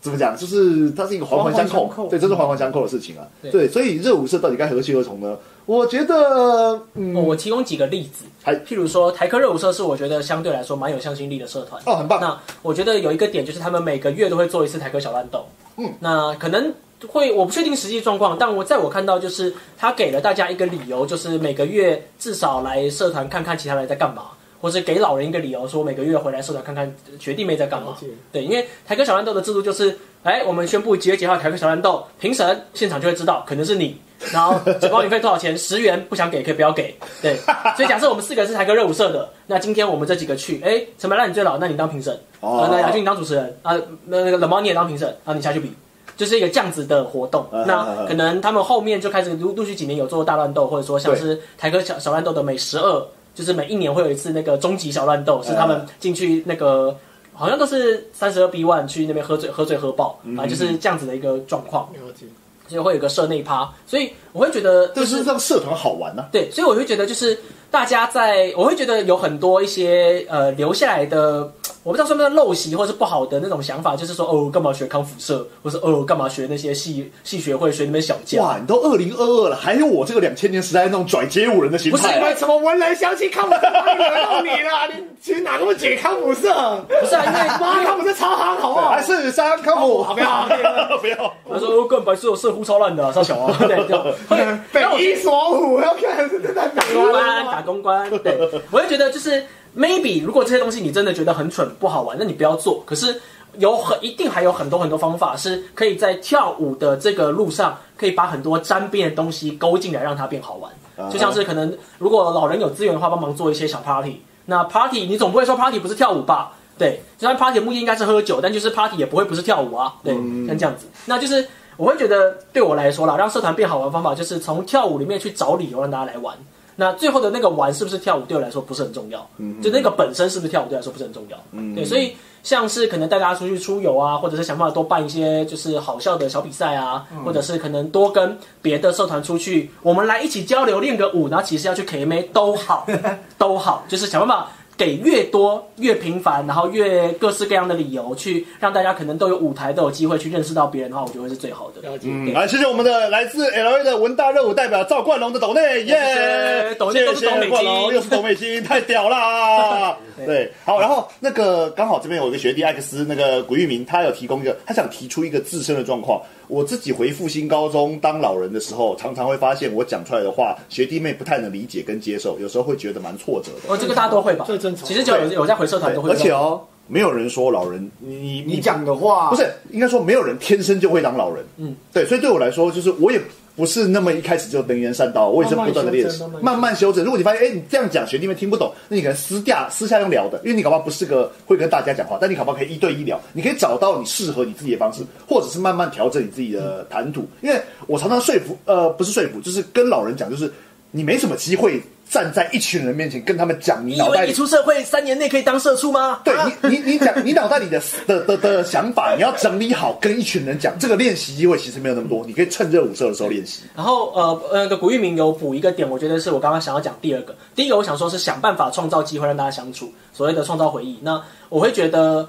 A: 怎么讲，就是它是一个环环相
C: 环环
A: 扣，
C: 相扣
A: 对，这是环环相扣的事情啊。
B: 对
A: 对，所以热舞社到底该何去何从呢？我觉得，嗯，
B: 哦我提供几个例子
A: 嗨，
B: 譬如说台科热舞社是我觉得相对来说蛮有向心力的社团。
A: 哦，很棒，
B: 那我觉得有一个点就是他们每个月都会做一次台科小乱斗。
A: 嗯，
B: 那可能会我不确定实际状况，但我在我看到就是他给了大家一个理由，就是每个月至少来社团看看其他人在干嘛。或者给老人一个理由，说每个月回来社团看看学弟妹在干嘛
C: 了解。
B: 对，因为台科小乱斗的制度就是，哎，我们宣布几月几号台科小乱斗，评审现场就会知道，可能是你。然后解包你费多少钱？ 十元，不想给可以不要给。对，所以假设我们四个人是台科热舞社的，那今天我们这几个去，哎，陈白烂你最老，那你当评审。
A: 哦
B: 啊，那雅俊你当主持人啊，那那个冷猫你也当评审啊，你下去比，就是一个这样子的活动。
A: 嗯嗯
B: 那
A: 嗯
B: 可能他们后面就开始陆陆续几年有做大乱斗，或者说像是台科小小乱斗的每十二，就是每一年会有一次那个终极小乱斗，是他们进去那个。好像都是三十二 B one 去那边喝醉喝醉喝爆，啊，
A: 嗯
B: 就是这样子的一个状况，
C: 了解。
B: 所以会有一个社内趴，所以我会觉得
A: 这
B: 就
A: 就是
B: 是
A: 让社团好玩啊呐、
B: 对，所以我会觉得就是大家在，我会觉得有很多一些呃留下来的，我不知道算不算陋习或是不好的那种想法，就是说哦，干嘛学康复社，或是哦，干嘛学那些系系学会学那边小将。
A: 哇，你都二零二二了，还有我这个两千年时代那种拽街舞人的心
B: 不是
A: 态、
B: 因
A: 啊
C: 为？什么文人相亲康普社把你惹到你了？啊你其实哪那么解康普社？
B: 不是啊，因为
C: 妈，康普社超行好不好
A: 还？是哎三康普？
C: 不要不
B: 啊
C: 要
A: 不要，
B: 他说哦，干白痴，我射呼超烂的、啊，超小啊，对对，会
C: 匪
B: 让我
C: 夷所思，我要看是在打
B: 公关打公关，对，我会觉得就是 maybe 如果这些东西你真的觉得很蠢不好玩，那你不要做。可是有很一定还有很多很多方法是可以在跳舞的这个路上，可以把很多沾边的东西勾进来，让它变好玩。
A: 啊哈
B: 就像是可能如果老人有资源的话，帮忙做一些小 party。那 party 你总不会说 party 不是跳舞吧？对，虽然 party 的目的应该是喝酒，但就是 party 也不会不是跳舞啊。对，像这样子，那就是我会觉得对我来说啦，让社团变好玩的方法就是从跳舞里面去找理由让大家来玩。那最后的那个玩是不是跳舞对我来说不是很重要，就那个本身是不是跳舞对我来说不是很重要，对，所以像是可能带大家出去出游啊，或者是想办法多办一些就是好笑的小比赛啊，或者是可能多跟别的社团出去，我们来一起交流练个舞，然后其实要去 K M A 都好，都好，就是想办法。给越多越频繁，然后越各式各样的理由去让大家可能都有舞台，都有机会去认识到别人的话，我觉得会是最好的。
C: 了解。
A: 嗯，来谢谢我们的来自 L A 的文大热舞代表赵冠龙的抖内，耶
B: 哎谢谢！抖内都是
A: 谢
B: 抖美
A: 谢
B: 金
A: 冠龙，又是抖美金，太屌 啦！对，好，然后那个刚好这边有一个学弟 X，那个古玉明，他有提供一个，他想提出一个自身的状况。我自己回复新高中当老人的时候，常常会发现我讲出来的话，学弟妹不太能理解跟接受，有时候会觉得蛮挫折的。
B: 哦，这个大家都会吧？
C: 这正常
B: 其实就有有在回社团
A: 对
B: 都会，
A: 而
B: 遇到，
A: 且哦，没有人说老人，你你
E: 你讲的话
A: 不是，应该说没有人天生就会当老人。嗯，对，所以对我来说，就是我也不是那么一开始就能言善道，我也是不断的练习，
C: 慢慢修正慢慢修正
A: 慢慢修正。如果你发现，哎，你这样讲学弟妹听不懂，那你可能私下私下用聊的，因为你搞不好不是个呃会跟大家讲话，但你搞不好可以一对一聊，你可以找到你适合你自己的方式，或者是慢慢调整你自己的谈吐。因为我常常说服，呃，不是说服，就是跟老人讲，就是你没什么机会站在一群人面前跟他们讲你
B: 你
A: 脑
B: 以
A: 袋
B: 为
A: 里
B: 你出社会三年内可以当社畜吗？
A: 对
B: 啊
A: 你，你你讲，你脑袋里的的的的想法，你要整理好，跟一群人讲。这个练习机会其实没有那么多，你可以趁热舞社的时候练习。
B: 然后呃呃那个古玉明有补一个点，我觉得是我刚刚想要讲第二个。第一个我想说是想办法创造机会让大家相处，所谓的创造回忆。那我会觉得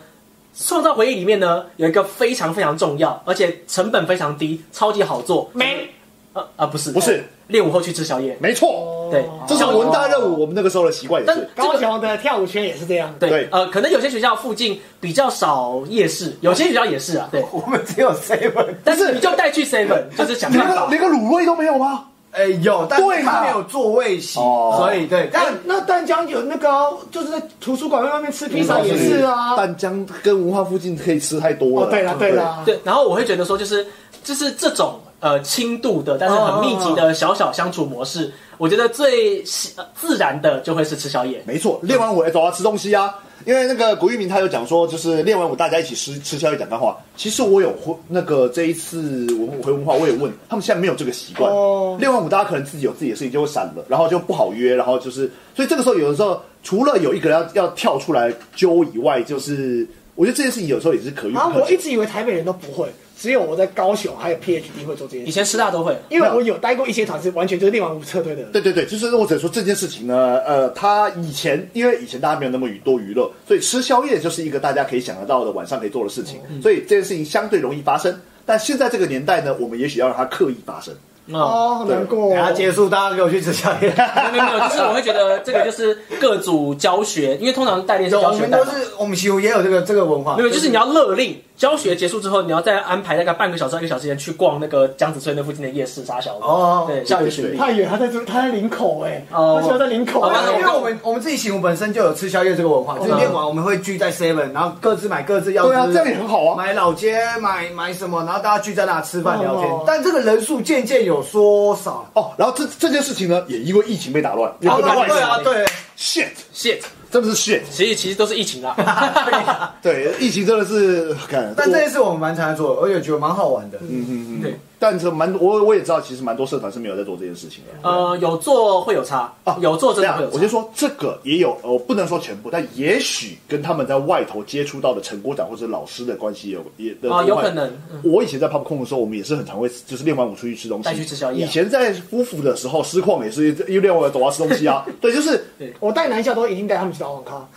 B: 创造回忆里面呢有一个非常非常重要，而且成本非常低，超级好做。
C: 没，
B: 呃啊不是
A: 不是
B: 练舞后去吃宵夜，
A: 没错，
B: 对，
A: 这是
B: 宵
A: 文大热舞我们那个时候的习惯也是。
B: 但
C: 高雄的跳舞圈也是这样。
B: 对
A: 对
B: 呃可能有些学校附近比较少夜市，有些学校也是啊，对。
E: 我们只有 seven。
B: 但是你就带去 seven，就是想
A: 连
B: 办
A: 个
B: 法。
A: 连个卤味都没有吗？
E: 哎，有，但
A: 对
E: 是
A: 嘛
E: 他没有座位席，
A: 哦
E: 所以对，但
C: 但那淡江有那个啊、就是在图书馆外面吃披萨也是啊。
A: 淡江跟文化附近可以吃太多了。
C: 哦，对了对了，
B: 对，然后我会觉得说，就是就是这种呃轻度的，但是很密集的小小相处模式，我觉得最喜呃自然的就会是吃宵夜。
A: 没错，练完舞哎走啊吃东西啊。因为那个古玉明他有讲说，就是练完舞大家一起吃吃宵夜讲干话。其实我有回那个这一次我回文化，我也问他们现在没有这个习惯。
C: 哦
A: 练完舞大家可能自己有自己的事情就会散了，然后就不好约，然后就是所以这个时候有的时候除了有一个人要要跳出来揪以外，就是我觉得这件事情有时候也是可遇不
C: 啊，
A: 可
C: 我
A: 求
C: 一。直以为台北人都不会，只有我在高雄还有 PhD 会做这件
B: 以
C: 事，
B: 前师大都会，
C: 因为我有待过一些团是完全就是练完舞撤退的人。
A: 对对对，就是或者说这件事情呢，呃，他以前因为以前大家没有那么娱多娱乐，所以吃宵夜就是一个大家可以想得到的晚上可以做的事情，
E: 嗯
A: 所以这件事情相对容易发生。但现在这个年代呢，我们也许要让它刻意发生。
B: 哦，
C: 哦，好难过
E: 等
C: 哦。
E: 下哎结束，大家给我去吃宵 夜。
B: 嗯没有没有，就是我会觉得这个就是各组教学，因为通常代练是
E: 我
B: 教学
E: 们
B: 代
E: 都
B: 嘛，
E: 是我们西湖也有这个这个文化，
B: 没有，就是你要勒令教学结束之后，你要再安排大概半个小时到一个小时之前去逛那个江子翠那附近的夜市啥小的，
E: 哦
B: 对，校园巡
A: 对
B: 礼。
C: 太远，他在这，他在林口哎，
B: 哦
C: 他喜欢在林口
B: 好
E: 对
B: 吧那
E: 啊，因
C: 哎。
E: 为我们我们自己西湖本身就有吃宵夜这个文化，就是练完我们会聚在 Seven，然后各自买各自要吃
A: 对啊，这样也很好啊。
E: 买老街买买什么，然后大家聚在那吃饭聊天
C: 哦。
E: 但这个人数渐渐有缩少。
A: 哦，然后这这件事情呢，也因为疫情被打乱，也
E: 啊
A: 不
E: 对
A: 能乱
E: 啊对
A: 想
E: 啊，对，
A: shit，
B: shit，
A: 真的是 shit。
B: 其实其实都是疫情 啦。
A: 对，疫情真的是，看，
E: 但这件
A: 我
E: 事我们蛮常做的，而且觉得蛮好玩的。
A: 嗯
B: 对，
A: 但是蛮我我也知道，其实蛮多社团是没有在做这件事情的。
B: 呃，有做会有差
A: 啊，
B: 有做真
A: 这
B: 的
A: 样
B: 会有，差。
A: 我就说这个也有，呃我不能说全部，但也许跟他们在外头接触到的成果长或者老师的关系有也的
B: 啊，
A: 部分
B: 有可。能，嗯
A: 我以前在 pub 控的时候，我们也是很常会就是练完舞出去吃东西，
B: 带去吃宵夜啊
A: 以前在夫妇的时候，失控也是又练完走啊吃东西 啊，对，就是
C: 我带男校都一定带他们去打网咖，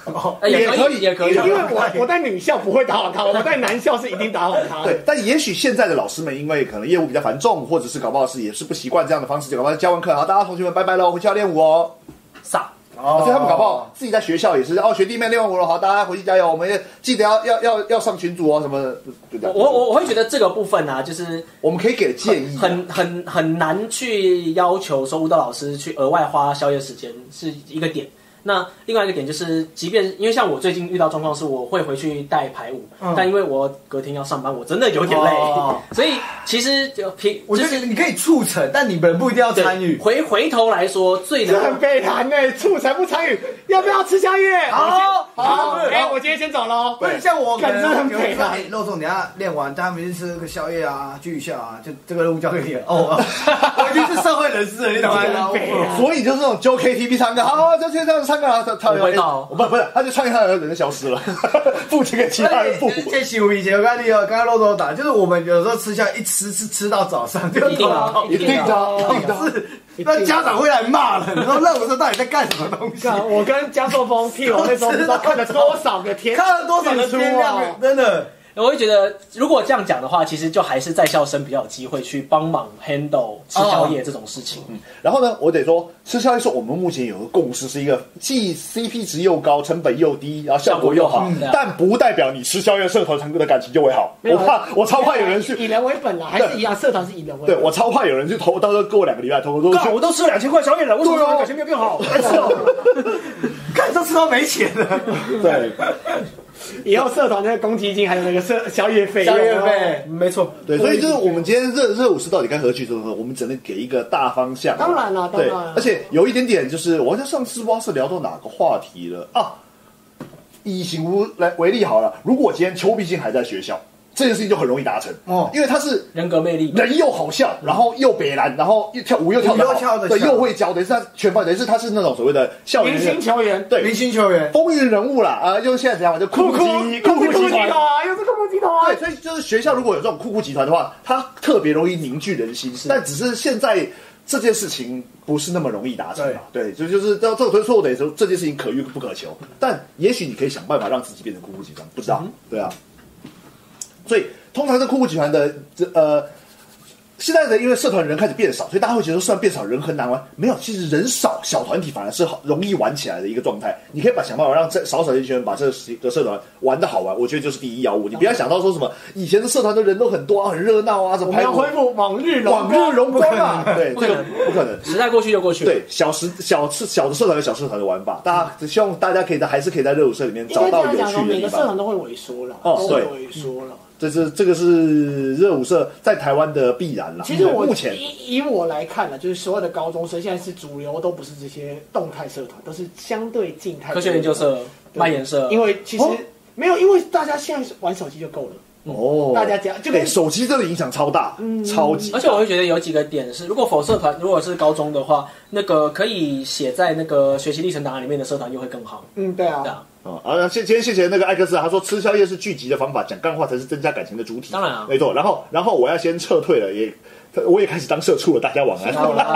B: 哎
A: 也
B: 可
A: 可以
B: 也可以，
C: 因为我我带女校不会打网咖，我带男校是一定打网咖的。
A: 对，但也许现在的老师们，因为可能业务比较繁重，或者是搞不好是也是不习惯这样的方式，就搞不好教完课，好，大家同学们拜拜喽，回去要练舞哦。
B: 傻，
A: 啊
E: 哦
A: 所以他们搞不好自己在学校也是哦，学弟妹练完舞了，好，大家回去加油，我们也记得要要要要上群组哦，什么的，就这
B: 我
A: 样。
B: 我我我会觉得这个部分啊，就是
A: 我们可以给的建议，
B: 很很很难去要求说舞蹈老师去额外花宵夜时间是一个点。那另外一个点就是，即便因为像我最近遇到状况是，我会回去带排舞，但因为我隔天要上班，我真的有点累，
E: 哦
B: 所以其实就平
E: 我
B: 就
E: 觉
B: 是
E: 得你可以促成，但你们不一定要
B: 对
E: 参与。
B: 回回头来说，最
C: 这
B: 能
C: 很悲惨哎，促才不参与，要不要吃宵夜？
E: 好
C: 好，
E: 好
C: 哎，我今天先走喽。
E: 不是像我可
C: 感觉
E: 能
C: 很
E: 比如说
C: 悲
A: 啊
C: 惨
E: 哎，肉粽等一下练完，带他们去吃个宵夜啊，聚一下啊，就这个任务交给你了。 哦，哦我已经是社会人士了，你懂吗？
C: 北啊
A: 所以就是那种揪 KTV 唱歌，好，就现在唱歌，然后他他
B: 我会到
A: 哎不不是，他就唱一唱，人就消失了， 不这个其他人
B: 哎
A: 不。
E: 哎这习武以前我跟你有刚刚漏斗打，就是我们有时候吃下一吃是吃到早上，就
B: 一定啊
A: 一定的啊，
C: 一
A: 一定的啊。
E: 是 那家长会来骂了，你说那我说到底在干什么东西？
C: 干我跟江硕峰屁，我那时候不知道看了多少个
B: 啊
C: 天，
E: 看了多少的天
C: 日出啊
E: 亮，真的。
B: 我会觉得，如果这样讲的话，其实就还是在校生比较有机会去帮忙 handle 吃宵夜这种事情。
A: 然后呢，我得说，吃宵夜是我们目前有个共识，是一个既 CP 值又高、成本又低，然后效果又好嗯
B: 效果又好对，啊
A: 但不代表你吃宵夜社团成哥的感情就会好。
C: 没有
A: 我
B: 啊
A: 怕，我超怕有人去
C: 以人为本啦，还是一样，社团是以人为
A: 对
C: 本。
A: 我超怕有人去投，到时候给我两个礼拜投，我说
B: 干我都吃了两啊千块宵夜了，为什么我感情没有变好？
E: 看都吃到没钱了，
A: 对
C: 以后社团那个公积金还有那个社宵夜费，
B: 哎
E: 宵夜
C: 有没有
E: 费没错。
A: 对，所以就是我们今天热热舞是到底该何去何从，我们只能给一个大方向。
C: 当然啦当然
A: 对
C: 啦，
A: 而且有一点点就是，我好像上次不知道是聊到哪个话题了啊。以醒屋来为例好了，如果今天邱必竟还在学校，这件事情就很容易达成
E: 哦
A: 因为他是
B: 人格魅力，
A: 人又好笑，然后又北蓝，然后又跳舞又跳得
E: 舞又跳
A: 好，
E: 得
A: 对，
E: 巧
A: 又会教，等于是他全方位，等于是他是那种所谓的校园
C: 明星球员，
A: 对
E: 明星球员，
A: 风云人物啦啊、用现在讲法就酷
C: 酷
A: 酷
C: 酷
A: 集
C: 酷
A: 酷
C: 酷
A: 集
C: 集
A: 团
C: 团。啊，又是酷酷集团
A: 对，。所以就是学校如果有这种酷酷集团的话，它特别容易凝聚人心。但只是现在这件事情不是那么容易达成嘛。对，所以就是这这所以说我得说这件事情可遇不可求，但也许你可以想办法让自己变成酷酷集团，不知道，对啊。所以通常这酷酷集团的这呃。现在的因为社团人开始变少，所以大家会觉得虽然变少人很难玩，没有，其实人少小团体反而是好容易玩起来的一个状态。你可以把想办法让这少少的一群人把这个社团玩的好玩，我觉得就是第一要务。你不要想到说什么以前的社团的人都很多啊，很热闹啊，怎
C: 我
A: 么
C: 们
A: 还
C: 要恢复往日荣
A: 往
C: 光
A: 日荣光啊？对，这个不可能。
B: 时代过去就过去了。
A: 对，小时小社小的社团有小社团的玩法，大家希望大家可以在还是可以在热舞社里面
C: 应
A: 找
C: 该这
A: 到
C: 样
A: 有
C: 讲说，
A: 趣的
C: 每
A: 地
C: 个社团
A: 方。
C: 都会萎缩了，
A: 哦
C: 都
A: 对嗯
C: 会萎缩了。
A: 这是这个是热舞社在台湾的必然啦。
C: 其实我
A: 目前
C: 以以我来看呢，就是所有的高中生现在是主流，都不是这些动态社团，都是相对静态的
B: 科学研究社、
C: 对
B: 蔓延社，
C: 因为其实、
A: 哦
C: 没有，因为大家现在玩手机就够了。
A: 哦，
C: 大家讲就
A: 对
C: 跟嗯
A: 手机真的影响超大，超级
B: 而且我会觉得有几个点是，如果否社团如果是高中的话，那个可以写在那个学习历程档案里面的社团就会更好。
C: 嗯，对啊，
B: 对啊
A: 啊、啊！谢先谢谢那个艾克斯啊，他说吃宵夜是聚集的方法，讲干话才是增加感情的主体。
B: 当然啊
A: 没错。然后然后我要先撤退了，也我也开始当社畜了，大家晚安。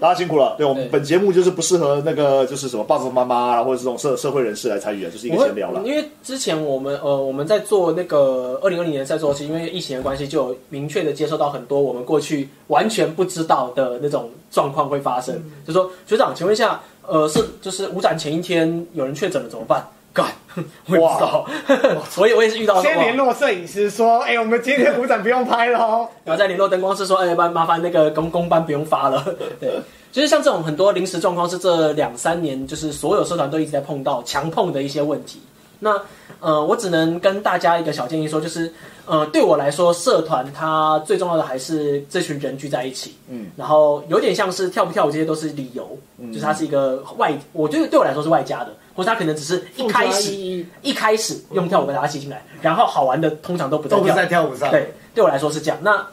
A: 大家辛苦了。对我们
B: 对
A: 本节目就是不适合那个就是什么爸爸妈妈啊，或者是这种社社会人士来参与的，就是一个
B: 我
A: 闲聊了
B: 会。因为之前我们呃我们在做那个二零二零年在做，其实因为疫情的关系，就有明确的接受到很多我们过去完全不知道的那种状况会发生。
A: 嗯
B: 就说学长，请问一下，呃，是就是舞展前一天有人确诊了怎么办？干， 我也不知道， 我也我也是遇到
C: 先
B: 哇
C: 联络摄影师说，哎、我们今天舞展不用拍喽。
B: 然后再联络灯光师说，哎、麻麻烦那个公公班不用发了。对，就是像这种很多临时状况，是这两三年就是所有社团都一直在碰到强碰的一些问题。那呃，我只能跟大家一个小建议说，就是呃，对我来说，社团它最重要的还是这群人聚在一起，
A: 嗯，
B: 然后有点像是跳不跳舞这些都是理由，就是它是一个外，我觉得对我来说是外加的，或者它可能只是一开
C: 附加
B: 始
C: 意义
B: 一开始用跳舞跟大家吸进来，然后好玩的通常都不在
E: 都不
B: 跳
E: 是，在跳舞上。
B: 对，对我来说是这样。那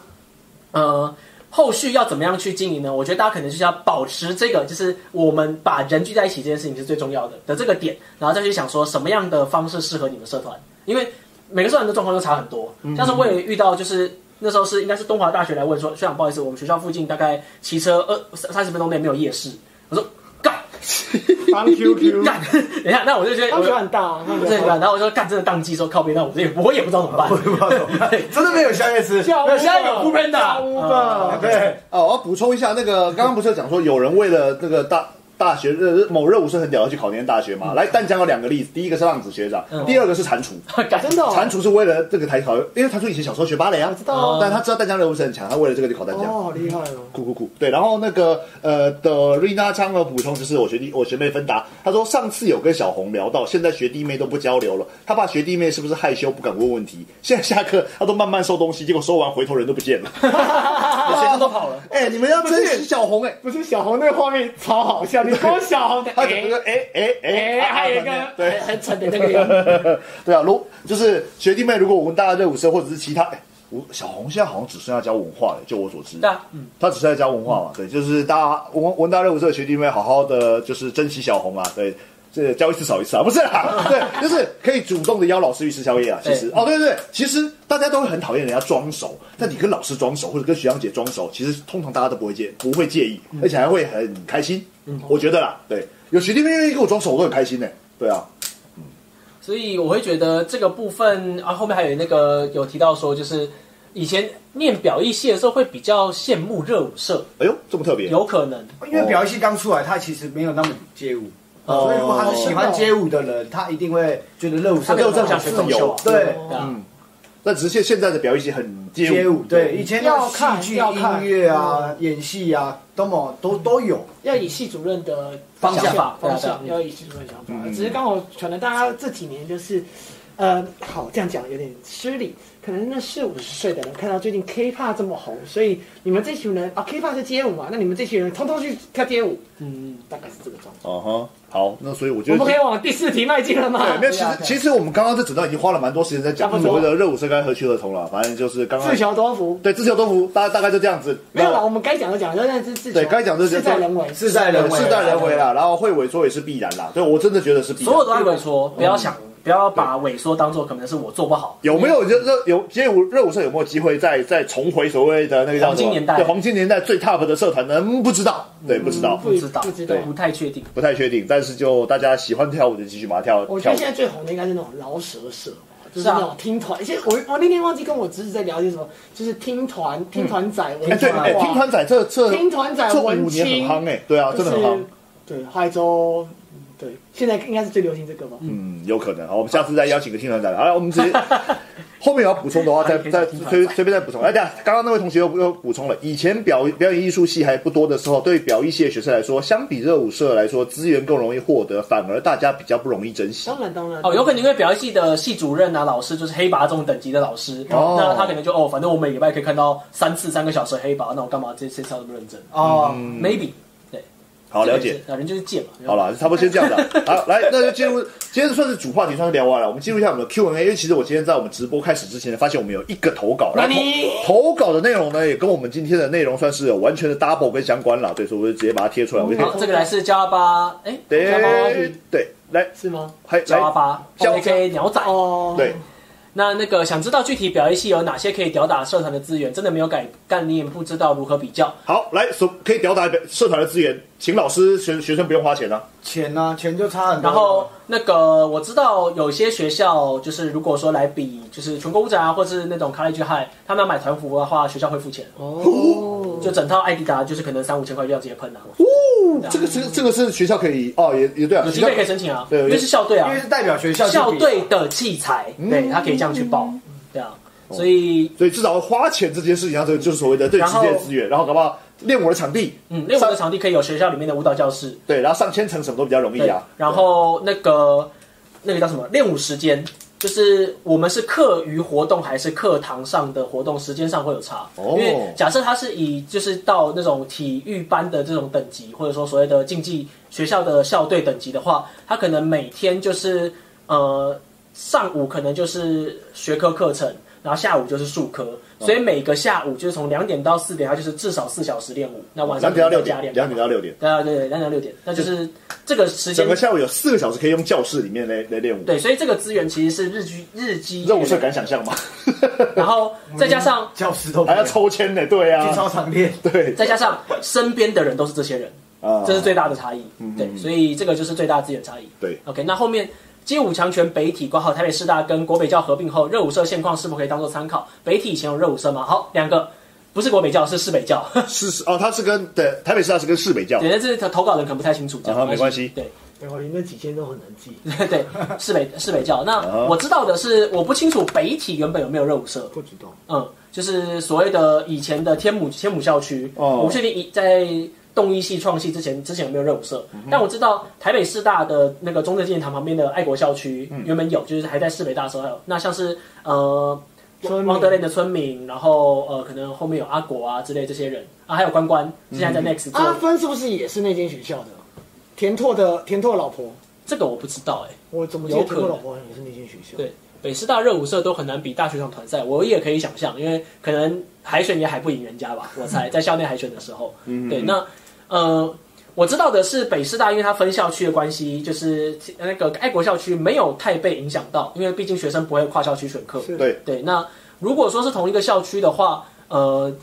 B: 呃，后续要怎么样去经营呢？我觉得大家可能就是要保持这个，就是我们把人聚在一起这件事情是最重要的的这个点，然后再去想说什么样的方式适合你们社团，因为每个社团的状况都差很多。
E: 嗯
B: 但是我也遇到就是。那时候是应该是东华大学来问说，学长不好意思，我们学校附近大概骑车二三十分钟内没有夜市。我说干
C: 帮 QQ，
B: 干， 等一下，那我就觉得
C: 他
B: 我
C: 们
B: 就
C: 就很大、啊，他们就
B: 对吧？
C: 很大
B: 然后我就干真的宕机说靠边，那我也我也不知道怎么办，
E: 真的没有宵夜吃，
C: 叫
E: 没有宵夜有
C: Uber，
E: 不喷
C: 叫
E: 的。
C: Uber
E: 对，
A: 哦，我要补充一下，那个刚刚不是有讲说有人为了那个大大学呃某热舞社很屌要去考念大学嘛？来，淡江有两个例子，第一个是浪子学长，
B: 嗯
A: 第二个是蟾蜍。
B: 干
C: 真的、哦，
A: 蟾蜍是为了这个才考，因为蟾蜍以前小时候学芭蕾啊，
C: 我知道啊
A: 但他知道淡江热舞社很强，他为了这个就考淡江。
C: 哦，好厉害哦。
A: 酷酷酷，对，然后那个呃的瑞娜昌的补充就是我学弟我学妹芬达，她说上次有跟小红聊到，现在学弟妹都不交流了，她怕学弟妹是不是害羞不敢问问题，现在下课她都慢慢收东西，结果收完回头人都不见了，
B: 学生都跑了。
A: 哎、你们要珍惜小红哎、
C: 不是小红那个画面超好笑，你光小红的，
A: 他整个哎哎哎，
C: 哎，
A: 啊
C: 还有一个
A: 啊
C: 很很蠢的那个样子，
A: 对啊，如就是学弟妹，如果我问大家热舞社或者是其他，哎，我小红现在好像只剩下教文化了，就我所知，
B: 对啊嗯
A: 他只剩下教文化嘛，对，就是大家文文大热舞社的学弟妹好好的就是珍惜小红啦，对。这教一次少一次啊，不是啦， 对，就是可以主动的邀老师去吃宵夜啊。其实，
B: 对
A: 哦，对对对，其实大家都会很讨厌人家装熟，但你跟老师装熟或者跟学长姐装熟，其实通常大家都不会介不会介意，
B: 嗯
A: 而且还会很开心。我觉得啦，对，有学弟妹愿意跟我装熟，我都很开心呢、对啊，
B: 所以我会觉得这个部分啊，后面还有那个有提到说，就是以前念表艺系的时候会比较羡慕热舞社，
A: 哎呦，这么特别，
B: 有可能
E: 因为表演系刚出来，他其实没有那么街舞，
A: 哦
E: 所以如果他是喜欢街舞的人，他一定会觉得热舞
B: 他
E: 社
B: 没有这
A: 种
B: 像学生秀啊，
E: 对
B: 对啊
A: 嗯，那只是现现在的表演系很街
E: 街舞，对，以前
C: 要
E: 的
C: 看
E: 戏剧、
C: 要看
E: 音乐啊、演戏啊，都么都都有。
C: 要以系主任的
B: 方向对啊对啊
C: 方向，要以系主任的想
A: 嗯
C: 法。只是刚好可能大家这几年就是，呃，好这样讲有点失礼，可能那四五十岁的人看到最近 K-pop 这么红，所以你们这群人啊，K-pop 是街舞嘛，那你们这群人通通去跳街舞，
B: 嗯，
C: 大概是这个状况。
A: 哦哈，好，那所以我觉
C: 我
A: 得
C: 们可以往第四题迈进了吗？
A: 对，没有，其
E: 对啊
A: 实
E: 对啊
A: 其实我们刚刚这整段已经花了蛮多时间在讲
C: 差不多
A: 所谓的热舞社该何去何从了，反正就是刚刚
C: 自求多福。
A: 对自求多福，大大概就这样子，
C: 没有啦，
A: 那
C: 我们该讲的讲，但是自
A: 对该讲的就
C: 事在人为。
E: 事在
C: 啊
E: 人为，啊
A: 事在人为啊啦，然后会萎缩也是必然啦，对我真的觉得是必然
B: 所有。都在萎缩，不要想，不要把萎缩当做可能是我做不好，
A: 有没有热热有街舞热舞社有没有机会再再重回所谓的那个叫什么
B: 黄金年代
A: 对黄金年代最 top 的社团呢？嗯不知道，对，不知道，
B: 不知道，
C: 嗯不知道
B: 不太确定。
A: 不太确定。但是就大家喜欢跳舞就继续把它跳
C: 我
A: 跳
C: 觉得
A: 舞
C: 现。在最红的应该是那种饶舌社吧，就是
B: 是啊
C: 那种听团。现在我我那天忘记跟我侄子在聊些什么，就是听团听团仔文
A: 哎，对，
C: 青
A: 哎，听团仔这这
C: 听团仔
A: 这
C: 文
A: 五年
C: 青，
A: 很夯哎、对啊，
C: 就
A: 真
C: 是
A: 的很夯。
C: 对，还州，嗯对，现在应该是最流行这个吧。
A: 嗯，有可能。好，我们下次再邀请个听团仔来。好了，我们直接 后面有要补充的 话，再
B: 可以
A: 再
B: 再听团
A: 随随便再补充。哎，对啊，刚刚那位同学又又补充了，以前表表演艺术系还不多的时候，对表艺系的学生来说，相比热舞社来说，资源更容易获得，反而大家比较不容易珍惜。
C: 当然当然，
B: 哦，有可能因为表演系的系主任啊、老师就是黑拔这种等级的老师，
A: 哦
B: 那他可能就哦，反正我每礼拜可以看到三次三个小时的黑拔，那我干嘛这这次要这么认真
E: 哦，
A: 嗯
B: ？Maybe，对，
A: 好，了解。，
B: 人就是贱嘛。
A: 好了，差不多先这样 子啊。好，来，那就进入今天算是主话题，算是聊完了。我们进入一下我们的 Q&A，因为其实我今天在我们直播开始之前呢，发现我们有一个投稿，然后投稿的内容呢也跟我们今天的内容算是有完全的 double 跟相关了，对，所以我就直接把它贴出来，我就可以
B: 好，这个来是加巴，哎，
A: 对
B: 加巴奥迪
A: 对来
C: 是吗？
A: 还
B: 九八
A: 来
B: 八
A: 交
B: A.K.A. 鸟仔。
C: 哦，
A: 对，
B: 那那个想知道具体表演系有哪些可以吊打社团的资源，真的没有改概念，不知道如何比较。
A: 好来所可以吊打社团的资源，请老师学学生不用花钱啊，
E: 钱呢、钱就差很多。
B: 然后那个我知道有些学校就是如果说来比就是全国舞展啊，或是那种 college high，他们要买团服的话，学校会付钱，
C: 哦，
B: 就整套艾迪达就是可能三五千块就要直接喷了、
A: 哦
B: 嗯
A: 这个这个这个是学校可以哦，也也对啊，
B: 有
A: 学
B: 经
A: 校
B: 费可以申请啊，
A: 对有
B: 因为是校队啊
E: 因为，是代表学校去比
B: 校队的器材，对他可以这样去报，对啊，所以
A: 所以至少花钱这件事情上，这个就是所谓的最直
B: 然后
A: 接的资源，然后搞不好练我的场地，
B: 嗯，练舞
A: 上
B: 的场地可以有学校里面的舞蹈教室，
A: 对，然后上千层什么都比较容易
B: 对
A: 啊。
B: 然后那个那个叫什么练舞时间，就是我们是课余活动还是课堂上的活动，时间上会有差。
A: 哦
B: 因为假设他是以就是到那种体育班的这种等级，或者说所谓的竞技学校的校队等级的话，他可能每天就是呃上午可能就是学科课程。然后下午就是数科，所以每个下午就是从两点到四点，他就是至少四小时练舞。那晚
A: 两
B: 上
A: 点到
B: 可
A: 六
B: 能再加
A: 点，
B: 两
A: 两点到六点，
B: 对啊，对对，两点到六点，那就是这个时间
A: 整个下午有四个小时可以用教室里面来来练舞。
B: 对，所以这个资源其实是日积日积
A: 这我是敢想象吗？
B: 然后再加上
E: 教室都不
A: 还要
E: 用
A: 抽签呢，对
E: 去
A: 啊，
E: 操场练。
A: 对
B: 再加上身边的人都是这些人，
A: 啊，
B: 这是最大的差异。对，
A: 嗯
B: 所以这个就是最大的资源差异。
A: 对
B: ，OK，那后面街舞强权北体挂号台北师大跟国北教合并后，热舞社现况是否可以当做参考？北体以前有热舞社吗？好，两个不是国北教，是市北教。
A: 是是哦，他是跟对台北师大是跟市北教
B: 对，，但是投稿人可能不太清楚，这样、
A: 啊没关系
B: 对。
C: 然后里面几间都很难记，
B: 对，市北市北教。那
A: 哦
B: 我知道的是，我不清楚北体原本有没有热舞社，
C: 不知道。
B: 嗯，就是所谓的以前的天母天母校区，
A: 哦
B: 我不确定以在动一系创系之前之前有没有热舞社，
C: 嗯
B: 但我知道台北师大的那个中正纪念堂旁边的爱国校区
C: 嗯
B: 原本有，就是还在市北大的时候还有。那像是呃
C: 村民
B: 汪德类的村民，然后呃可能后面有阿果啊之类这些人啊，还有关关，现在在 Next 做、
C: 阿芬是不是也是那间学校的？田拓的田拓老婆，
B: 这个我不知道哎、
C: 我怎么记得
B: 有可
C: 田
B: 能
C: 拓老婆好像也是那间学校？
B: 对，北师大热舞社都很难比大学场团赛，我也可以想象，因为可能海选也海不赢人家吧，我 猜在校内海选的时候。
E: 嗯
B: 对，那呃，我知道的是北师大，因为它分校区的关系，就是那个爱国校区没有太被影响到，因为毕竟学生不会跨校区选课。
C: 是
A: 对
B: 对，那如果说是同一个校区的话，呃，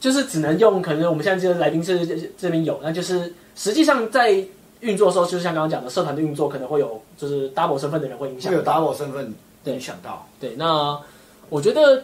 B: 就是只能用可能我们现在这个来宾是这这边有，那就是实际上在。运作的时候，就是像刚刚讲的，社团的运作可能会有，就是 double 身份的人会影响
E: 会
B: 到。
E: 有打我身份
B: 对
E: 影响到，
B: 对，那我觉得，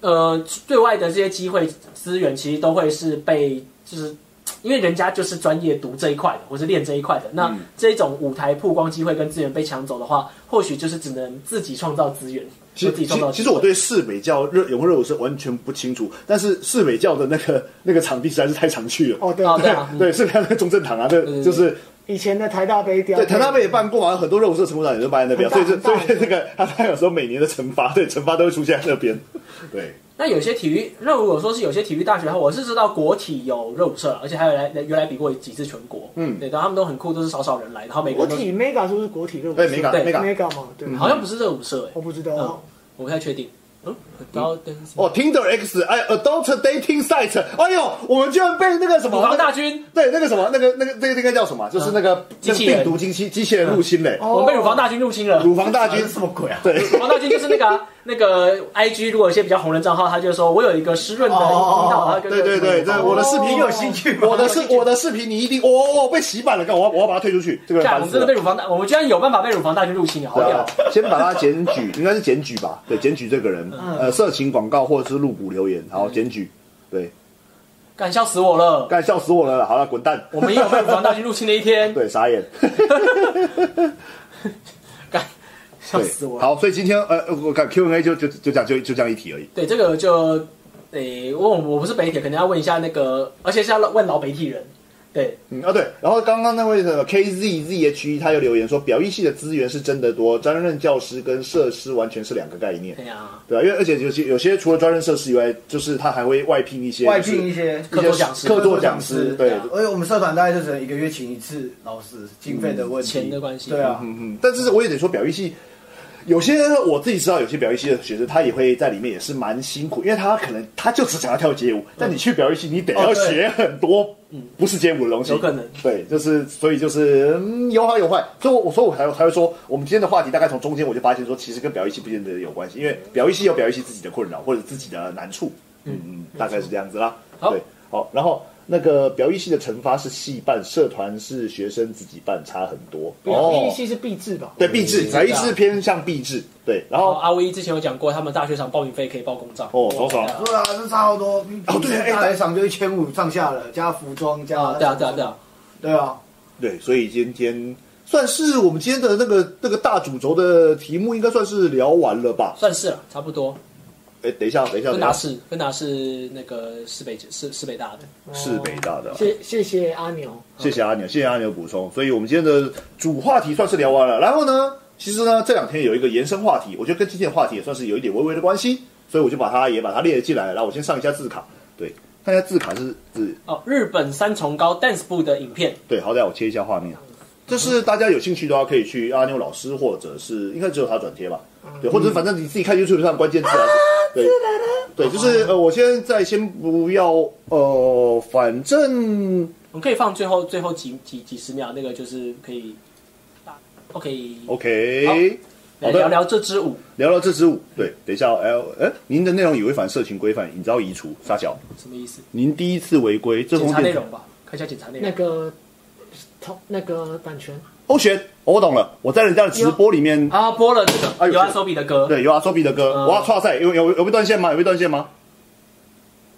B: 呃，对外的这些机会资源，其实都会是被，就是因为人家就是专业读这一块的，或是练这一块的，那
A: 嗯
B: 这种舞台曝光机会跟资源被抢走的话，或许就是只能自己创造资源，
A: 其
B: 自
A: 实
B: 己
A: 其
B: 创
A: 实
B: 造
A: 其
B: 机
A: 实我
B: 会。
A: 对市北教热永和热舞是完全不清楚，但是市北教的那个 那个场地实在是太常去了。
C: 哦对
B: 哦对啊嗯
A: 对，市北教在中正堂啊，
B: 对
A: 对，
B: 对
A: 就是
C: 以前的台大杯雕，
A: 对，台大杯也办过啊，很多热舞社成果展也都办在那边，所以
C: 很
A: 这
C: 大
A: 所以
C: 很大
A: 这个他他有时候每年的惩罚，对惩罚都会出现在那边。对，
B: 那有些体育，那如果说是有些体育大学的话，我是知道国体有热舞社啦，而且还有来原来比过几次全国，
A: 嗯
B: 对，然后他们都很酷，都是少少人来，然后每个
C: 国
B: 人都
C: 体 mega 是不是国体热舞社？
A: 对，mega 嗯
B: 对
A: mega
C: mega 嘛，对，
B: 好像不是热舞社、
C: 我
B: 欸，
C: 不知道
B: 嗯，我不太确定，嗯，然后等
A: 哦，Tinder X，哎，Adult Dating Site，哎呦，我们居然被那个什么
B: 武王大军。
A: 对，那个什么，那个那个那个那个叫什么？啊就是那个
B: 机
A: 那个
B: 器人
A: 病毒机器机器人入侵嘞，
B: 我们被乳房大军入侵了。
A: 乳房大
E: 这
A: 军
E: 是什么鬼啊？
A: 对，
B: 乳房大军就是那 个啊、那个 IG，如果有一些比较红人账号，他就说我有一个湿润的
E: 哦
B: 阴
E: 哦哦
B: 道，他跟
A: 对对对对，我的视
E: 你
A: 频
E: 有兴趣吗？
A: 哦我的视我的视频你一定，哦哦，被洗版了，干我要我要把它退出去，这个人
B: 干，我
A: 烦
B: 们
A: 死
B: 真
A: 了
B: 的被。乳房大，我们居然有办法被乳房大军入侵了，好
A: 对
B: 屌
A: 啊！先把他检举，应该是检举吧？对，检举这个人，呃，色情广告或者是露骨留言，好，检举。对，
B: 干笑死我了！
A: 干笑死我了，好了，滚蛋。
B: 我们也有被乳房大军入侵的一天，
A: 对，傻 眼。
B: 干笑
A: 对
B: 死，我了。
A: 好，所以今天呃，我看 Q&A 就就就这样，就就这样一题而已。
B: 对，这个就诶，问我我不是北铁，肯定要问一下那个，而且是要问老北体人。对，
A: 嗯啊对，然后刚刚那位的 K Z Z H E 他又留言说，表意系的资源是真的多，专任教师跟设施完全是两个概念，
B: 哎呀，
A: 对吧、啊因为而且有些有些除了专任设施以外，就是他还会外聘一些
E: 外聘一些
B: 客座讲师
A: 客座讲师，对，
B: 对啊
E: 哎而且我们社团大概就只能一个月请一次老师，经费的问题，
B: 钱的关系
E: 对啊，
A: 嗯，但是我也得说，表意系有些我自己知道，有些表意系的学生他也会在里面也是蛮辛苦，因为他可能他就只想要跳街舞，但你去表意系，你得要
E: 哦对
A: 学很多不是街舞的东西，
B: 有可能
A: 对，就是所以就是、嗯、有好有坏，所以我我所以我才才会说，我们今天的话题大概从中间我就发现说，其实跟表意系不见得有关系，因为表意系有表意系自己的困扰或者自己的难处，嗯嗯，大概是这样子啦。
B: 好
A: 对，好，然后那个表意系的惩罚是系办，社团是学生自己办，差很多
C: 啊
A: 哦
C: 表意系是必制吧？
A: 对，币制，表意是偏向币制，对，然
B: 然后
C: 哦啊
A: 后
B: 哦阿威之前有讲过，他们大学场报名费可以报公账。
A: 哦，多爽，
E: 对啊，这差好多。
A: 哦对哎
E: 大概场就一千五上下了，加服装加。
B: 啊，对啊，对啊，对啊，
E: 对啊，
A: 对，所以今天。算是我们今天的那个那个大主轴的题目，应该算是聊完了吧？
B: 算是了，差不多。
A: 哎，等一下，等一下，
B: 芬
A: 等一下
B: 达是芬达是那个市北市市北大的，
A: 是北大的。
C: 哦谢谢谢阿牛，
A: 谢谢阿牛，谢谢阿牛补充。所以我们今天的主话题算是聊完了。然后呢，其实呢这两天有一个延伸话题，我觉得跟今天的话题也算是有一点微微的关系，所以我就把它也把它列了进来。然后我先上一下字卡，对，看一下字卡是指
B: 哦，日本三重高 dance 部的影片，
A: 对，好歹我切一下画面。就是大家有兴趣的话，可以去阿牛老师，或者是应该只有他转贴吧，对，
B: 嗯
A: 或者是反正你自己看 YouTube 上关键字啊，对，对，就是呃，我现在先不要呃，反正
B: 我们可以放最后最后几几几十秒，那个就是可以，OK，
A: OK，
B: 来
A: 哦好的
B: 聊聊这支舞
A: 聊聊这支舞，对，等一下哦，哎、哎、您的内容已违反社群规范，你知道移除，沙小，
B: 什么意思？
A: 您第一次违规，这
B: 检
A: 封
B: 查内
A: 电
B: 容吧，看一下检查内
C: 那
B: 容。
C: 个同那个版权，
A: 欧旋、哦我懂了，我在人家的直播里面，
B: 啊，播了这
A: 哎
B: 个
A: 呦
B: 有阿手比的歌，
A: 对，有阿周比的歌，
B: 嗯
A: 我要跨赛，有有有被断线吗？有被断线吗？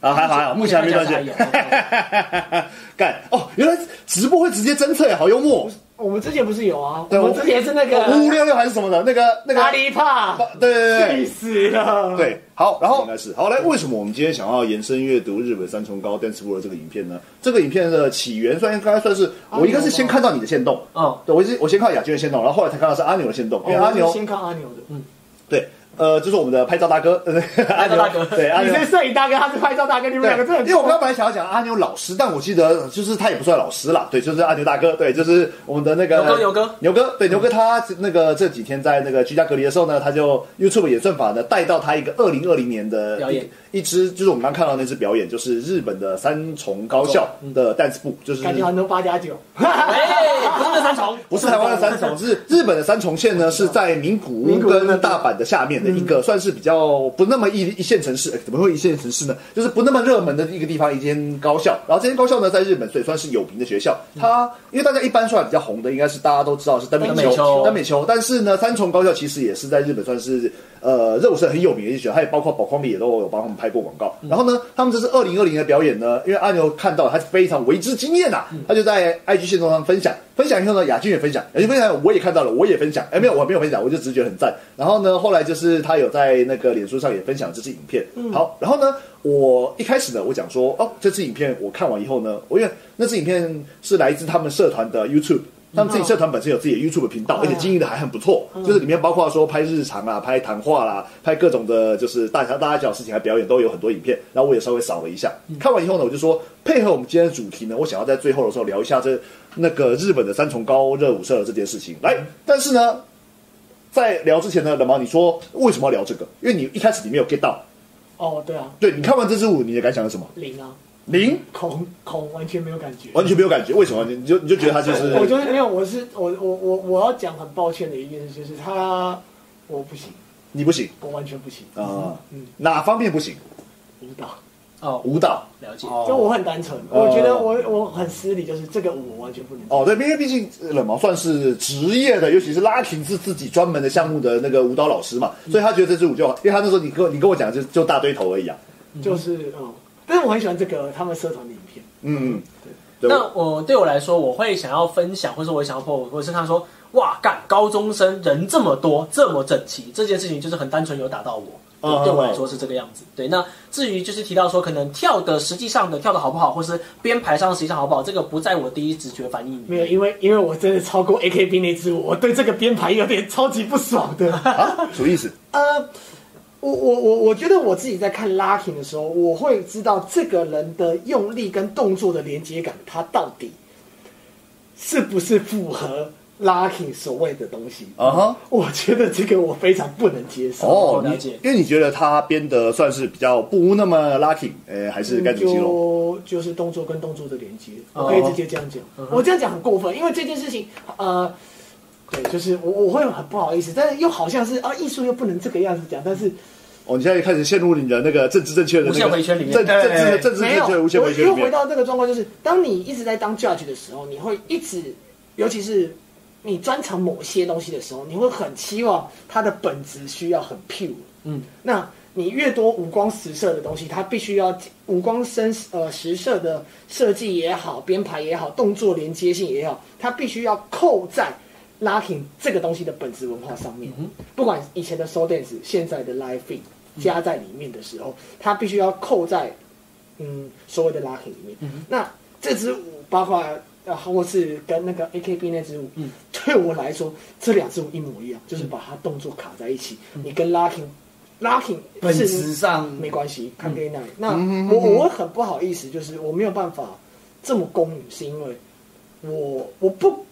A: 啊，还好还好，目前还没断
B: 看一
A: 线
B: 下。还有
A: 干哦，原来直播会直接侦测耶，好幽默。
C: 我们之前不是有啊？
A: 对
C: 我们之前是那个
A: 五五六六还是什么的，那个那个
C: 阿里帕，
A: 对对对
C: 气
A: 对，
C: 死了。，
A: 对，好，然后应该是好来，为什么我们今天想要延伸阅读日本三重高 dance b o 的这个影片呢？这个影片的起源算应该算是我应该是先看到你的线动，
B: 哦，
A: 对我是我先看到雅君的线动，然后后来才看到是阿牛的线动，因为阿牛
C: 哦先看阿牛的，
A: 对。呃，就是我们的拍照大哥，呃 阿牛
B: 照大哥
A: 对阿
C: 你
A: 牛，
C: 是摄影大哥，他是拍照大哥，你们
A: 对
C: 两个真的，很
A: 因为我刚刚本来想要讲阿牛老师，但我记得就是他也不算老师啦，对，就是阿牛大哥，对，就是我们的那个
B: 牛哥牛哥
A: 牛哥，对，牛哥他那个这几天在那个居家隔离的时候呢，他就 YouTube 演算法呢带到他一个二零二零年的
B: 表演
A: 一，一支就是我们刚看到那支表演，就是日本的三重高校
B: 嗯
A: 的 dance 部，就是
C: 感觉很多八加九。
B: 哎，不是那三重，
A: 不是台湾的三重，是日本的三重县呢，是在名古屋嗯跟大阪的下面的一个，算是比较不那么一一线城市、哎怎么会一线城市呢？就是不那么热门的一个地方，一间高校。然后这间高校呢，在日本所以算是有名的学校。它因为大家一般算比较红的，应该是大家都知道是登美
B: 登美
A: 秋，
B: 秋
A: 登美秋。但是呢，三重高校其实也是在日本算是呃热舞社很有名的一学校，它也包括宝矿力也都有帮他们拍过广告。然后呢，他们这是二零二零的表演呢，因为阿牛看到他非常为之惊艳呐、他就在 IG 线动上分享，分享以后呢，雅君也分享，雅君分享我也看到了，我也分享，哎没有我没有分享，我就只是觉得很赞。然后呢，后来就是他有在那个脸书上也分享这支影片，好，然后呢，我一开始呢，我讲说哦，这支影片我看完以后呢，我因为那支影片是来自他们社团的 YouTube。他嗯们自己社团本身有自己的 YouTube 频道，而且经营的还很不错，就是里面包括说拍日常啊、拍谈话啦、拍各种的，就是大家大家讲的事情还表演都有很多影片。然后我也稍微扫了一下，看完以后呢，我就说配合我们今天的主题呢，我想要在最后的时候聊一下这那个日本的三重高热舞社的这件事情。来，但是呢，在聊之前呢，冷毛，你说为什么要聊这个？因为你一开始你没有 get 到，
C: 哦，对啊，
A: 对你看完这支舞，你的感想是什么？
C: 零啊，
A: 零，
C: 空空完全没有感觉。
A: 完全没有感觉，为什么？你就你就觉得它就是
C: 我就是没有，我是我我我我要讲很抱歉的一件事，就是他我不行，
A: 你不行
C: 我完全不行
A: 啊、
C: 嗯
A: 哪方面不行？
C: 舞蹈，
B: 哦，
A: 舞蹈。
B: 了解，
E: 哦
C: 就我很单纯，
A: 哦
C: 我觉得我我很失礼，就是这个舞我完全不能跳。
A: 哦，对，因为毕竟呃冷毛算是职业的，尤其是拉琴是自己专门的项目的那个舞蹈老师嘛，所以他觉得这支舞就好，因为他那时候你跟我你跟我讲就就大堆头而已啊，
C: 就是嗯，但是我很喜欢这个他们社团的影片。
A: 嗯，对，
B: 那我对我来说，我会想要分享，或者我想要破，我是看说，哇，干高中生人这么多，这么整齐，这件事情就是很单纯有打到我。对
A: 嗯
B: 对我来说是这个样子。对，那至于就是提到说，可能跳的实际上的跳的好不好，或是编排上实际上好不好，这个不在我第一直觉反应里
C: 没有，
B: 面。
C: 因为因为我真的超过 AKB 那支舞，我对这个编排有点超级不爽的。
A: 啊，什么意思？
C: 呃，我我我我觉得我自己在看 locking 的时候，我会知道这个人的用力跟动作的连接感，他到底是不是符合 locking 所谓的东西。
A: 啊哈，
C: 我觉得这个我非常不能接受。
A: 哦，
B: 了
A: 你
B: 解
A: 因为你觉得他编的算是比较不那么 lucky，呃，还是该怎么形容？
C: 嗯就就是动作跟动作的连接，
B: 哦
C: 我可以直接这样讲。
B: 哼
C: 我这样讲很过分，因为这件事情，呃，对，就是我我会很不好意思，但是又好像是啊，艺术又不能这个样子讲，但是
A: 哦，你现在开始陷入你的那个政治正确的那个
B: 无限回圈里面
A: 政政治
E: 对
A: 政治
C: 没有，
A: 正确的无限
C: 我
A: 回圈里
C: 又回
A: 面。
C: 到这个状况，就是当你一直在当 judge 的时候，你会一直，尤其是你专长某些东西的时候，你会很期望它的本质需要很 pure。
B: 嗯，
C: 那你越多五光十色的东西，它必须要五光深呃十色的设计也好，编排也好，动作连接性也好，它必须要扣在 locking 这个东西的本质文化上面。
A: 嗯
C: 不管以前的 soul dance，现在的 live feed 加在里面的时候，它必须要扣在嗯所谓的 locking 里面。
B: 嗯
C: 那这支舞包括。啊，或是跟那个 AKB 那支舞，
B: 嗯
C: 对我来说，这两支舞一模一样，就是把它动作卡在一起。
B: 嗯
C: 你跟 locking locking
E: 本
C: 是
E: 质上
C: 没关
B: 嗯
C: 系，看 gay night。那我我会很不好意思，就是我没有办法这么公允，是因为我我不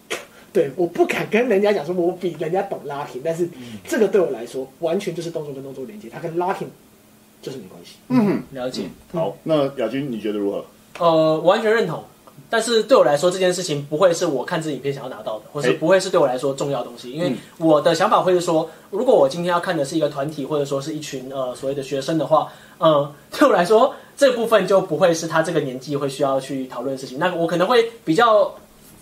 C: 对我不敢跟人家讲说我比人家懂 locking，但是
B: 嗯
C: 这个对我来说完全就是动作跟动作连接，它跟 locking 就是没关系。
B: 了解。
A: 嗯好，那亚军你觉得如何？
B: 呃，我完全认同，但是对我来说这件事情不会是我看这影片想要拿到的，或是
A: 哎
B: 不会是对我来说重要的东西，因为
A: 嗯
B: 我的想法会是说，如果我今天要看的是一个团体，或者说是一群呃所谓的学生的话，呃，对我来说这部分就不会是他这个年纪会需要去讨论的事情，那我可能会比较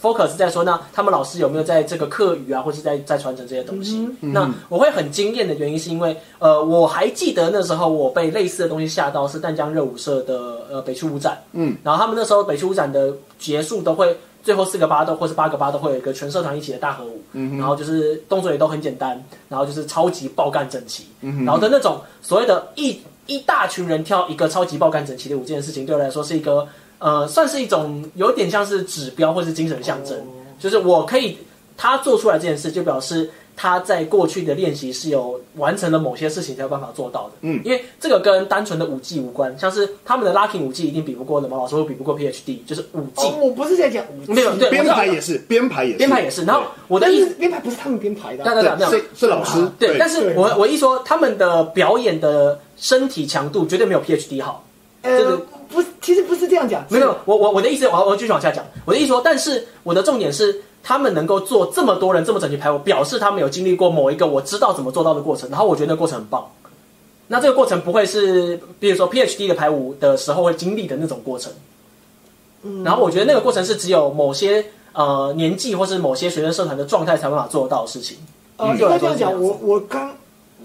B: focus 在说，那他们老师有没有在这个课余啊，或是在在传承这些东
A: 嗯
B: 西？那我会很惊艳的原因是因为，呃，我还记得那时候我被类似的东西吓到，是淡江热舞社的呃北区舞展，
A: 嗯，
B: 然后他们那时候北区舞展的结束都会。最后四个八都或是八个八都会有一个全社团一起的大合舞，嗯、然后就是动作也都很简单，然后就是超级爆干整齐，嗯、然后的那种所谓的一一大群人跳一个超级爆干整齐的舞，这件事情对我来说是一个呃，算是一种有点像是指标或是精神象征，就是我可以他做出来这件事，就表示他在过去的练习是有完成了某些事情才有办法做到的。
A: 嗯
B: 因为这个跟单纯的舞技无关，像是他们的 locking 舞技一定比不过的毛老师，会比不过 PhD，就是舞技。
C: 哦，我不是在讲舞技，
B: 没有对
A: 编排也是，编排也是，
B: 编排也是，然后我的
C: 但
B: 意
C: 是
B: 思，
C: 编排不是他们编排的啊、
B: 那那那
A: 啊对，
B: 那
A: 是是老师
B: 对，但是
C: 对
B: 我我一说他们的表演的身体强度绝对没有 PhD 好，这
C: 呃
B: 个，
C: 不是，其实不是这样讲，
B: 没有，我我我的意思，我我继续往下讲。我的意思说，但是我的重点是，他们能够做这么多人这么整齐排舞，表示他们有经历过某一个我知道怎么做到的过程，然后我觉得那过程很棒。那这个过程不会是，比如说 PhD 的排舞的时候会经历的那种过程。然后我觉得那个过程是只有某些呃年纪或是某些学生社团的状态才有办法做得到的事情。
C: 呃，
B: 嗯
C: 应该这样讲，
B: 对
C: 我我刚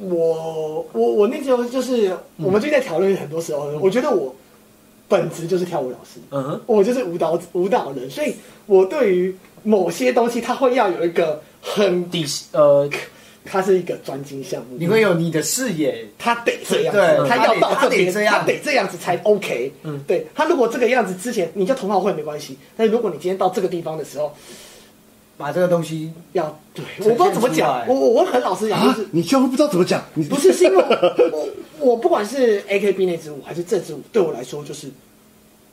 C: 我我我那时候
B: 嗯
C: 就是我们最近在讨论很多时候，我觉得我本职就是跳舞老师，
B: 嗯哼，
C: 我就是舞蹈舞蹈人，所以我对于某些东西，它会要有一个很，
B: 底呃
C: 它是一个专精项目，
E: 你会有你的视野，
C: 他得这样
E: 对
C: 子，他要到
E: 他
C: 这
E: 得
C: 边，
E: 他得这样
C: 他得这样子才 OK。嗯，对他如果这个样子之前你叫同好会没关系，但是如果你今天到这个地方的时候，
E: 把这个东西
C: 要对，
E: 呈
C: 我不知道怎么
E: 现
C: 讲，
E: 出
C: 我
E: 来
C: 我我很老实讲，就
A: 啊
C: 是，
A: 你居然不知道怎么讲？你
C: 不是，是因为我我不管是 AKB 那支舞还是这支舞，对我来说就是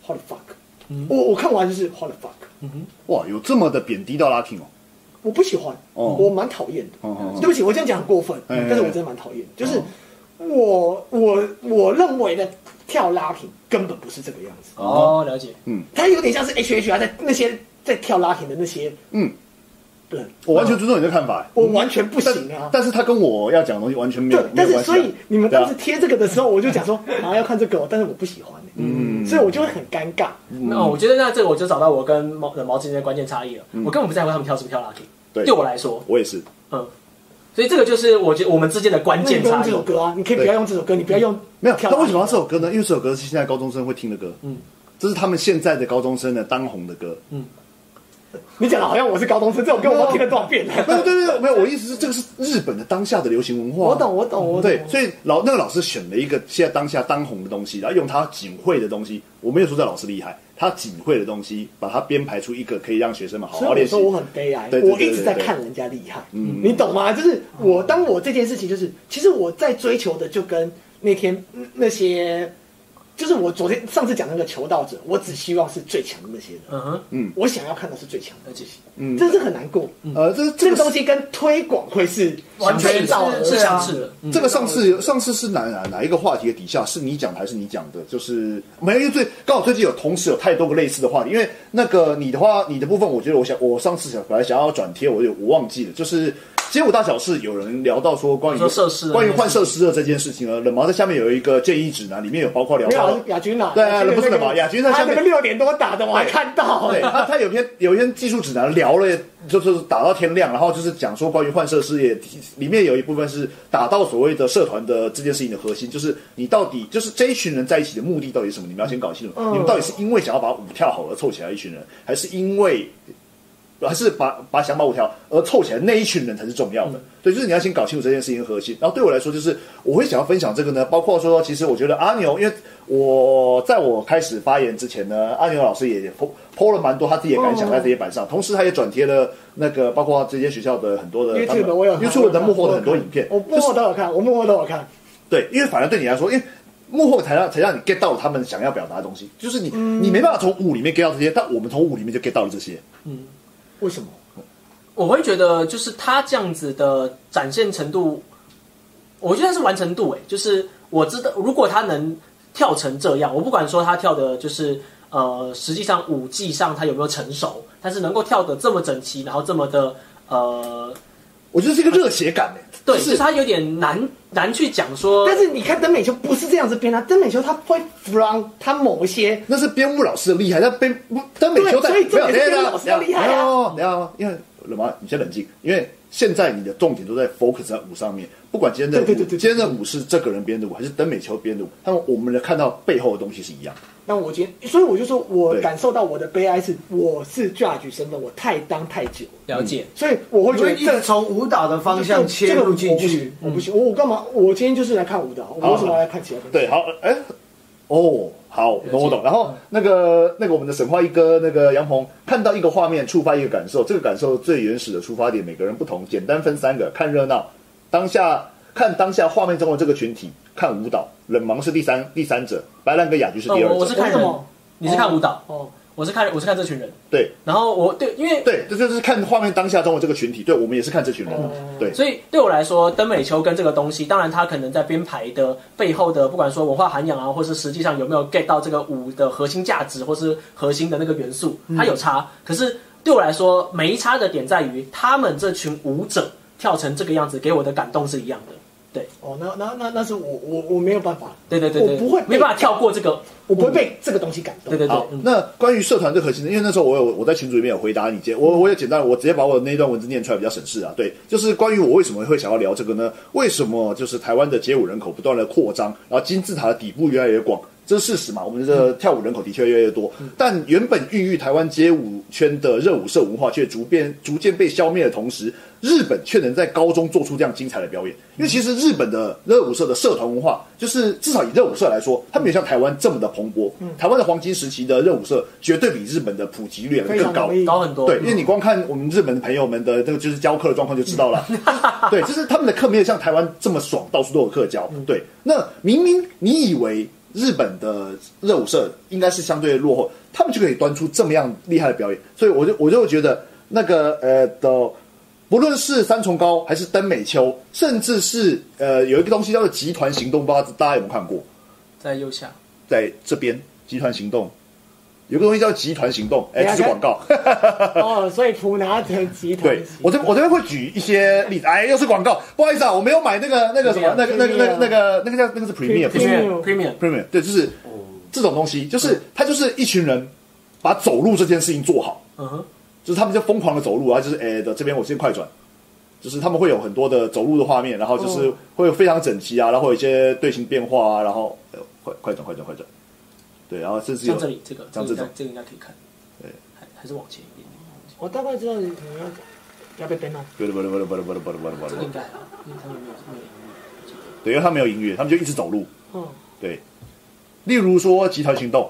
C: what the fuck。我
A: 嗯
C: 我看完就是 what the fuck，
A: 哇，有这么的贬低到 lucky 哦？
C: 我不喜欢，
A: 哦
C: 我蛮讨厌的。
A: 哦哦哦
C: 对不起，我这样讲很过分，
A: 哎哎哎哦
C: 但是我真的蛮讨厌的。就是我我我认为的跳拉平根本不是这个样子，
B: 哦了解，
C: 它有点像是 H H R 在那些在跳拉平的那些
A: 嗯，
C: 人，
A: 我完全尊重你的看法，哎
C: 我完全不行
A: 但
C: 啊。
A: 但是他跟我要讲的东西完全没有
C: 对，但
A: 没有
C: 是
A: 关系啊
C: 所以你们
A: 对啊
C: 当时贴这个的时候，我就讲说啊要看这个哦，但是我不喜欢欸，
A: 嗯
C: 所以我就会很尴尬。
B: 那我觉得那这个我就找到我跟毛呃毛之间的关键差异了。我根本不在乎他们跳是不是跳 lucky，
A: 对
B: 对我来说，
A: 我也是，
B: 嗯，所以这个就是我觉得我们之间的关
C: 那你
B: 键
C: 不要
B: 差
C: 用这
B: 异
C: 首。歌啊，你可以不要用这首歌，你不要用
A: 没有，
C: 跳啊
A: 那
C: 拉
A: 为什么要这首歌呢？因为这首歌是现在高中生会听的歌，嗯，这是他们现在的高中生的当红的歌。
C: 嗯你讲的好像我是高中生，这首歌我都听了多少遍
A: 没啊有，
C: 了。
A: 对对对，没有，我的意思是这个是日本的当下的流行文化。
C: 我懂，我懂，我懂。
A: 对，所以老那个老师选了一个现在当下当红的东西，然后用他仅会的东西，我没有说这老师厉害，他仅会的东西，把它编排出一个可以让学生们好好
C: 所以我
A: 练习
C: 说。我很悲哀，
A: 对对对
C: 我一直在
A: 对对嗯
C: 看人家厉害，你懂吗？就是我当我这件事情，就是其实我在追求的，就跟那天嗯那些就是我昨天上次讲那个求道者，我只希望是最强的那些人，
B: 嗯哼，
C: 我想要看的是最强的
B: 而且
A: 嗯
C: 这真是很难过。
A: 呃，这
C: 这
A: 这
C: 个
A: 个
C: 东西跟推广会是
B: 完全
C: 背道而
B: 是
C: 驰
B: 相似的，
A: 这个上次上次是哪哪哪一个话题的底下是你讲的还是你讲的？就是没有，因为最刚好最近有同时有太多个类似的话题，因为那个你的话，你的部分，我觉得我想我上次想本来想要转贴，我有我忘记了，就是街舞大小事有人聊到说关于
B: 说设施的
A: 关于换设施的这件事情啊，冷毛在下面有一个建议指南，里面有包括聊
C: 没
A: 到
C: 有啊亚军呐，
A: 对啊
C: 亚军
A: 不是
C: 那
A: 的
C: 个
A: 嘛亚军在
C: 他
A: 下
C: 那
A: 面
C: 个六点多打的，我还看到。
A: 对他，他有篇有一篇技术指南聊了，就是打到天亮，然后就是讲说关于换设施也提里面有一部分是打到所谓的社团的这件事情的核心，就是你到底就是这一群人在一起的目的到底是什么？你们要先搞清楚，你们到底是因为想要把舞跳好而凑起来一群人，还是因为还是把把想把五条而凑起来那一群人才是重要
C: 嗯
A: 的。对，就是你要先搞清楚这件事情的核心。然后对我来说，就是我会想要分享这个呢，包括说，其实我觉得阿牛，因为我在我开始发言之前呢，阿牛老师也剖剖了蛮多他自己的感
C: 哦
A: 想在这些板上，同时他也转贴了那个包括这些学校的很多的他们
C: YouTube 我有看
A: YouTube 的幕后的很多影片，
C: 我幕后都有看，我幕后都有看。
A: 对，因为反而对你来说，因为幕后才让才让你 get 到他们想要表达的东西，就是你、
C: 嗯
A: 你没办法从舞里面 get 到这些，但我们从舞里面就 get 到了这些。
C: 为什么？
B: 我会觉得就是他这样子的展现程度，我觉得是完成度诶、就是我知道如果他能跳成这样，我不管说他跳的就是呃，实际上舞技上他有没有成熟，但是能够跳的这么整齐，然后这么的呃，
A: 我觉得是一个热血感诶、
B: 对，
A: 就
B: 就是
A: 是
B: 他有点难难去讲说，
C: 但是你看登美秀不是这样子编的，啊登美秀他会 from 他某一些
A: 那是编舞老师的厉害，但编但美修在
C: 对所以重点
A: 没有哎
C: 是编舞老师的厉害啊
A: 等一下哦等一下等一下等一下因为冷毛，你先冷静，因为现在你的重点都在 focus 在舞上面，不管今天的舞，
C: 对对对对对
A: 今天的舞是这个人编的舞还是登美球编的舞，他们我们能看到背后的东西是一样的。
C: 那我今天，所以我就说我
A: 对
C: 感受到我的悲哀是，我是 judge 身份，我太当太久，
B: 了解，
C: 所以我
E: 我
C: 会觉
E: 觉
C: 得
E: 得一直
C: 这
E: 从舞蹈的方向切入进去，，
C: 这个我
A: 嗯
C: 不行我不行，我我干嘛？我今天就是来看舞蹈，我为什么
A: 啊
C: 要来看其他东西？
A: 对，好，哎、哦，好，我我懂。然后那个那个我们的神话一哥那个杨鹏看到一个画面，触发一个感受，这个感受最原始的出发点，每个人不同，简单分三个：看热闹，当下看当下画面中的这个群体，看舞蹈，冷芒是第三第三者，白兰跟雅菊是
B: 呃，
A: 第二者。
B: 我我是看
C: 为什
B: 人
C: 么，
B: 你是看舞蹈，
C: 哦，
B: 我是看我是看这群人，
A: 对
B: 然后我对因为
A: 对，这就是看画面当下中的这个群体，对我们也是看这群人，
B: 哦
A: 对。
B: 所以对我来说，登美秋跟这个东西，当然它可能在编排的背后的，不管说文化涵养啊，或是实际上有没有 get 到这个舞的核心价值，或是核心的那个元素，它有差。可是对我来说，没差的点在于他们这群舞者跳成这个样子，给我的感动是一样的。
C: 哦，那那那那是我我我没有办法，
B: 对对对对，
C: 我不会被
B: 没办法跳过这个。
C: 我不会被这个东西感动。
B: 对对对
A: 好，，
B: 嗯
A: 那关于社团最核心的，因为那时候我有我在群组里面有回答你，简我我也简单，我直接把我那一段文字念出来比较省事啊。对，就是关于我为什么会想要聊这个呢？为什么就是台湾的街舞人口不断的扩张，然后金字塔的底部越来越广？这是事实嘛？我们的跳舞人口的确越来越多，
B: 嗯
A: 但原本孕育台湾街舞圈的热舞社文化却逐渐逐渐被消灭的同时，日本却能在高中做出这样精彩的表演。因为其实日本的热舞社的社团文化，就是至少以热舞社来说，它没有像台湾这么的蓬勃。台湾的黄金时期的热舞社，绝对比日本的普及率来得更高
C: 非常。容易
B: 高很多。嗯
A: 对，因为
C: 嗯
A: 你光看我们日本的朋友们的那个就是教课的状况就知道 了。对，就是他们的课没有像台湾这么爽，到处都有课教。
C: 嗯
A: 对，那明明你以为日本的热舞社应该是相对落后，他们就可以端出这么样厉害的表演，所以我就我就觉得那个呃的。不论是三重高还是登美秋，甚至是呃有一个东西叫做集团行动，不知道大家有没有看过？
B: 在右下，
A: 在这边集团行动有个东西叫集团行动，哎、
C: 等一下
A: 这是广告。
C: 哦，所以普拿藤集团
A: 对我这我这边会举一些例子，哎，又是广告，不好意思啊，我没有买那个那个什么那个那个那个那个那个叫那个是 Premium 不是
C: Premium
B: Premium，Premium，
A: Premium，对，就是这种东西，就是它就是一群人把走路这件事情做好，
B: 嗯哼，
A: 就是他们就疯狂的走路，然后就是哎的这边我先快转，就是他们会有很多的走路的画面，然后就是
B: 哦
A: 会有非常整齐啊，然后有一些队形变化啊，然后呃快快转快转快转，对，然后甚至有
B: 像这里这个，这
A: 像这
B: 个应该
A: 种
B: 这个应该可以看。对，还还是往前一点，
C: 我大概知道你你要要被 ban 哦。
A: 不不不不不不不不不
B: 这个
A: 不
B: 应，该还好，因为他们没有没有荧幕。
A: 对，因为他没有音乐，他们就一直走路。
C: 嗯，
A: 对，例如说集团行动，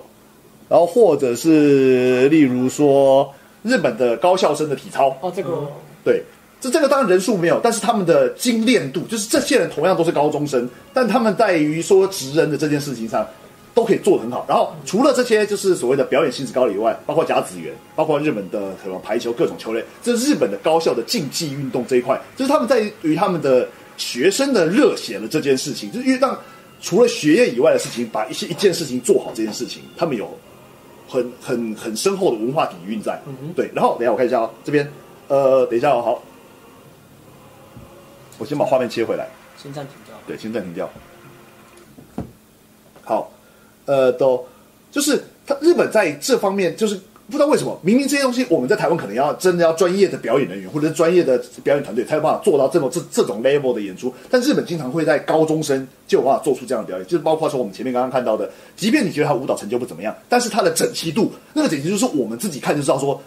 A: 然后或者是例如说日本的高校生的体操，
C: 哦，这个
B: 嗯
C: 我
A: 对，这这个当然人数没有，但是他们的精炼度，就是这些人同样都是高中生，但他们在于说职人的这件事情上，都可以做得很好。然后除了这些就是所谓的表演性质高的以外，包括甲子园，包括日本的什么排球各种球类，这是日本的高校的竞技运动这一块，就是他们在于他们的学生的热血的这件事情，就是因为让除了学业以外的事情，把一些一件事情做好这件事情，他们有很很很深厚的文化底蕴在。对，然后等一下我看一下哦，这边呃，等一下哦，好，我先把画面切回来。
B: 先暂停掉。
A: 对，先暂停掉。好，呃，都就是他日本在这方面就是不知道为什么，明明这些东西我们在台湾可能要真的要专业的表演人员或者是专业的表演团队才有办法做到这种这这种 level 的演出，但日本经常会在高中生就有办法做出这样的表演，就是包括说我们前面刚刚看到的，即便你觉得他舞蹈成就不怎么样，但是他的整齐度，那个整齐度是我们自己看就知道说。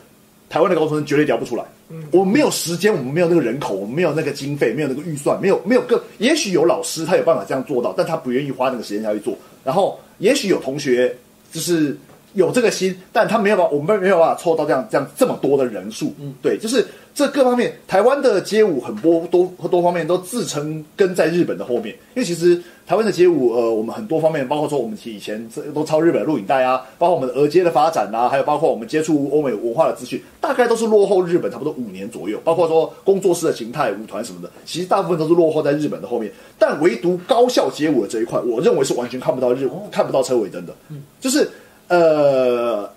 A: 台湾的高中生绝对聊不出来，我们没有时间，我们没有那个人口，我们没有那个经费，没有那个预算，没有没有个，也许有老师他有办法这样做到，但他不愿意花那个时间下去做。然后，也许有同学就是有这个心，但他没有办法，我们没有办法凑到这样这样这么多的人数。嗯，对，就是这各方面，台湾的街舞很多多多方面都自称跟在日本的后面，因为其实台湾的街舞，呃，我们很多方面，包括说我们以前都抄日本的录影带啊，包括我们的俄街的发展啊，还有包括我们接触欧美文化的资讯，大概都是落后日本差不多五年左右。包括说工作室的形态、舞团什么的，其实大部分都是落后在日本的后面。但唯独高校街舞的这一块，我认为是完全看不到日看不到车尾灯的，就是呃，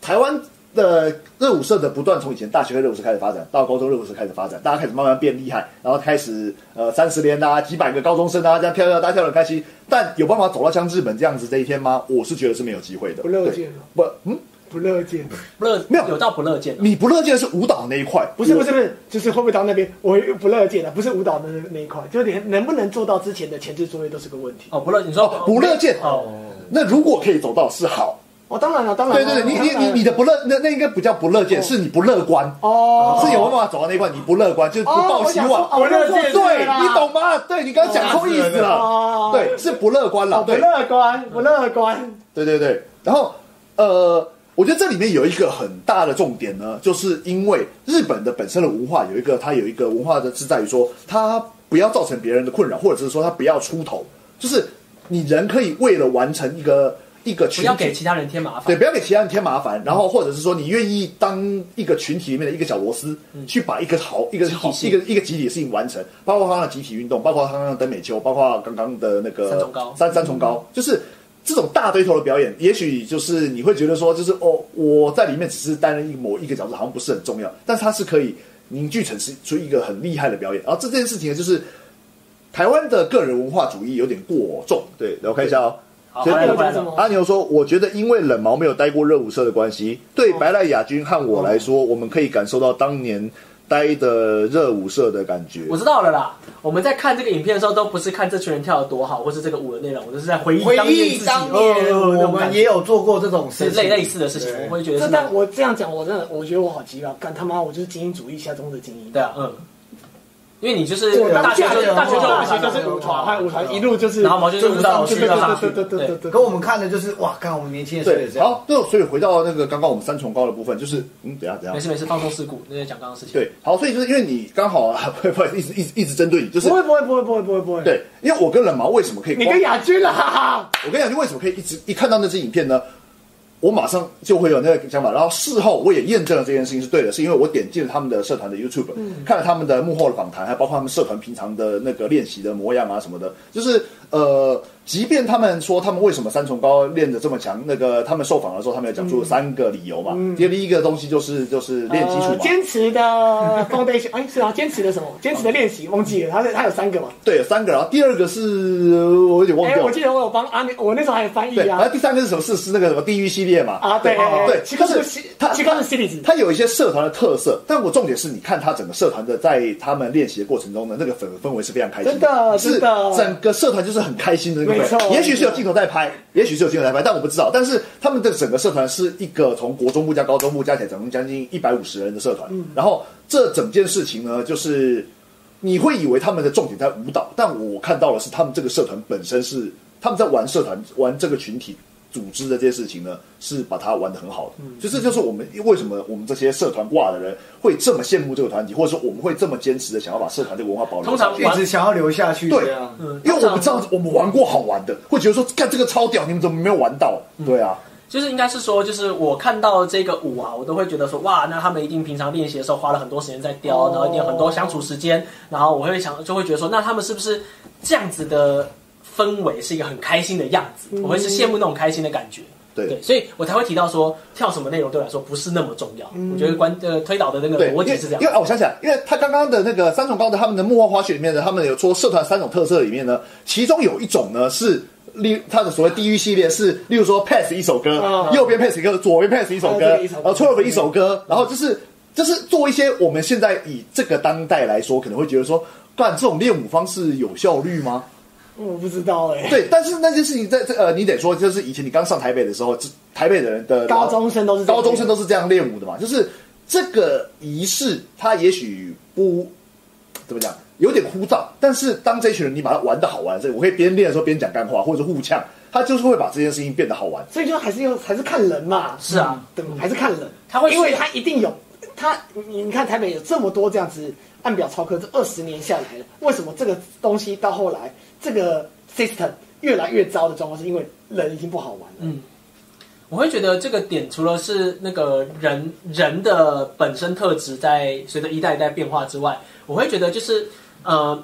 A: 台湾的热舞社的不断从以前大学的热舞社开始发展，到高中热舞社开始发展，大家开始慢慢变厉害，然后开始呃三十年啊，几百个高中生啊，这样跳跳，大家跳得很开心。但有办法走到像日本这样子这一天吗？我是觉得是没有机会的。
C: 不乐
A: 对
C: 见了
A: 不，嗯，
C: 不乐见。
B: 不乐
A: 没有
B: 有到不乐见的，
A: 你不乐见的是舞蹈那一块，
C: 不是不是不是，就是会不会到那边，我又不乐见了，不是舞蹈的那那一块，就是连能不能做到之前的前置作业都是个问题。
B: 哦，不乐，你说
A: 哦，不乐见哦。那如果可以走到是好，
C: 哦，当然了，当然
A: 对对
C: 了。
A: 对，你
C: 当
A: 你
C: 然了
A: 你你的不乐，那那应该不叫不乐见，是你不乐观。
C: 哦，
A: 是有办法走到那一关，你不乐观，就是不抱希望。
C: 哦我想说哦
E: 不乐见
A: 对
C: 啦
A: 你懂吗？对你刚刚讲错意思了
C: 哦，
A: 对，是不乐观了
C: 哦，，不
A: 对，
C: 乐观，不乐观。
A: 对对对。然后呃，我觉得这里面有一个很大的重点呢，就是因为日本的本身的文化有一个，它有一个文化的是在于说，它不要造成别人的困扰，或者是说它不要出头，就是你人可以为了完成一个一个
B: 不
A: 群
B: 要
A: 体
B: 给其他人添麻烦。
A: 对，不要给其他人添麻烦，然后或者是说你愿意当一个群体里面的一个小螺丝，
B: 嗯
A: 去把一个好一个好一个一个集体的事情完成，包括刚刚的集体运动，包括刚刚的登美秋，包括刚刚的那个
B: 三重高嗯
A: 三三重高，就是这种大堆头的表演，也许就是你会觉得说，就是哦，我在里面只是担任一某一个角色，好像不是很重要，但是它是可以凝聚成是出一个很厉害的表演，然后这件事情呢就是。台湾的个人文化主义有点过重，对，来我看一下哦。
B: 好，
A: 所以
B: 回来了
C: 不
B: 回来
C: 然怎
B: 了。
C: 么？
A: 阿牛说：“我觉得因为冷毛没有待过热舞社的关系，
B: 哦
A: 对白赖亚军和我来说，我们可以感受到当年待的热舞社的感觉。
B: 我知道了啦，我们在看这个影片的时候，都不是看这群人跳的多好，或是这个舞的内容，我就是在回忆
E: 回
B: 当年
E: 忆
B: 自己。
E: 当
B: 哦
E: 年，我们也有做过这种
B: 是
E: 事情，
B: 类类似的事情，
E: 对
B: 我会觉得
C: 这
B: 是蛮
C: 但我这样讲，我真的我觉得我好急了，啊干他妈，我就是精英主义下中的精英。
B: 对啊，嗯，因为你就是
C: 我当
B: 大学
C: 下
B: 就
C: 的
B: 大学就啊
C: 大学就是舞团，还有舞团一路就是，
B: 然后毛就
C: 对
B: 是
C: 对
B: 舞蹈
C: 对
B: 去到大学
C: 对对对对对，
E: 跟我们看的就是哇，看我们年轻的时候也
A: 对，
E: 这样，
A: 好，就所以回到那个刚刚我们三重高的部分，就是嗯，等一下等一
B: 没
A: 下，
B: 事没事，放松事故，那就讲刚刚的事情。，
A: 对，好，所以就是因为你刚好啊， 不不一直一直一直针对你，就是
C: 不会不会不会不会不会不会，，
A: 对，因为我跟冷毛为什么可以
C: 你
A: 光
C: 跟亚军啦，哈哈，
A: 我跟你讲，就为什么可以一直一看到那支影片呢？我马上就会有那个想法，然后事后我也验证了这件事情是对的，是因为我点进了他们的社团的 YouTube，、看
C: 嗯
A: 了他们的幕后的访谈，还包括他们社团平常的那个练习的模样啊什么的。就是呃，即便他们说他们为什么三重高练得这么强，那个他们受访的时候，他们有讲出三个理由嘛。第、第一个东西就是就是练基础嘛
C: 嗯呃，坚持的 foundation，哎是啊，坚持的什么？坚持的练习，忘记了，他是他有三个嘛？
A: 对，有三个。然后第二个是我有点忘
C: 哎，
A: 掉
C: 我
A: 了
C: 记，得我有帮阿牛，我那时候还有翻译
A: 对，然
C: 啊
A: 后，第三个是什么？是是那个什么地狱系列嘛？
C: 啊对
A: 对，
C: 其
A: 但
C: 实
A: 是它
C: 其实是 cities，
A: 它有一些社团的特色，但我重点是你看它整个社团的在他们练习的过程中的那个氛氛围是非常开心
C: 真的啊
A: 是
C: 真的
A: 整个社团就是很开心的那个氛围
C: 没错
A: 也许是有镜头在拍，也许是有镜头在拍，但我不知道。但是他们的整个社团是一个从国中部加高中部加起来总共将近一百五十人的社团，
C: 嗯
A: 然后这整件事情呢，就是你会以为他们的重点在舞蹈，但我看到的是他们这个社团本身是他们在玩社团玩这个群体组织的这些事情呢，是把它玩得很好的。就这就是我们为什么我们这些社团挂的人会这么羡慕这个团体，或者说我们会这么坚持的想要把社团这个文化保留
B: 通
A: 下
B: 常
A: 去。
E: 一直想要留下去，
A: 对
E: 这样嗯
A: 因为我们这样子，我们玩过好玩的，会觉得说，干这个超屌，你们怎么没有玩到？对啊，
B: 就是应该是说，就是我看到这个舞啊，我都会觉得说，哇，那他们一定平常练习的时候花了很多时间在雕，
C: 哦
B: 然后一定有很多相处时间，然后我会想，就会觉得说，那他们是不是这样子的氛围是一个很开心的样子？我会是羡慕那种开心的感觉。
A: 嗯对
B: 对，所以我才会提到说，跳什么内容对我来说不是那么重要。我觉得关呃推导的那个
A: 嗯对，因
B: 逻
A: 为
B: 辑是这样
A: 因为。哦，我想起来，因为他刚刚的那个三重高的他们的幕后花絮里面呢，他们有说社团三种特色里面呢，其中有一种呢是。例他的所谓地狱系列是，例如说 pass 一首歌，
C: 嗯
A: 右边 pass 一个，左边 pass 一首歌
C: 哦这个
A: 然后 twelve 一
C: 一首，歌
A: 首歌，然后就是就是做一些我们现在以这个当代来说，可能会觉得说，干这种练舞方式有效率吗？
C: 我不知道哎、
A: 对，但是那件事情在这呃，你得说，就是以前你刚上台北的时候，这台北的人的
C: 高中生都是这样
A: 高中生都是这样练舞的嘛，就是这个仪式，它也许不怎么讲，有点枯燥，但是当这群人你把它玩的好玩，所以我可以边练的时候边讲干话或者互呛，他就是会把这件事情变得好玩。
C: 所以就还是要还是看人嘛。
B: 是啊
C: 对，还是看人。
B: 他会
C: 因为他一定有他，你你看台北有这么多这样子按表操课，这二十年下来了，为什么这个东西到后来这个 system 越来越糟的状况，是因为人已经不好玩了。
B: 嗯我会觉得这个点除了是那个人人的本身特质在随着一代一代变化之外，我会觉得就是呃，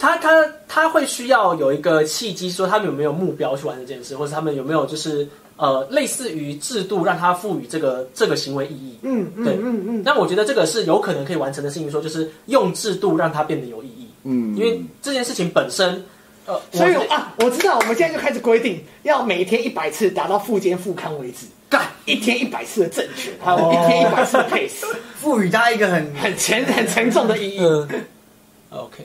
B: 他他他会需要有一个契机，说他们有没有目标去玩这件事，或者他们有没有就是呃类似于制度让他赋予这个这个行为意义。
C: 嗯嗯
B: 对
C: 嗯嗯，
B: 那我觉得这个是有可能可以完成的事情，说就是用制度让它变得有意义。
A: 嗯
B: 因为这件事情本身，呃，
C: 所以
B: 我
C: 我啊，我知道，我们现在就开始规定，要每天一百次达到腹肩腹康为止，
B: 干
C: 一天一百次的正确，还有一天一百次的 pace，
E: 赋予它一个很
C: 很沉很沉重 的意义。
B: 嗯，OK。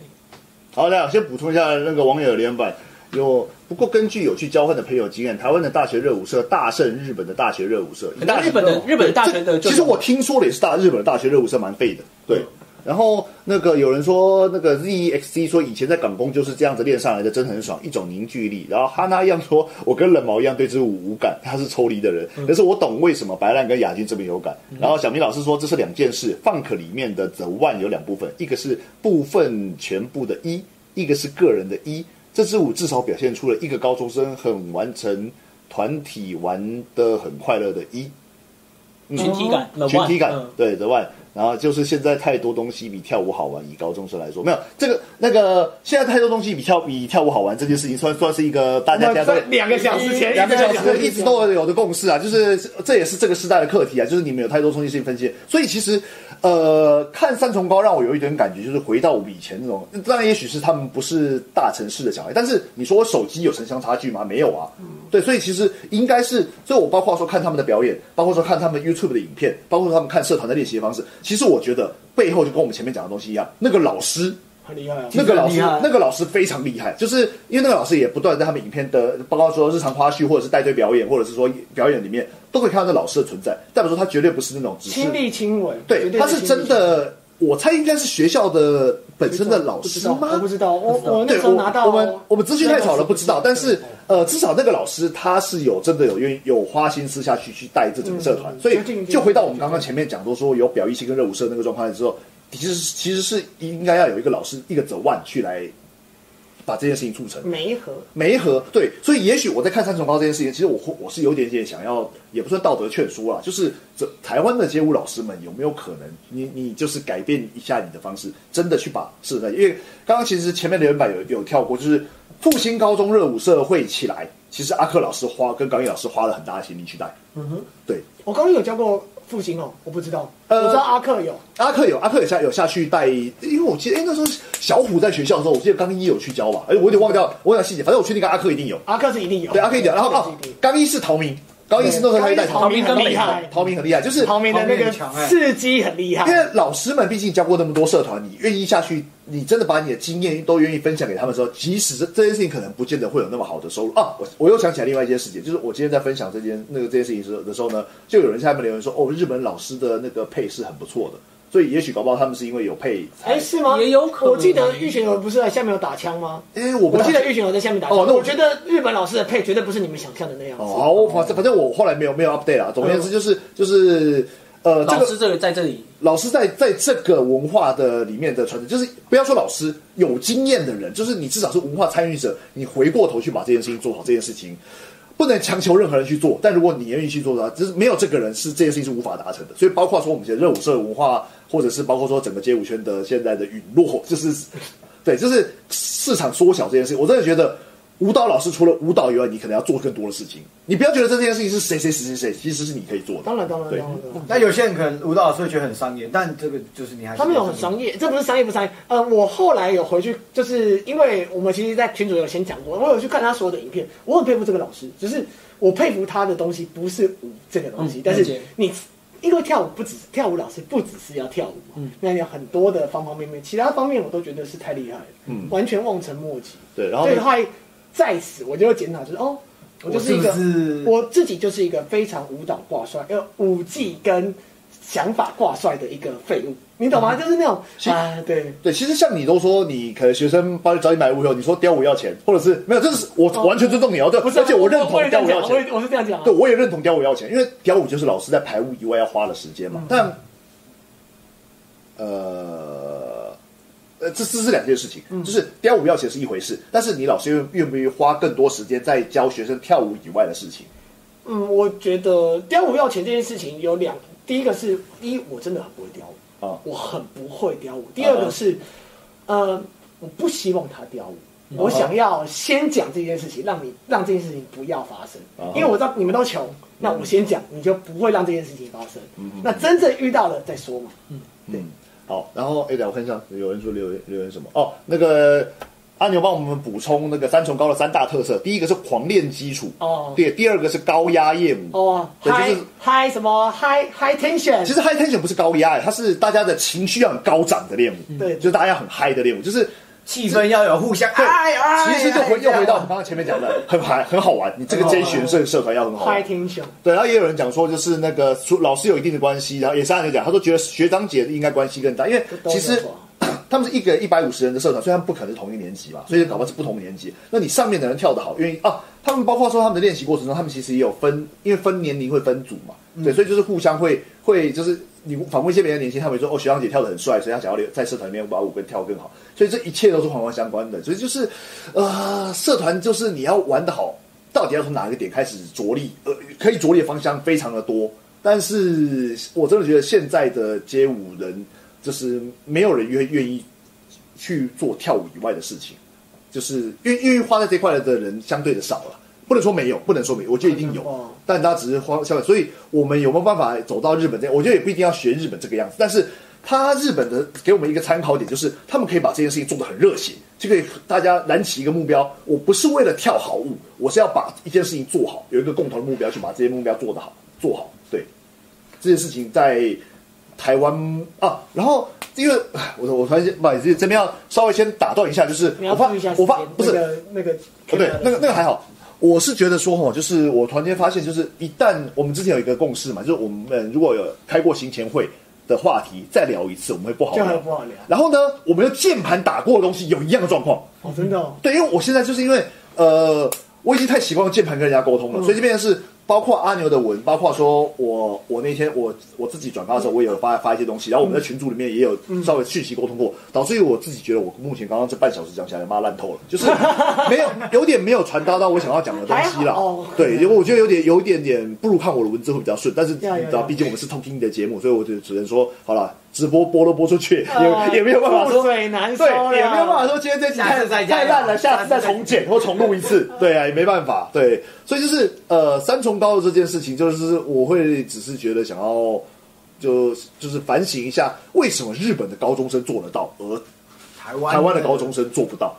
A: 好，那先补充一下那个网友留言板。有不过，根据有去交换的朋友经验，台湾的大学热舞社大胜日本的大学热舞社。
B: 可能日本的日本的大学的就
A: 其实我听说了也是大日本的大学热舞社蛮废的，对。然后那个有人说那个 ZXC 说以前在港工就是这样子练上来的，真的很爽，一种凝聚力。然后哈娜一样说，我跟冷毛一样对这舞无感，他是抽离的人，但是我懂为什么白烂跟雅君这么有感。然后小明老师说这是两件事，Funk 里面的 The One 有两部分，一个是部分全部的一，一个是个人的一。这支舞至少表现出了一个高中生很完成团体玩得很快乐的一。
B: 群体感，冷
A: 群
B: 腕
A: 体感，
B: 嗯
A: 对，The One。然后就是现在太多东西比跳舞好玩，以高中生来说，没有这个那个现在太多东西比跳比跳舞好玩这件事情，算算是一个大家家都
C: 在两个小时前，
A: 两个小
C: 一直在
A: 时
C: 讲
A: 一直都有的共识啊，就是这也是这个时代的课题啊，就是你们有太多冲击性分析，所以其实呃，看三重高让我有一点感觉，就是回到我们以前那种，当然也许是他们不是大城市的小孩，但是你说我手机有城乡差距吗？没有啊，
C: 嗯
A: 对，所以其实应该是，所以我包括说看他们的表演，包括说看他们 YouTube 的影片，包括说他们看社团的练习方式，其实我觉得背后就跟我们前面讲的东西一样，那个老师
C: 很厉害啊。
A: 那个老师
E: 其实很厉害，
A: 那个老师非常厉害，就是因为那个老师也不断地在他们影片的，包括说日常花絮，或者是带队表演，或者是说表演里面，都可以看到那老师的存在。代表说他绝对不是那种只是
C: 亲力亲为，
A: 对
C: 绝，对
A: 他是真的，我猜应该是学校的本身的老师吗？
C: 我不知道，我不知道哦我我那
A: 对，
C: 时候拿到
A: 我我们我们资讯太少了，不知道。但是呃，至少那个老师他是有真的有愿意有花心思下去去带这整个社团，
C: 嗯
A: 所
C: 决定
A: 以就回到我们刚刚前面讲过说有表意系跟热舞社那个状况之后，其实是其实是应该要有一个老师一个走腕去来把这件事情促成。
C: 梅河
A: 梅和对，所以也许我在看三重高这件事情，其实我会我是有点点想要，也不算道德劝说啦，啊就是这台湾的街舞老师们有没有可能，你你就是改变一下你的方式，真的去把是的，因为刚刚其实前面留言板有有跳过，就是复兴高中热舞社会起来，其实阿克老师花跟港毅老师花了很大的心力去带，嗯哼，对，
C: 我刚刚有教过复兴哦，我不知道，
A: 呃
C: 我知道阿克有，
A: 阿克有阿克有下有下去带，因为我记得哎那时候小虎在学校的时候，我记得刚一有去教吧，哎我有点忘掉，我有点细节，反正我确定跟阿克一定有。
C: 阿克是一定有，
A: 对，阿克一点，然后
C: 阿
A: 哦
C: 克是一定，
A: 刚一是陶明，高一是那时候他一带
C: 有陶
A: 陶
C: 明
B: 陶
C: 很
B: 明
C: 厉害，
A: 陶明很厉害，就是
C: 陶明的那
E: 陶明
C: 个
E: 很强哎
C: 刺激很厉害
A: 因，为老师们毕竟教过那么多社团，你愿意下去，你真的把你的经验都愿意分享给他们的时候，即使这这件事情可能不见得会有那么好的收入啊。我我又想起来另外一件事情，就是我今天在分享这件那个这件事情的时候的时候呢，就有人下面留言说，哦，日本老师的那个配是很不错的。所以也许搞不好他们是因为有配才。
C: 哎，是吗？
B: 也有可能啊
C: 我记得玉泉有不是在下面有打枪吗？
A: 哎、我不
C: 我
A: 大
C: 记得玉泉有在下面打枪。
A: 哦那我
C: 我觉得日本老师的配绝对不是你们想象的那样子。
A: 哦，好，我反正反正我后来没有没有 update 啦。总而言之就是就是呃，这
B: 老
A: 个
B: 师这个在这里
A: 老师在在这个文化的里面的传承，就是不要说老师有经验的人，就是你至少是文化参与者，你回过头去把这件事情做好，这件事情不能强求任何人去做，但如果你愿意去做的话，就是没有这个人是这件事情是无法达成的。所以包括说我们现在热舞社文化，或者是包括说整个街舞圈的现在的陨落， 就是对，就是市场缩小这件事情，我真的觉得。舞蹈老师除了舞蹈以外，你可能要做更多的事情。你不要觉得这件事情是谁谁谁谁谁，其实是你可以做的。
C: 当然，当然，当
A: 对
C: 然，当然。
E: 但有些人可能舞蹈老师会觉得很商业，但这个就是你还是
C: 他们有很商业，这不是商业不商业。呃，我后来有回去，就是因为我们其实，在群主有先讲过，我有去看他所有的影片，我很佩服这个老师，只是我佩服他的东西不是舞这个东西，
B: 嗯
C: 但
B: 了
C: 是
B: 解
C: 你因为跳舞不只是跳舞老师不只是要跳舞，嗯，那你有很多的方方面面，其他方面我都觉得是太厉害了，
A: 嗯
C: 完全望尘莫及。
A: 对，然后
C: 所
A: 呢
C: 以后来在此我就会检讨，就是哦，我就是一个
E: 我是不是
C: 我自己就是一个非常舞蹈挂帅，呃，舞技跟想法挂帅的一个废物，你懂吗？
A: 嗯
C: 就是那种
A: 是
C: 啊，对，
A: 对，其实像你都说，你可能学生帮你找你买物以后，你说雕舞要钱，或者是没有，这是我完全尊重你哦，对，
C: 不是啊，
A: 而且我认
C: 我
A: 同
C: 也
A: 雕
C: 这样
A: 舞要
C: 讲，我
A: 钱，
C: 也我是这样讲啊
A: 对，，我也认同雕舞要钱，因为雕舞就是老师在排舞以外要花的时间嘛。但呃呃，这这是两件事情，
C: 嗯
A: 就是雕舞要钱是一回事，但是你老师愿愿不愿意花更多时间在教学生跳舞以外的事情？
C: 嗯，我觉得雕舞要钱这件事情有两，第一个是第一我真的很不会雕舞，
A: 啊
C: 我很不会雕舞；第二个是，呃，我不希望他雕舞。
A: 嗯
C: 我想要先讲这件事情，让你让这件事情不要发生
A: 啊哈，
C: 因为我知道你们都穷，那我先讲，你就不会让这件事情发生。那真正遇到了再说嘛。
A: 嗯，好，然后哎，等一下我看一下，有人说留言留言什么？哦，那个阿牛帮我们补充那个三重高的三大特色，第一个是狂练基础，
C: 哦
A: 对，第二个是高压业务。
C: 哦
A: 对就
C: 嗨
A: 是
C: 嗨什么嗨嗨 tension，
A: 其实 high tension 不是高压，欸它是大家的情绪要很高涨的练舞，
C: 嗯对
A: 就是大家很嗨的练舞，就是
E: 气氛要有互相哎爱
A: 其
E: 爱，
A: 实就回
E: 爱
A: 又回到我们刚刚前面讲的，很嗨很好玩，你这个这一群社社团要很好
C: 哦嗨
A: 玩。
C: tension，
A: 对，然后也有人讲说，就是那个除老师有一定的关系，然后也是阿牛讲，他说觉得学长姐应该关系更大，因为
C: 都
A: 其
C: 没
A: 实
C: 错
A: 他们是一个一百五十人的社团，所以他们不可能是同一年级嘛，所以搞不好是不同年级。那你上面的人跳得好，因为啊，他们包括说他们的练习过程中，他们其实也有分，因为分年龄会分组嘛，对，所以就是互相会会就是你访问一些别的年轻，他们说哦，学长姐跳得很帅，所以他想要留在社团里面把舞跟跳得更好，所以这一切都是环环相关的。所以就是呃，社团就是你要玩得好，到底要从哪个点开始着力？呃，可以着力的方向非常的多，但是我真的觉得现在的街舞人。就是没有人愿愿意去做跳舞以外的事情，就是因为因为花在这块的人相对的少了，不能说没有，不能说没有，我觉得一定有
C: 哦，
A: 但他只是花消费，所以我们有没有办法走到日本这样？我觉得也不一定要学日本这个样子，但是他日本的给我们一个参考点，就是他们可以把这件事情做得很热血，就可以大家燃起一个目标，我不是为了跳好舞，我是要把一件事情做好，有一个共同的目标去把这些目标做得好，做好，对。这件事情在台湾啊，然后因为唉我我发现，不好意思，这边要稍微先打断一下，就是
C: 你
A: 我
C: 要
A: 发
C: 注意一下时
A: 我
C: 间
A: 发不是、
C: 那个那个
A: 不对，那个那个还好。我是觉得说哈，就是我突然间发现，就是一旦我们之前有一个共识嘛，就是我们如果有开过行前会的话题，再聊一次，我们会不好
C: 就
A: 聊
C: 很。不好聊。
A: 然后呢，我们的键盘打过的东西有一样的状况，
C: 哦，真的哦，
A: 对，因为我现在就是因为呃，我已经太习惯用键盘跟人家沟通
C: 嗯
A: 了，所以这边是包括阿牛的文，包括说我我那天我我自己转发
C: 嗯
A: 的时候，我也有发发一些东西，然后我们在群组里面也有稍微讯息沟通过，导致于我自己觉得我目前刚刚这半小时讲起来，妈烂透了，就是 没有有点没有传达到我想要讲的东西
C: 还
A: 啦
C: 好哦。
A: 对，因为我觉得有点有一点点不如看我的文字会比较顺，但是你
C: 要要
A: 知道，
C: 要
A: 毕竟我们是偷听的节目，所以我就只能说好了，直播播都播出去，
C: 呃
A: 也也没有办法 说
C: 覆水难 收
A: 对，
C: 啦
A: 也没有办法说今天这集
E: 下
A: 太
E: 次再加
A: 太
E: 油
A: 烂了，下次再重剪或重录一次。对啊，也没办法。对，所以就是呃，三重高的这件事情，就是我会只是觉得想要就就是反省一下，为什么日本的高中生做得到，而
E: 台湾
A: 台湾的高中生做不到？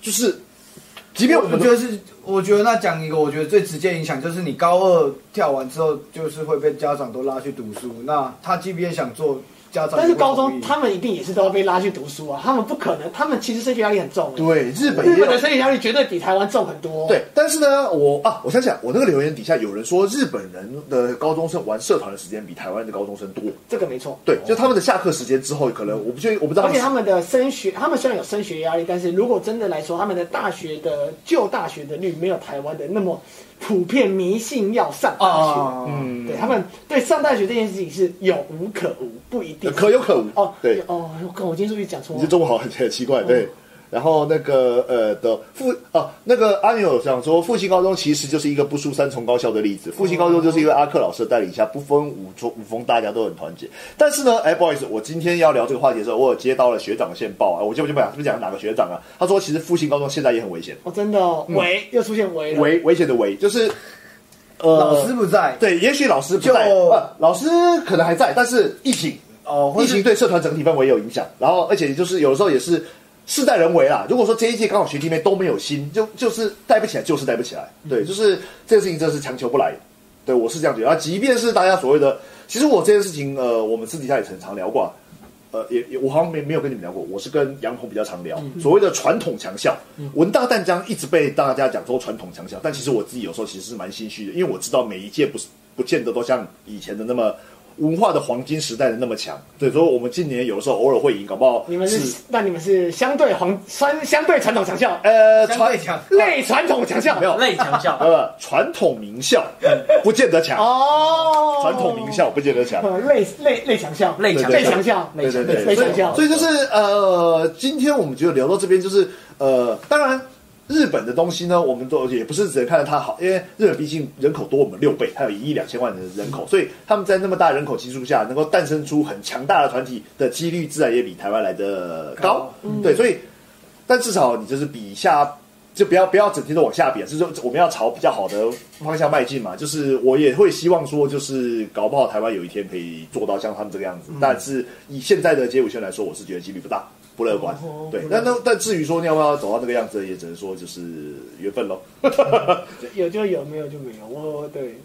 A: 就是即
E: 因为
A: 便我
E: 我
A: 们
E: 觉
A: 的
E: 得是，我觉得那讲一个，我觉得最直接影响就是你高二跳完之后，就是会被家长都拉去读书。那他即便想做，家长也
C: 但
E: 会
C: 是
E: 同
C: 高
E: 意，
C: 中他们一定也是都要被拉去读书啊，他们不可能，他们其实升学压力很重。，
A: 对日本也
C: 日本
A: 有
C: 的升学压力绝对比台湾重很多。，
A: 对，但是呢，我啊，我想想，我那个留言底下有人说，日本人的高中生玩社团的时间比台湾的高中生多。
C: 这个没错。
A: 对，就他们的下课时间之后，可能我不确定，我不知道
C: 哦而
A: 他们
C: 且他们的升学，他们虽然有升学压力，但是如果真的来说，他们的大学的旧大学的率没有台湾的那么普遍迷信要上
E: 啊
C: 大学。
E: 嗯，
A: 嗯
C: 对他们对上大学这件事情是有无可无，不一定
A: 可有可无。
C: 哦。
A: 对，
C: 哦，我靠我今天是不是讲错
A: 你
C: 了
A: 这？中文好很很奇怪，对。然后那个呃的复啊，那个阿牛有想说，复兴高中其实就是一个不输三重高校的例
E: 哦
A: 子。复兴高中就是因为阿克老师的带领下，不分武中武风，大家都很团结。但是呢，哎，不好意思，我今天要聊这个话题的时候，我有接到了学长的线报啊，我就不就不讲是不是讲哪个学长啊？他说，其实复兴高中现在也很危险，
C: 哦，真的哦，
A: 嗯
C: 喂，又出现喂了。
A: 危危险的危就是呃
E: 老师不在，
A: 对，也许老师不在，
E: 就
A: 呃老师可能还在，但是疫情
E: 哦，或
A: 疫
E: 是
A: 情对社团整体氛围也有影响，然后而且就是有的时候也是事在人为啦。如果说这一届刚好学弟妹都没有心，就就是带不起来，就是带不起来。
E: 嗯
A: 对，就是这件事情真的是强求不来。对我是这样觉得。啊，即便是大家所谓的，其实我这件事情，呃，我们私底下也曾常聊过啊。呃，也也我好像没没有跟你们聊过，我是跟杨鹏比较常聊、
C: 嗯
A: 所谓的传统强校。文大淡江一直被大家讲说传统强校，但其实我自己有时候其实是蛮心虚的，因为我知道每一届不是不见得都像以前的那么文化的黄金时代的那么强。对，所以我们今年有的时候偶尔会赢，搞不好
C: 你们是那你们是相对黄相相对传统强校，
A: 呃
E: 相
A: 传
E: 对强，
C: 类传统强校
A: 没有
B: 类强校，
A: 呃传统名校不见得强，
C: 哦，
A: 传统名校不见得强。
C: 呃类类类强校，
B: 类强
A: 对
C: 类
A: 对
C: 强校，
B: 类强
A: 对对
C: 类
A: 对，
C: 强校
A: 所以所以就是呃，今天我们就聊到这边，就是呃，当然。日本的东西呢，我们都也不是只能看到它好，因为日本毕竟人口多我们六倍，它有一亿两千万的人口，所以他们在那么大人口基数下，能够诞生出很强大的团体的几率，自然也比台湾来的高
E: 高。
A: 对，所以但至少你就是比下，就不要不要整天都往下贬，是说我们要朝比较好的方向迈进嘛。就是我也会希望说，就是搞不好台湾有一天可以做到像他们这个样子，
C: 嗯
A: 但是以现在的街舞圈来说，我是觉得几率不大，不乐观。
C: 哦
A: 对
C: 不，乐
A: 但那但至于说你要不要走到那个样子，也只能说就是缘分喽。
C: 有就有，没有就没有。我对，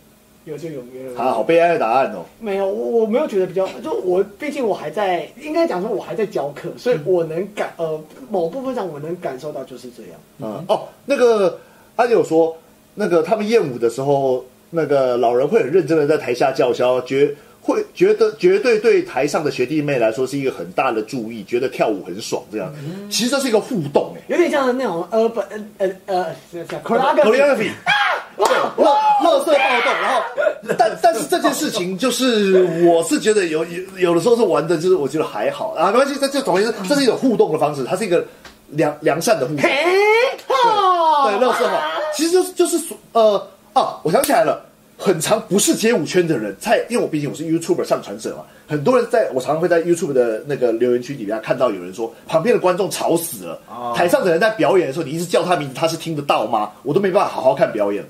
C: 有就有，没有就没有
A: 啊，好悲哀的答案哦。
C: 没有，我我没有觉得比较，就我毕竟我还在，应该讲说我还在教课，所以我能感呃某部分上我能感受到就是这样。
A: 嗯，哦，那个阿姐有说，那个他们练舞的时候，那个老人会很认真的在台下叫嚣，觉会觉得绝对对台上的学弟妹来说是一个很大的注意，觉得跳舞很爽这样。其实这是一个互动哎、
C: 有点像那种 urban 呃呃呃是叫
A: choreography
C: choreography，
A: 对，乐乐色暴动，然后，但但是这件事情就是，我是觉得有有有的时候是玩的，就是我觉得还好啊，没关系，这这总而言之，这是一种互动的方式，它是一个良良善的互动。
C: 嘿吼，
A: 对，乐色嘛，其实就是就是所呃啊，我想起来了，很长不是街舞圈的人在，因为我毕竟我是 YouTuber 上传者嘛，很多人在我常常会在 YouTube 的那个留言区里面看到有人说旁边的观众吵死了，
E: 哦
A: 台上的人在表演的时候，你一直叫他名字，他是听得到吗？我都没办法好好看表演。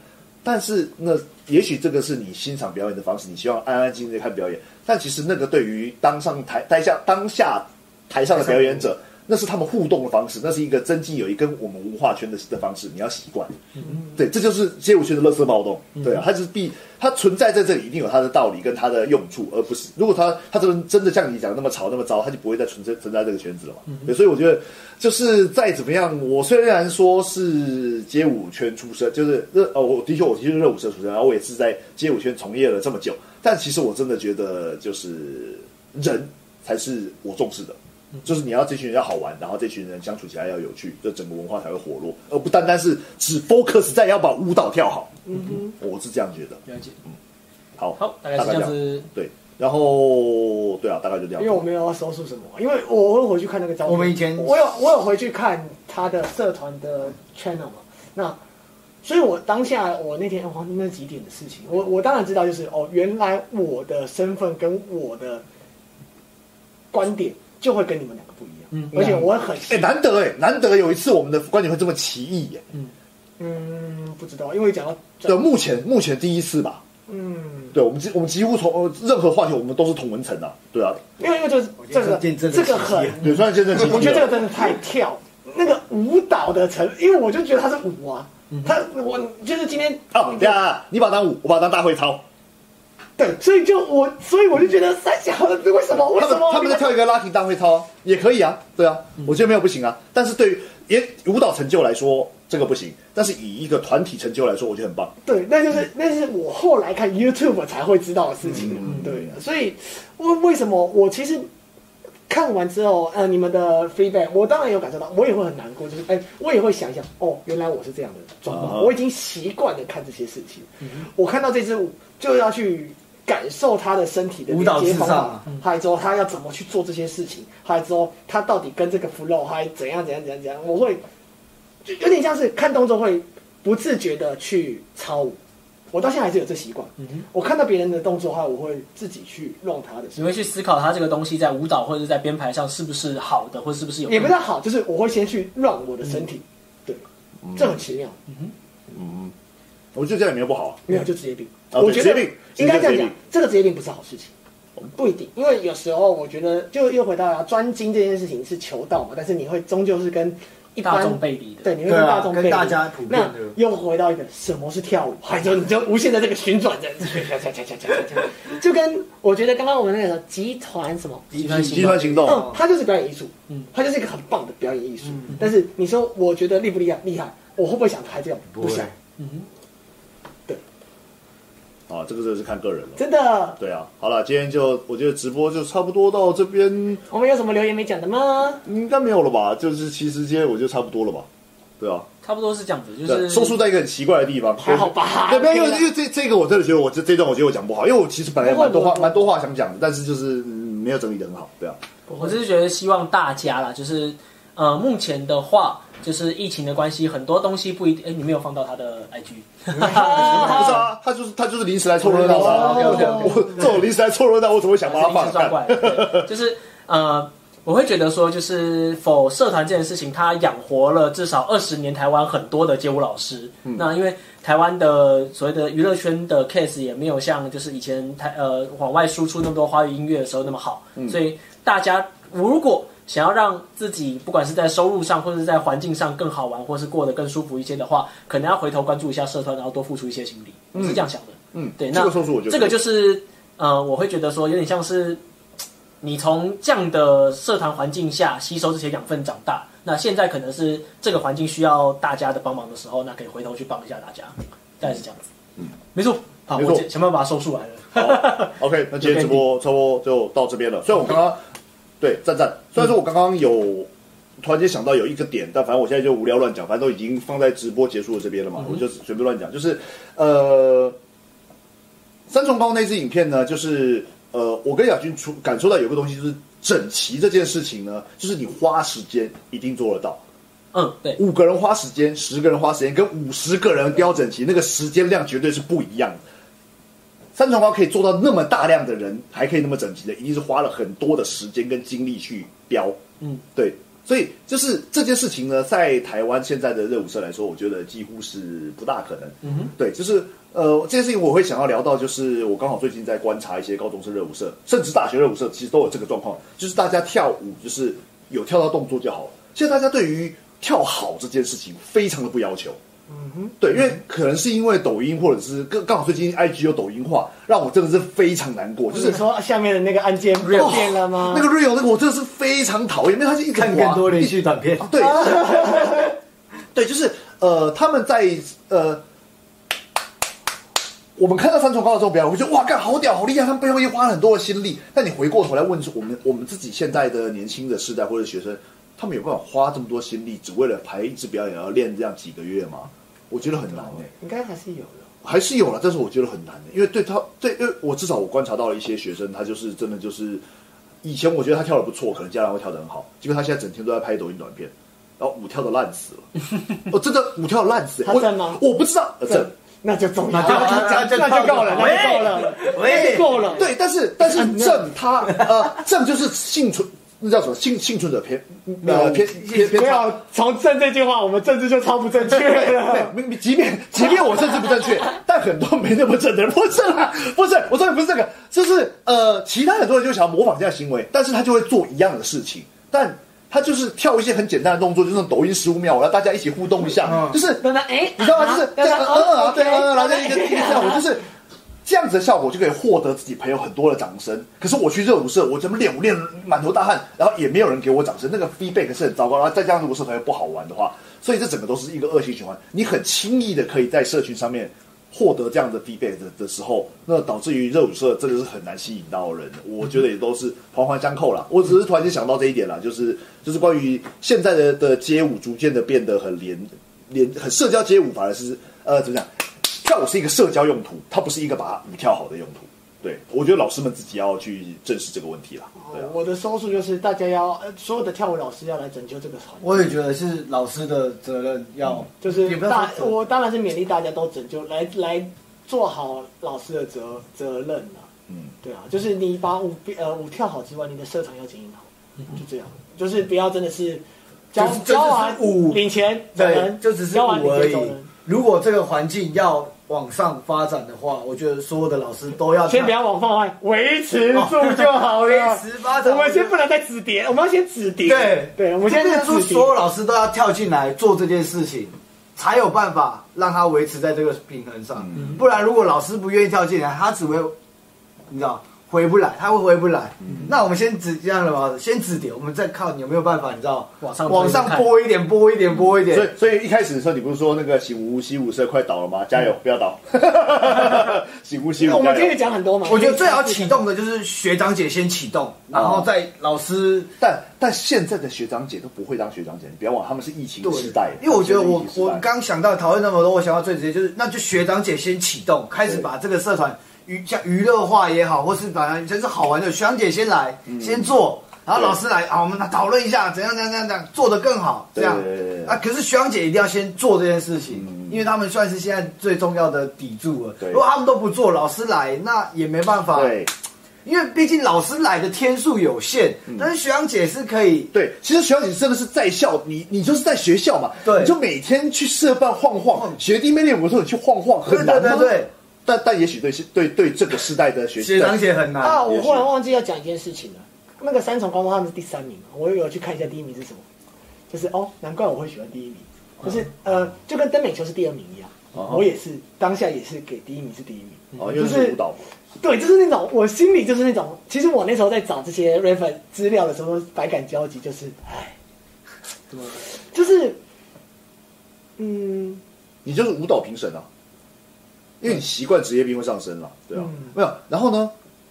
A: 但是那也许这个是你欣赏表演的方式，你希望安安静静地看表演，但其实那个对于当上台台下当下台上的表演者，那是他们互动的方式，那是一个增进友谊跟我们文化圈的的方式，你要习惯。对，这就是街舞圈的乐色暴动。对啊，它是必它存在在这里，一定有它的道理跟它的用处，而不是如果它它真真的像你讲的那么吵那么糟，它就不会再存在存在这个圈子了嘛。对，所以我觉得就是再怎么样，我虽然说是街舞圈出身，就是热呃，我的确我的确是热舞社出身，然后我也是在街舞圈从业了这么久，但其实我真的觉得就是人才是我重视的。就是你要这群人要好玩，然后这群人相处起来要有趣，这整个文化才会活络，而不单单是只 focus 在要把舞蹈跳好。
C: 嗯
A: 我是这样觉得。
B: 了解。
A: 好，
B: 好，大概是这样子。
A: 对，然后对啊，大概就这样。
C: 哼，因为我没有要收束什么，因为我会回去看那个照片。
E: 我们以前
C: 我有我有回去看他的社团的 channel 嘛，那。所以，我当下我那天哇，那几点的事情，我我当然知道，就是哦，原来我的身份跟我的观点就会跟你们两个不一样，
B: 嗯
C: 而且我很
A: 哎、难得哎、难得有一次我们的观点会这么奇异耶、
C: 嗯，不知道，因为讲到
A: 对，目前目前第一次吧。
C: 嗯，
A: 对，我们几我们几乎从、呃任何话题我们都是同文层啊。对啊，
C: 因为因为就是这个
E: 见证了
C: 这个
E: 奇迹啊
C: 很，
A: 对，算是见证奇迹了。
C: 我觉得这个真的太跳，那个舞蹈的成，因为我就觉得他是舞
A: 嗯
C: 啊，他我就是今天
A: 哦哦，对啊，你把它当舞，我把它当大会操。
C: 对，所以就我，所以我就觉得三峡为什么为
A: 他
C: 什
A: 们
C: 么嗯
A: 他们在跳一个拉丁大会操啊也可以啊，对啊，我觉得没有不行啊。但是对于也舞蹈成就来说，这个不行。但是以一个团体成就来说，我觉得很棒。
C: 对，那就是那是我后来看 YouTube 才会知道的事情啊。
E: 嗯
C: 对，所以为为什么我其实看完之后，呃，你们的 feedback，我当然有感受到，我也会很难过，就是哎、我也会想一想，哦，原来我是这样的状况，
A: 啊
C: 我已经习惯了看这些事情。
E: 嗯
C: 我看到这支舞就要去。感受他的身体的
E: 舞蹈
C: 连接
E: 至
C: 方
E: 上
C: 法
E: 啊，
C: 还有之后他要怎么去做这些事情，还有之后他到底跟这个 flow 还怎样怎样怎样怎样，我会就有点像是看动作会不自觉的去抄舞。我到现在还是有这习惯，
B: 嗯
C: 我看到别人的动作的话，我会自己去弄他的时
B: 你
C: 候，
B: 会去思考它这个东西在舞蹈或者是在编排上是不是好的，或是不是有
C: 也不太好，就是我会先去让我的身
B: 嗯
C: 体，对，这很奇妙，
A: 我觉得这样也没有不好啊。
C: 没有就职业病。
A: 啊
B: 哦
C: 我
A: 对
C: 觉
A: 职
C: 得
A: 业病
C: 应该这
A: 职
C: 样
A: 业
C: 讲
A: 病，
C: 这个职业病不是好事情，
B: 哦
C: 不一定，因为有时候我觉得就又回到了专精这件事情是求道嘛，但是你会终究是跟一般
B: 大众被比的
C: 对，你会
E: 对
C: 跟
E: 啊
C: 大众
E: 跟
C: 背离
E: 大家普遍
C: 那
E: 的
C: 又回到一个什么是跳舞，还有你就无限的这个旋转的，就跟我觉得刚刚我们那个集团什么，
B: 集团
A: 集团行动，
C: 嗯，它就是表演艺术，
B: 嗯
C: 嗯，它就是一个很棒的表演艺术。但是你说我觉得厉不厉害？厉害，我会不会想拍这样？
E: 不
C: 不想，
B: 嗯，
A: 啊，这个真的是看个人了。
C: 真的。
A: 对啊，好了，今天就我觉得直播就差不多到这边，
C: 我们有什么留言没讲的吗？
A: 应该没有了吧？就是其实今天我觉得差不多了吧？对啊，
B: 差不多是这样子，就
A: 对，
B: 是
A: 说出在一个很奇怪的地方，
C: 还好吧
A: 对，没有，因为
C: 对啊
A: 因为这这个我真的觉得我这这段我觉得我讲不好，因为我其实本来有蛮多
C: 不会
A: 话
C: 不会
A: 蛮多话想讲的，但是就是、嗯没有整理的很好，对啊，
B: 我只是觉得希望大家啦，就是呃，目前的话，就是疫情的关系，很多东西不一定。哎，你没有放到他的 IG，哦
A: 不是啊，他就是他就是临时来凑热闹的啊，
E: 哦，OK，OK，OK
A: 我这种临时来凑热闹，我怎么会想把他
B: 临时
A: 放
B: 抓过
A: 干？
B: 来的， 对就是呃。我会觉得说，就是否社团这件事情，它养活了至少二十年台湾很多的街舞老师。
A: 嗯
B: 那因为台湾的所谓的娱乐圈的 case 也没有像就是以前台呃往外输出那么多华语音乐的时候那么好，
A: 嗯
B: 所以大家如果想要让自己不管是在收入上或者是在环境上更好玩，或是过得更舒服一些的话，可能要回头关注一下社团，然后多付出一些心力。我是这样想的。
A: 嗯，
B: 对，
A: 这
B: 那
A: 个说出我觉得
B: 这个就是呃，我会觉得说有点像是嘖你从这样的社团环境下吸收这些养分长大。那现在可能是这个环境需要大家的帮忙的时候，那可以回头去帮一下大家，大概是这样子。嗯，没错。好，
A: 没错
B: 我想想办法把它收束完了。
A: 好 OK，那今天直播差不多就到这边了。虽然我刚刚对赞赞，虽然说我刚刚有突然间想到有一个点，但反正我现在就无聊乱讲，反正都已经放在直播结束的这边了嘛，我就随便乱讲。就是呃，三重包那支影片呢，就是呃，我跟亚军出感受到有一个东西，就是整齐这件事情呢，就是你花时间一定做得到。
B: 嗯，对，
A: 五个人花时间，十个人花时间，跟五十个人标整齐，那个时间量绝对是不一样的。三重高可以做到那么大量的人，还可以那么整齐的，一定是花了很多的时间跟精力去标。
B: 嗯，
A: 对，所以就是这件事情呢，在台湾现在的热舞社来说，我觉得几乎是不大可能。嗯
B: 哼，
A: 对，就是呃，这件事情我会想要聊到，就是我刚好最近在观察一些高中生热舞社，甚至大学热舞社，其实都有这个状况，就是大家跳舞就是有跳到动作就好了。现在大家对于跳好这件事情非常的不要求。对，因为可能是因为抖音，或者是刚刚好最近 IG 有抖音化，让我真的是非常难过。就
C: 就是是说下面的哦那个按键不
A: 哦
C: 变了吗？
A: 那个 real 那个我真的是非常讨厌，因为他是一直
E: 看
A: 滑
E: 更多连续短片，
A: 对，对，就是呃，他们在呃，我们看到三重高的这种表演，我会觉得哇，干好屌，好厉害，他们背后也花了很多的心力。但你回过头来问我们，我们自己现在的年轻的世代或者学生，他们有办法花这么多心力，只为了排一支表演而练这样几个月吗？我觉得很难欸诶、
C: 应该还是有的。
A: 还是有了，但是我觉得很难的，因为对他对，因为我至少我观察到了一些学生，他就是真的就是，以前我觉得他跳的不错，可能将来会跳得很好，结果他现在整天都在拍抖音短片，然后舞跳的烂死了， 我、真的舞跳得烂死，
C: 他
A: 我
C: 正吗
A: 我不知道，呃正。
C: 那就重要，
E: 那就那啊就
C: 那就够了，
E: 喂
C: 那就够了，那就够了。
A: 对，但是 但是正他呃正就是幸存，那叫什么幸幸存者偏呃偏偏偏
C: 不
A: 差
C: 要从正这句话，我们政治就超不正确
A: 对
C: 了。，
A: 明明即便即便我政治不正确，但很多没那么正的人 不是啦，不是，我说的不是这个，就是呃，其他很多人就想要模仿这样的行为，但是他就会做一样的事情，但他就是跳一些很简单的动作，就是那种抖音十五秒，然后大家一起互动一下，
E: 嗯
A: 就是
C: 等等，哎，
A: 呃
C: 哦
A: 你知道吗？就是这样，嗯嗯啊，对，嗯嗯啊，然后就一个一个这样，我就是。这样子的效果就可以获得自己朋友很多的掌声。可是我去热舞社，我怎么练舞练满头大汗，然后也没有人给我掌声，那个 feedback 是很糟糕。然后再加上如果社团又不好玩的话，所以这整个都是一个恶性循环。你很轻易的可以在社群上面获得这样的 feedback 的的时候，那导致于热舞社真的是很难吸引到人的。我觉得也都是环环相扣啦。我只是突然间想到这一点啦，就是就是关于现在的的街舞逐渐的变得很连连很社交街舞，反而是呃怎么讲？跳舞是一个社交用途，它不是一个把舞跳好的用途。对，我觉得老师们自己要去正视这个问题
E: 哦
A: 啦。对啊，
C: 我的收束就是大家要，呃，所有的跳舞老师要来拯救这个团。
E: 我也觉得是老师的责任要，
C: 就是
E: 也不要
C: 大，
E: 说责
C: 我当然是勉励大家都拯救，来来做好老师的责责任啊。
A: 嗯，
C: 对啊，就是你把舞呃舞跳好之外，你的社团要经营好，就这样，就是不要真的是交
E: 就是
C: 交完
E: 就是舞
C: 领钱走
E: 对
C: 人，，
E: 就只是
C: 交完
E: 我
C: 领
E: 而
C: 钱
E: 已
C: 走人。。
E: 如果这个环境要往上发展的话，我觉得所有的老师都要
C: 先不要往放外，维持住就好
E: 维
C: 了。
E: 持发展。
C: 我们先不能再止跌，我们要先止跌。
E: 对
C: 对，我们现
E: 就
C: 在
E: 变
C: 在
E: 成
C: 止
E: 说
C: 跌。
E: 所有老师都要跳进来做这件事情，才有办法让他维持在这个平衡上。不然，如果老师不愿意跳进来，他只会，你知道，回不来，他会回不来。那我们先止这样了吧，先止跌，我们再看有没有办法，你知道，
B: 往上
E: 往上拨一点，拨一点，拨一
A: 嗯所以
E: 点。
A: 所以一开始的时候，你不是说那个喜无西舞社快倒了吗？加 油，不要倒！喜无西
C: 我
A: 舞，加
C: 们今天
A: 油！
C: 讲很多嘛，
E: 我觉得最好启动的就是学长姐先启动，然后再老师
A: 但但现在的学长姐都不会当学长姐，你不要忘，他们是疫情
E: 对
A: 时代。
E: 因为我觉得我
A: 他们是疫情时代
E: 我刚想到讨论那么多，我想到最直接就是，那就学长姐先启动，开始把这个社团娱像娱乐化也好，或是把它就是好玩的，学长姐先来、先做，然
A: 嗯
E: 后
A: 对
E: 老师来啊，我们来讨论一下怎样怎样怎样怎样做得更好，这样
A: 对对对对
E: 啊。可是学长姐一定要先做这件事情，
A: 嗯
E: 因为他们算是现在最重要的底柱了。
A: 对
E: 如果他们都不做，老师来那也没办法，
A: 对
E: 因为毕竟老师来的天数有限，
A: 嗯
E: 但是学长姐是可以
A: 对，其实学长姐真的是在校，你你就是在学校嘛，
E: 对
A: 你就每天去社办晃晃，学弟妹练舞的时候你去晃晃，很难吗？
E: 对对对对
A: 但但也许对对对这个时代的学
E: 学长姐很难
C: 啊，我
A: 也许
C: 忽然忘记要讲一件事情了。那个三重高中他们是第三名嘛，我又有去看一下第一名是什么，就是哦，难怪我会喜欢第一名，就是呃，就跟登美球是第二名一样，
A: 哦
C: 我也是当下也是给第一名嗯是第一名，
A: 哦，因为是舞蹈嘛，
C: 对，就是那种我心里就是那种，其实我那时候在找这些 refer 资料的时候，百感交集，就是唉，怎么就是嗯，
A: 你就是舞蹈评审啊，因为你习惯职业病会上升了，对啊
C: 嗯，
A: 没有。然后呢，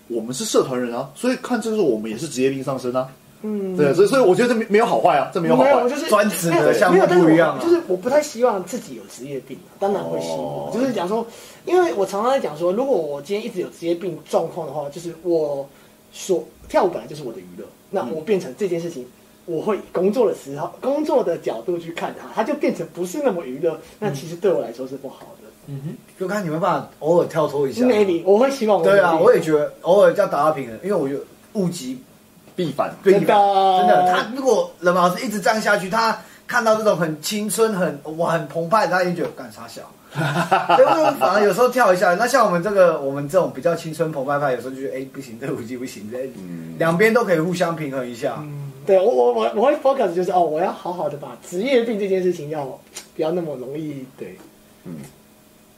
A: 我们是社团人啊，所以看这个时候我们也是职业病上升啊，
C: 嗯
A: 对啊，所以所以我觉得这没没有好坏啊，这没有好坏
C: 就。是
E: 专职的项目
C: 没有，但是
E: 不一样啊
C: 我就是我不太希望自己有职业病，当然会希望。
A: 哦
C: 就是讲说，因为我常常在讲说，如果我今天一直有职业病状况的话，就是我所跳舞本来就是我的娱乐，那
E: 嗯
C: 我变成这件事情。我会以工作的时候，工作的角度去看它，它就变成不是那么娱乐。
E: 嗯
C: 那其实对我来说是不好的。
B: 嗯哼，
E: 就看你们办法偶尔跳脱一下。
C: maybe 我会希望我
E: 啊对啊，
C: 努力
E: 我也觉得偶尔要达到平衡，因为我觉得物极
A: 必反，
E: 必啊
C: 真的啊
E: 真的。他如果冷老师一直这样下去，他看到这种很青春、很哇、很澎湃的，他一定觉得干 啥小。对，不对？反而有时候跳一下，那像我们这个我们这种比较青春澎湃派，有时候就觉得哎不行，这舞技不行，这两边都可以互相平衡一下。
C: 嗯对我我我我会 focus 就是哦，我要好好的把职业病这件事情要不要那么容易对，
A: 嗯，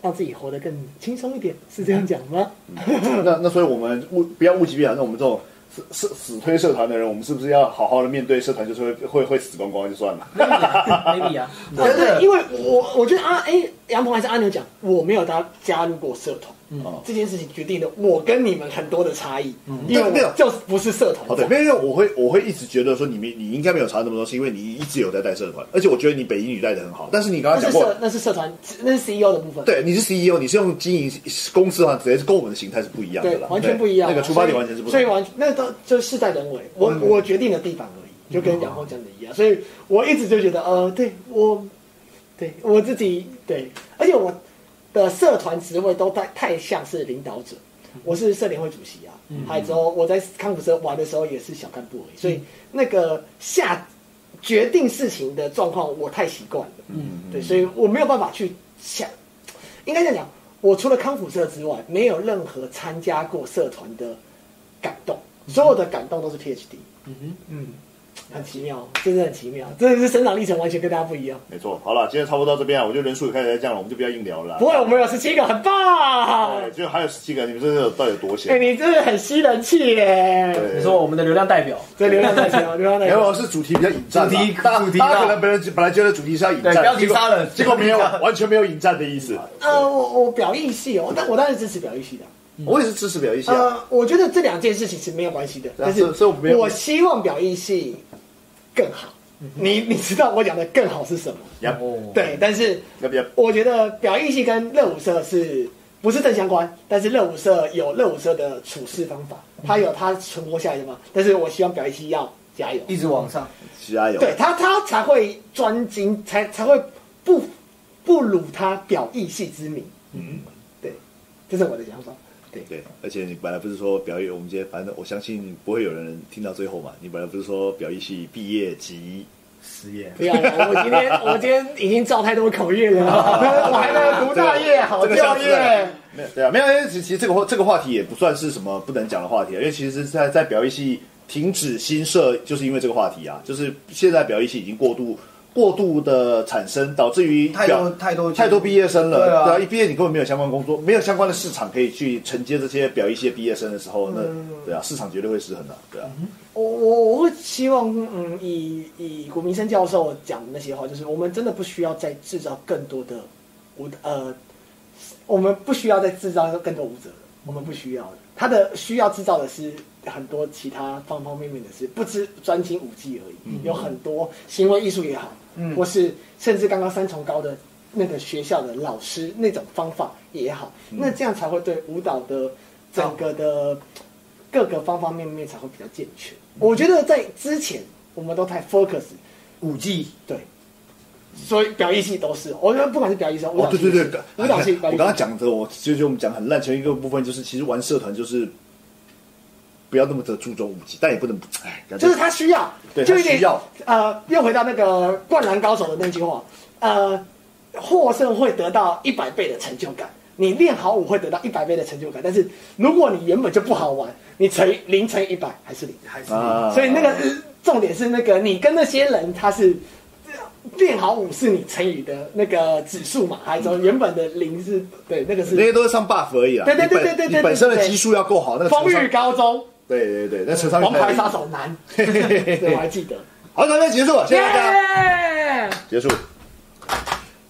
C: 让自己活得更轻松一点，是这样讲吗？
A: 嗯那那所以我们物不要物极必反，那我们这种死死死推社团的人，我们是不是要好好的面对社团，就是会会会死光光就算了？
B: maybe 啊，
A: 嗯
E: 真的
C: 对，因为我我觉得阿哎杨鹏还是阿牛讲，我没有他加入过社团。
A: 哦
C: 这件事情决定了我跟你们很多的差异，因为
A: 对没有
C: 我就是不是社团
A: 哦，对，
C: 长
A: 没有，因为我会我会一直觉得说你没你应该没有查那么多，是因为你一直有在带社团，而且我觉得你北英语带的很好，但是你刚
C: 那
A: 刚
C: 是
A: 讲过
C: 社，那是社团，那是 CEO 的部分。
A: 对，你是 CEO，你是用经营公司的话，直接是跟我们的形态是不一样的
C: 对，
A: 啦，
C: 完全不一样啊。
A: 那个出发点完全是不同嗯
C: 所以
A: 的。
C: 所以完那都就是事在人为，我、我决定的地方而已，就跟
A: 嗯
C: 杨后讲的一样。所以我一直就觉得，呃，对我，对我自己，对，而且我的社团职位都太太像是领导者，
A: 嗯
C: 我是社联会主席啊，还有之后我在康复社玩的时候也是小干部而已，所以
A: 嗯
C: 那个下决定事情的状况我太习惯了，嗯，对，所以我没有办法去想应该这样讲，我除了康复社之外，没有任何参加过社团的感动，所有的感动都是 PhD。
B: 嗯哼，
C: 嗯，很奇妙，真的很奇妙，真的是生长历程完全跟大家不一样。
A: 没错。好了，今天差不多到这边啊，我觉得人数也开始在降了，我们就不要硬聊了啦。
C: 不会，我们有十七个，很棒！
A: 对，就还有十七个，你们这是到底有多
C: 哎、
A: 闲？
C: 你真的很吸人气耶！
A: 对
B: 你说我们的流量代表，
C: 这流量太 强，流量太
A: 没
C: 强。
A: 有是主题比较引战啦，啊
E: 主题
A: 大家
E: 主题
A: 大家
E: 啦
A: 可能本来本来觉得主题是要引战，
E: 对标题杀人
A: 结果结果没有
E: 标题杀，人
A: 完全没有引战的意思。
C: 呃，我我表意系哦，但我当然支持表意系的。
A: 我也是支持表一下，
C: 呃，我觉得这两件事情是没有关系的，
A: 对啊
C: 但
A: 所以
C: 是
A: 所以我没有
C: 我希望表意系更好。你你知道我讲的更好是什么？
A: 呀，
E: 哦，
C: 对，但是
A: 要不要？
C: 我觉得表意系跟热舞社是不是正相关？但是热舞社有热舞社的处事方法，它有它存活下来的嘛。但是我希望表意系要加油，
E: 一直往上，
A: 加油！
C: 对他，他才会专精，才才会不不辱他表意系之名。嗯，对，这是我的想法。
A: 对，而且你本来不是说表演，我们今天反正我相信不会有人听到最后嘛。你本来不是说表演系毕业及
E: 实验
C: 不要了，啊我今天我今天已经造太多口业 了，我还能读大业，好教
A: 这个下
C: 业。
A: 没有对啊，没有，因为其实这个话这个话题也不算是什么不能讲的话题啊，因为其实在，在表演系停止新设，就是因为这个话题啊，就是现在表演系已经过度过度的产生，导致于
E: 太
A: 表
E: 多太多
A: 太多毕业生了，
E: 对啊
A: 一毕业你根本没有相关工作，没有相关的市场可以去承接这些表演系的毕业生的时候呢，
E: 嗯
A: 对啊，市场绝对会失衡的，对啊，
C: 我我我会希望，嗯，以以古明生教授讲的那些话，就是我们真的不需要再制造更多的舞呃，我们不需要再制造更多舞者了，我们不需要了。他的需要制造的是很多其他方方面面的事，不只专精舞技而已，有很多行为艺术也好，
E: 嗯
C: 或是甚至刚刚三重高的那个学校的老师那种方法也好，那这样才会对舞蹈的整个的。各个方方面面才会比较健全。我觉得在之前我们都太 focus，
E: 五 G
C: 对，所以表演系都是，我觉得不管是表演系，舞
A: 哦，
C: 蹈系
A: 对对
C: 也是，
A: 对，啊
C: 舞蹈系，
A: 我
C: 表
A: 刚刚
C: 演系，
A: 讲的，我就就我们讲很烂，其中一个部分就是，其实玩社团就是不要那么的注重武器，但也不能，哎，感觉
C: 就是他需要，
A: 对
C: 就
A: 他
C: 有点
A: 需要
C: 呃，又回到那个灌篮高手的那句话，呃，获胜会得到一百倍的成就感。你练好舞会得到一百倍的成就感，但是如果你原本就不好玩，你乘以零乘以一百还是零。
E: 还是
A: 啊，
C: 所以那个呃重点是那个你跟那些人他是呃练好舞是你乘以的那个指数嘛，还有原本的零是对那个
A: 那
C: 是
A: 些都是上 buff 而已啦，
C: 对对对
A: 你本
C: 对对对
A: 你本身的
C: 对
A: 基数要够好，那个
C: 风
A: 乘上
C: 裕高中
A: 对对对，那乘上
C: 王牌杀，手 难，对我还记得。
A: 好，咱们结束，谢谢大家，
C: 耶！
A: 结束，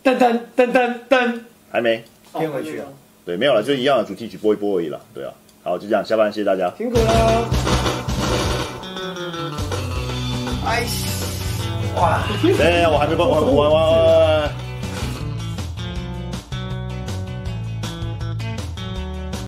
C: 噔噔噔噔噔，
A: 还没，
C: 哦
E: 变回去了。
A: 对，没有了，就一样的主题曲播一播而已了，对啊，好，就这样，下班，谢谢大家。
C: 辛苦了。
E: 哎，哇！
A: 哎，我还没关，我我我我。